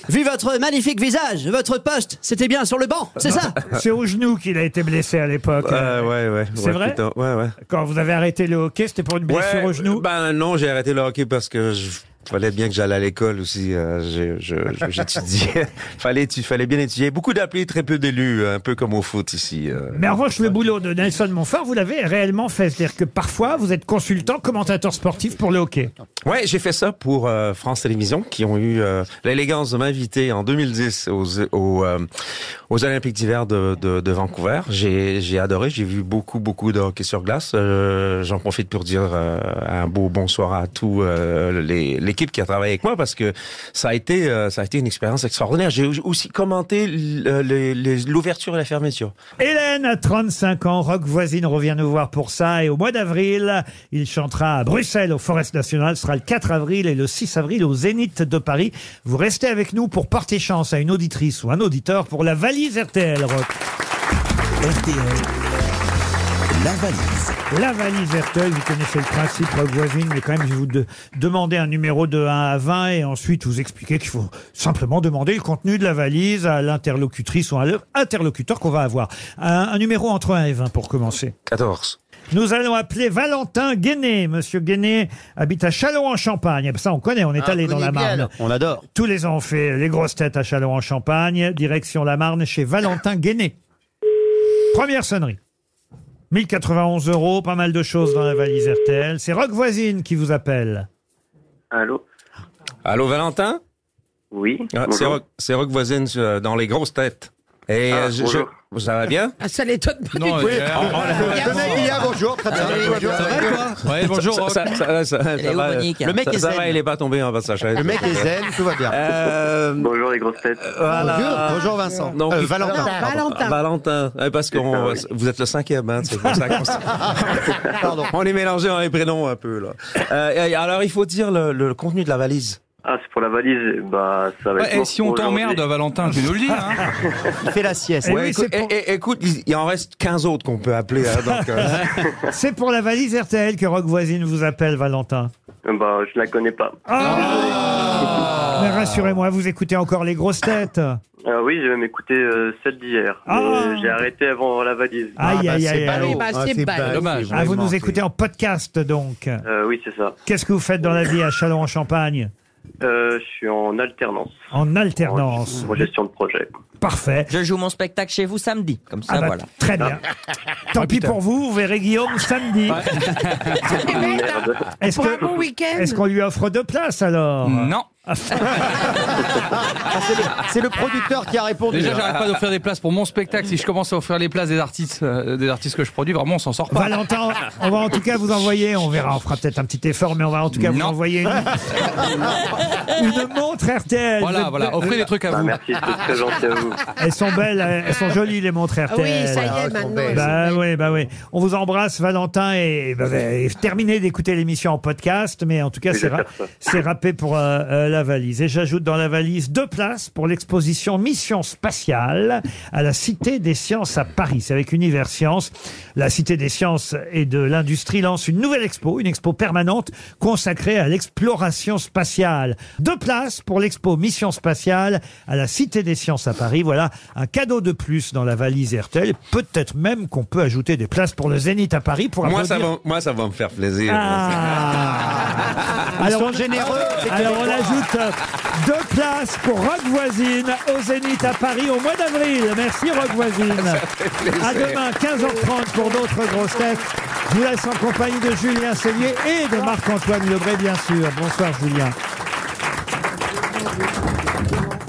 Vu votre magnifique visage, votre poste, c'était bien sur le banc, c'est ça C'est au genou qu'il a été blessé à l'époque. Euh, Ah. ouais, ouais. C'est ouais, vrai plutôt. Ouais, ouais. Quand vous avez arrêté le hockey, c'était pour une blessure Ouais, au genou Ben non, j'ai arrêté le hockey parce que je Fallait bien que j'aille à l'école aussi. euh, j'ai- je- je- J'étudiais. fallait, tu, fallait bien étudier. Beaucoup d'appelés, très peu d'élus, un peu comme au foot ici. euh. Mais en revanche, le boulot de Nelson Montfort, vous l'avez réellement fait. C'est-à-dire que parfois, vous êtes consultant, commentateur sportif pour le hockey. Ouais, j'ai fait ça pour euh, France Télévisions qui ont eu euh, l'élégance de m'inviter en 2010 aux aux, euh, aux Olympiques d'hiver de, de, de Vancouver. J'ai j'ai adoré, j'ai vu beaucoup beaucoup de hockey sur glace. Euh, J'en profite pour dire euh, un beau bonsoir à tout euh, les- l'équipe qui a travaillé avec moi parce que ça a été euh, ça a été une expérience extraordinaire. J'ai aussi commenté l- euh, les- les- l'ouverture et la fermeture. Hélène a 35 ans, Rock Voisine revient nous voir pour ça et au mois d'avril, il chantera à Bruxelles au Forest National, ce sera le 4 avril et le 6 avril au Zénith de Paris. Vous restez avec nous pour porter chance à une auditrice ou un auditeur pour la valise RTL Rock. La valise. La valise Hertel, vous connaissez le principe, Rock voisine, mais quand même, je vais vous de- demander un numéro de 1 à 20 et ensuite vous expliquer qu'il faut simplement demander le contenu de la valise à l'interlocutrice ou à l'interlocuteur qu'on va avoir. Un, un numéro entre 1 et 20 pour commencer. 14. Nous allons appeler Valentin Guéné. Monsieur Guéné habite à Châlons-en-Champagne. Ça, on connaît, on est Ah, allé on dans la connaît bien, Marne. On adore. Tous les ans, on fait les grosses têtes à Châlons-en-Champagne, direction la Marne, chez Valentin Guéné. Première sonnerie. 1091 euros, pas mal de choses dans la valise RTL. C'est Rock Voisine qui vous appelle. Allô. Allô, Valentin. Oui. Ah, c'est Rock, c'est Rock voisine euh, dans les grosses têtes. Et euh, je- je- ça va bien Ah, ça l'étonne pas Non, du tout. il y a- Oui. on- on- Il y a- bonjour, très bien. Bonjour. Ouais, bonjour. Ça- ça- ça- ça- ça- ça va, euh, Le mec ça- est ça zen. va, il est pas tombé en bas de sa chaise. Euh, Le mec est zen, tout va bien. Bonjour les grosses têtes. Bonjour, bonjour, Vincent. Euh, Valentin, pardon. Valentin. Valentin. Ouais, parce que vous êtes le cinquième. Hein, c'est pour ça qu'on s- on est mélangé dans les prénoms un peu là. Euh, et alors il faut dire le, le contenu de la valise. Ah, c'est pour la valise. Bah, ça va Ouais, être. et si on t'emmerde, Valentin, tu nous le dis. Hein Il fait la sieste. Eh oui, écoute, c'est pour- eh, eh, écoute, il il en reste 15 autres qu'on peut appeler. hein, donc, euh, C'est pour la valise RTL que Rock Voisine vous appelle, Valentin. Bah, je la connais pas. Ah. Mais rassurez-moi, vous écoutez encore les grosses têtes. Ah oui, j'ai même écouté euh, celle d'hier. mais J'ai arrêté avant la valise. bah, Ah. bah, Aïe, aïe, aïe, aïe. bah, Ah, Ah, vous nous c'est- écoutez en podcast, donc. Euh, oui, c'est ça. Qu'est-ce que vous faites dans la vie à Châlons-en-Champagne Euh, je suis en alternance. En alternance. En gestion de projet. Parfait. Je joue mon spectacle chez vous samedi, comme ça, Ah bah, voilà. Très bien. Tant pis pour vous, vous verrez Guillaume samedi. Est-ce que- Est-ce qu'on lui offre deux places alors Non. C'est le producteur qui a répondu. Déjà, j'arrête pas d'offrir des places pour mon spectacle. Si je commence à offrir les places des artistes, euh, des artistes que je produis, vraiment, on s'en sort pas. Valentin, on va en tout cas vous envoyer, on verra, on fera peut-être un petit effort, mais on va en tout cas vous Non. envoyer une, une montre RTL. Voilà, Vous êtes- voilà, offrez des trucs à Bah, vous. merci, c'est très gentil à vous. Elles sont belles, elles sont jolies les montres RTL. Ah oui, ça y est, Ah, elles sont maintenant, belles. elles Bah oui, bah oui. On vous embrasse, Valentin, et, bah, bah, et terminez d'écouter l'émission en podcast, mais en tout cas, Oui, c'est je vais ra- faire ça. c'est râpé pour euh, euh, la valise. Et j'ajoute dans la valise deux places pour l'exposition Mission Spatiale à la Cité des Sciences à Paris. C'est avec Univers Sciences. La Cité des Sciences et de l'Industrie lance une nouvelle expo, une expo permanente consacrée à l'exploration spatiale. Deux places pour l'expo Mission Spatiale à la Cité des Sciences à Paris. Voilà un cadeau de plus dans la valise RTL. Peut-être même qu'on peut ajouter des places pour le Zénith à Paris pour moi, ça applaudir- va, moi, ça va me faire plaisir. Ils sont généreux. Alors on ajoute euh, deux places pour Rock Voisine au Zénith à Paris au mois d'avril. Merci Rock Voisine. plaisir. À demain 15h30 pour d'autres grosses têtes. Je vous laisse en compagnie de Julien Cellier et de Marc-Antoine Lebré bien sûr. Bonsoir Julien.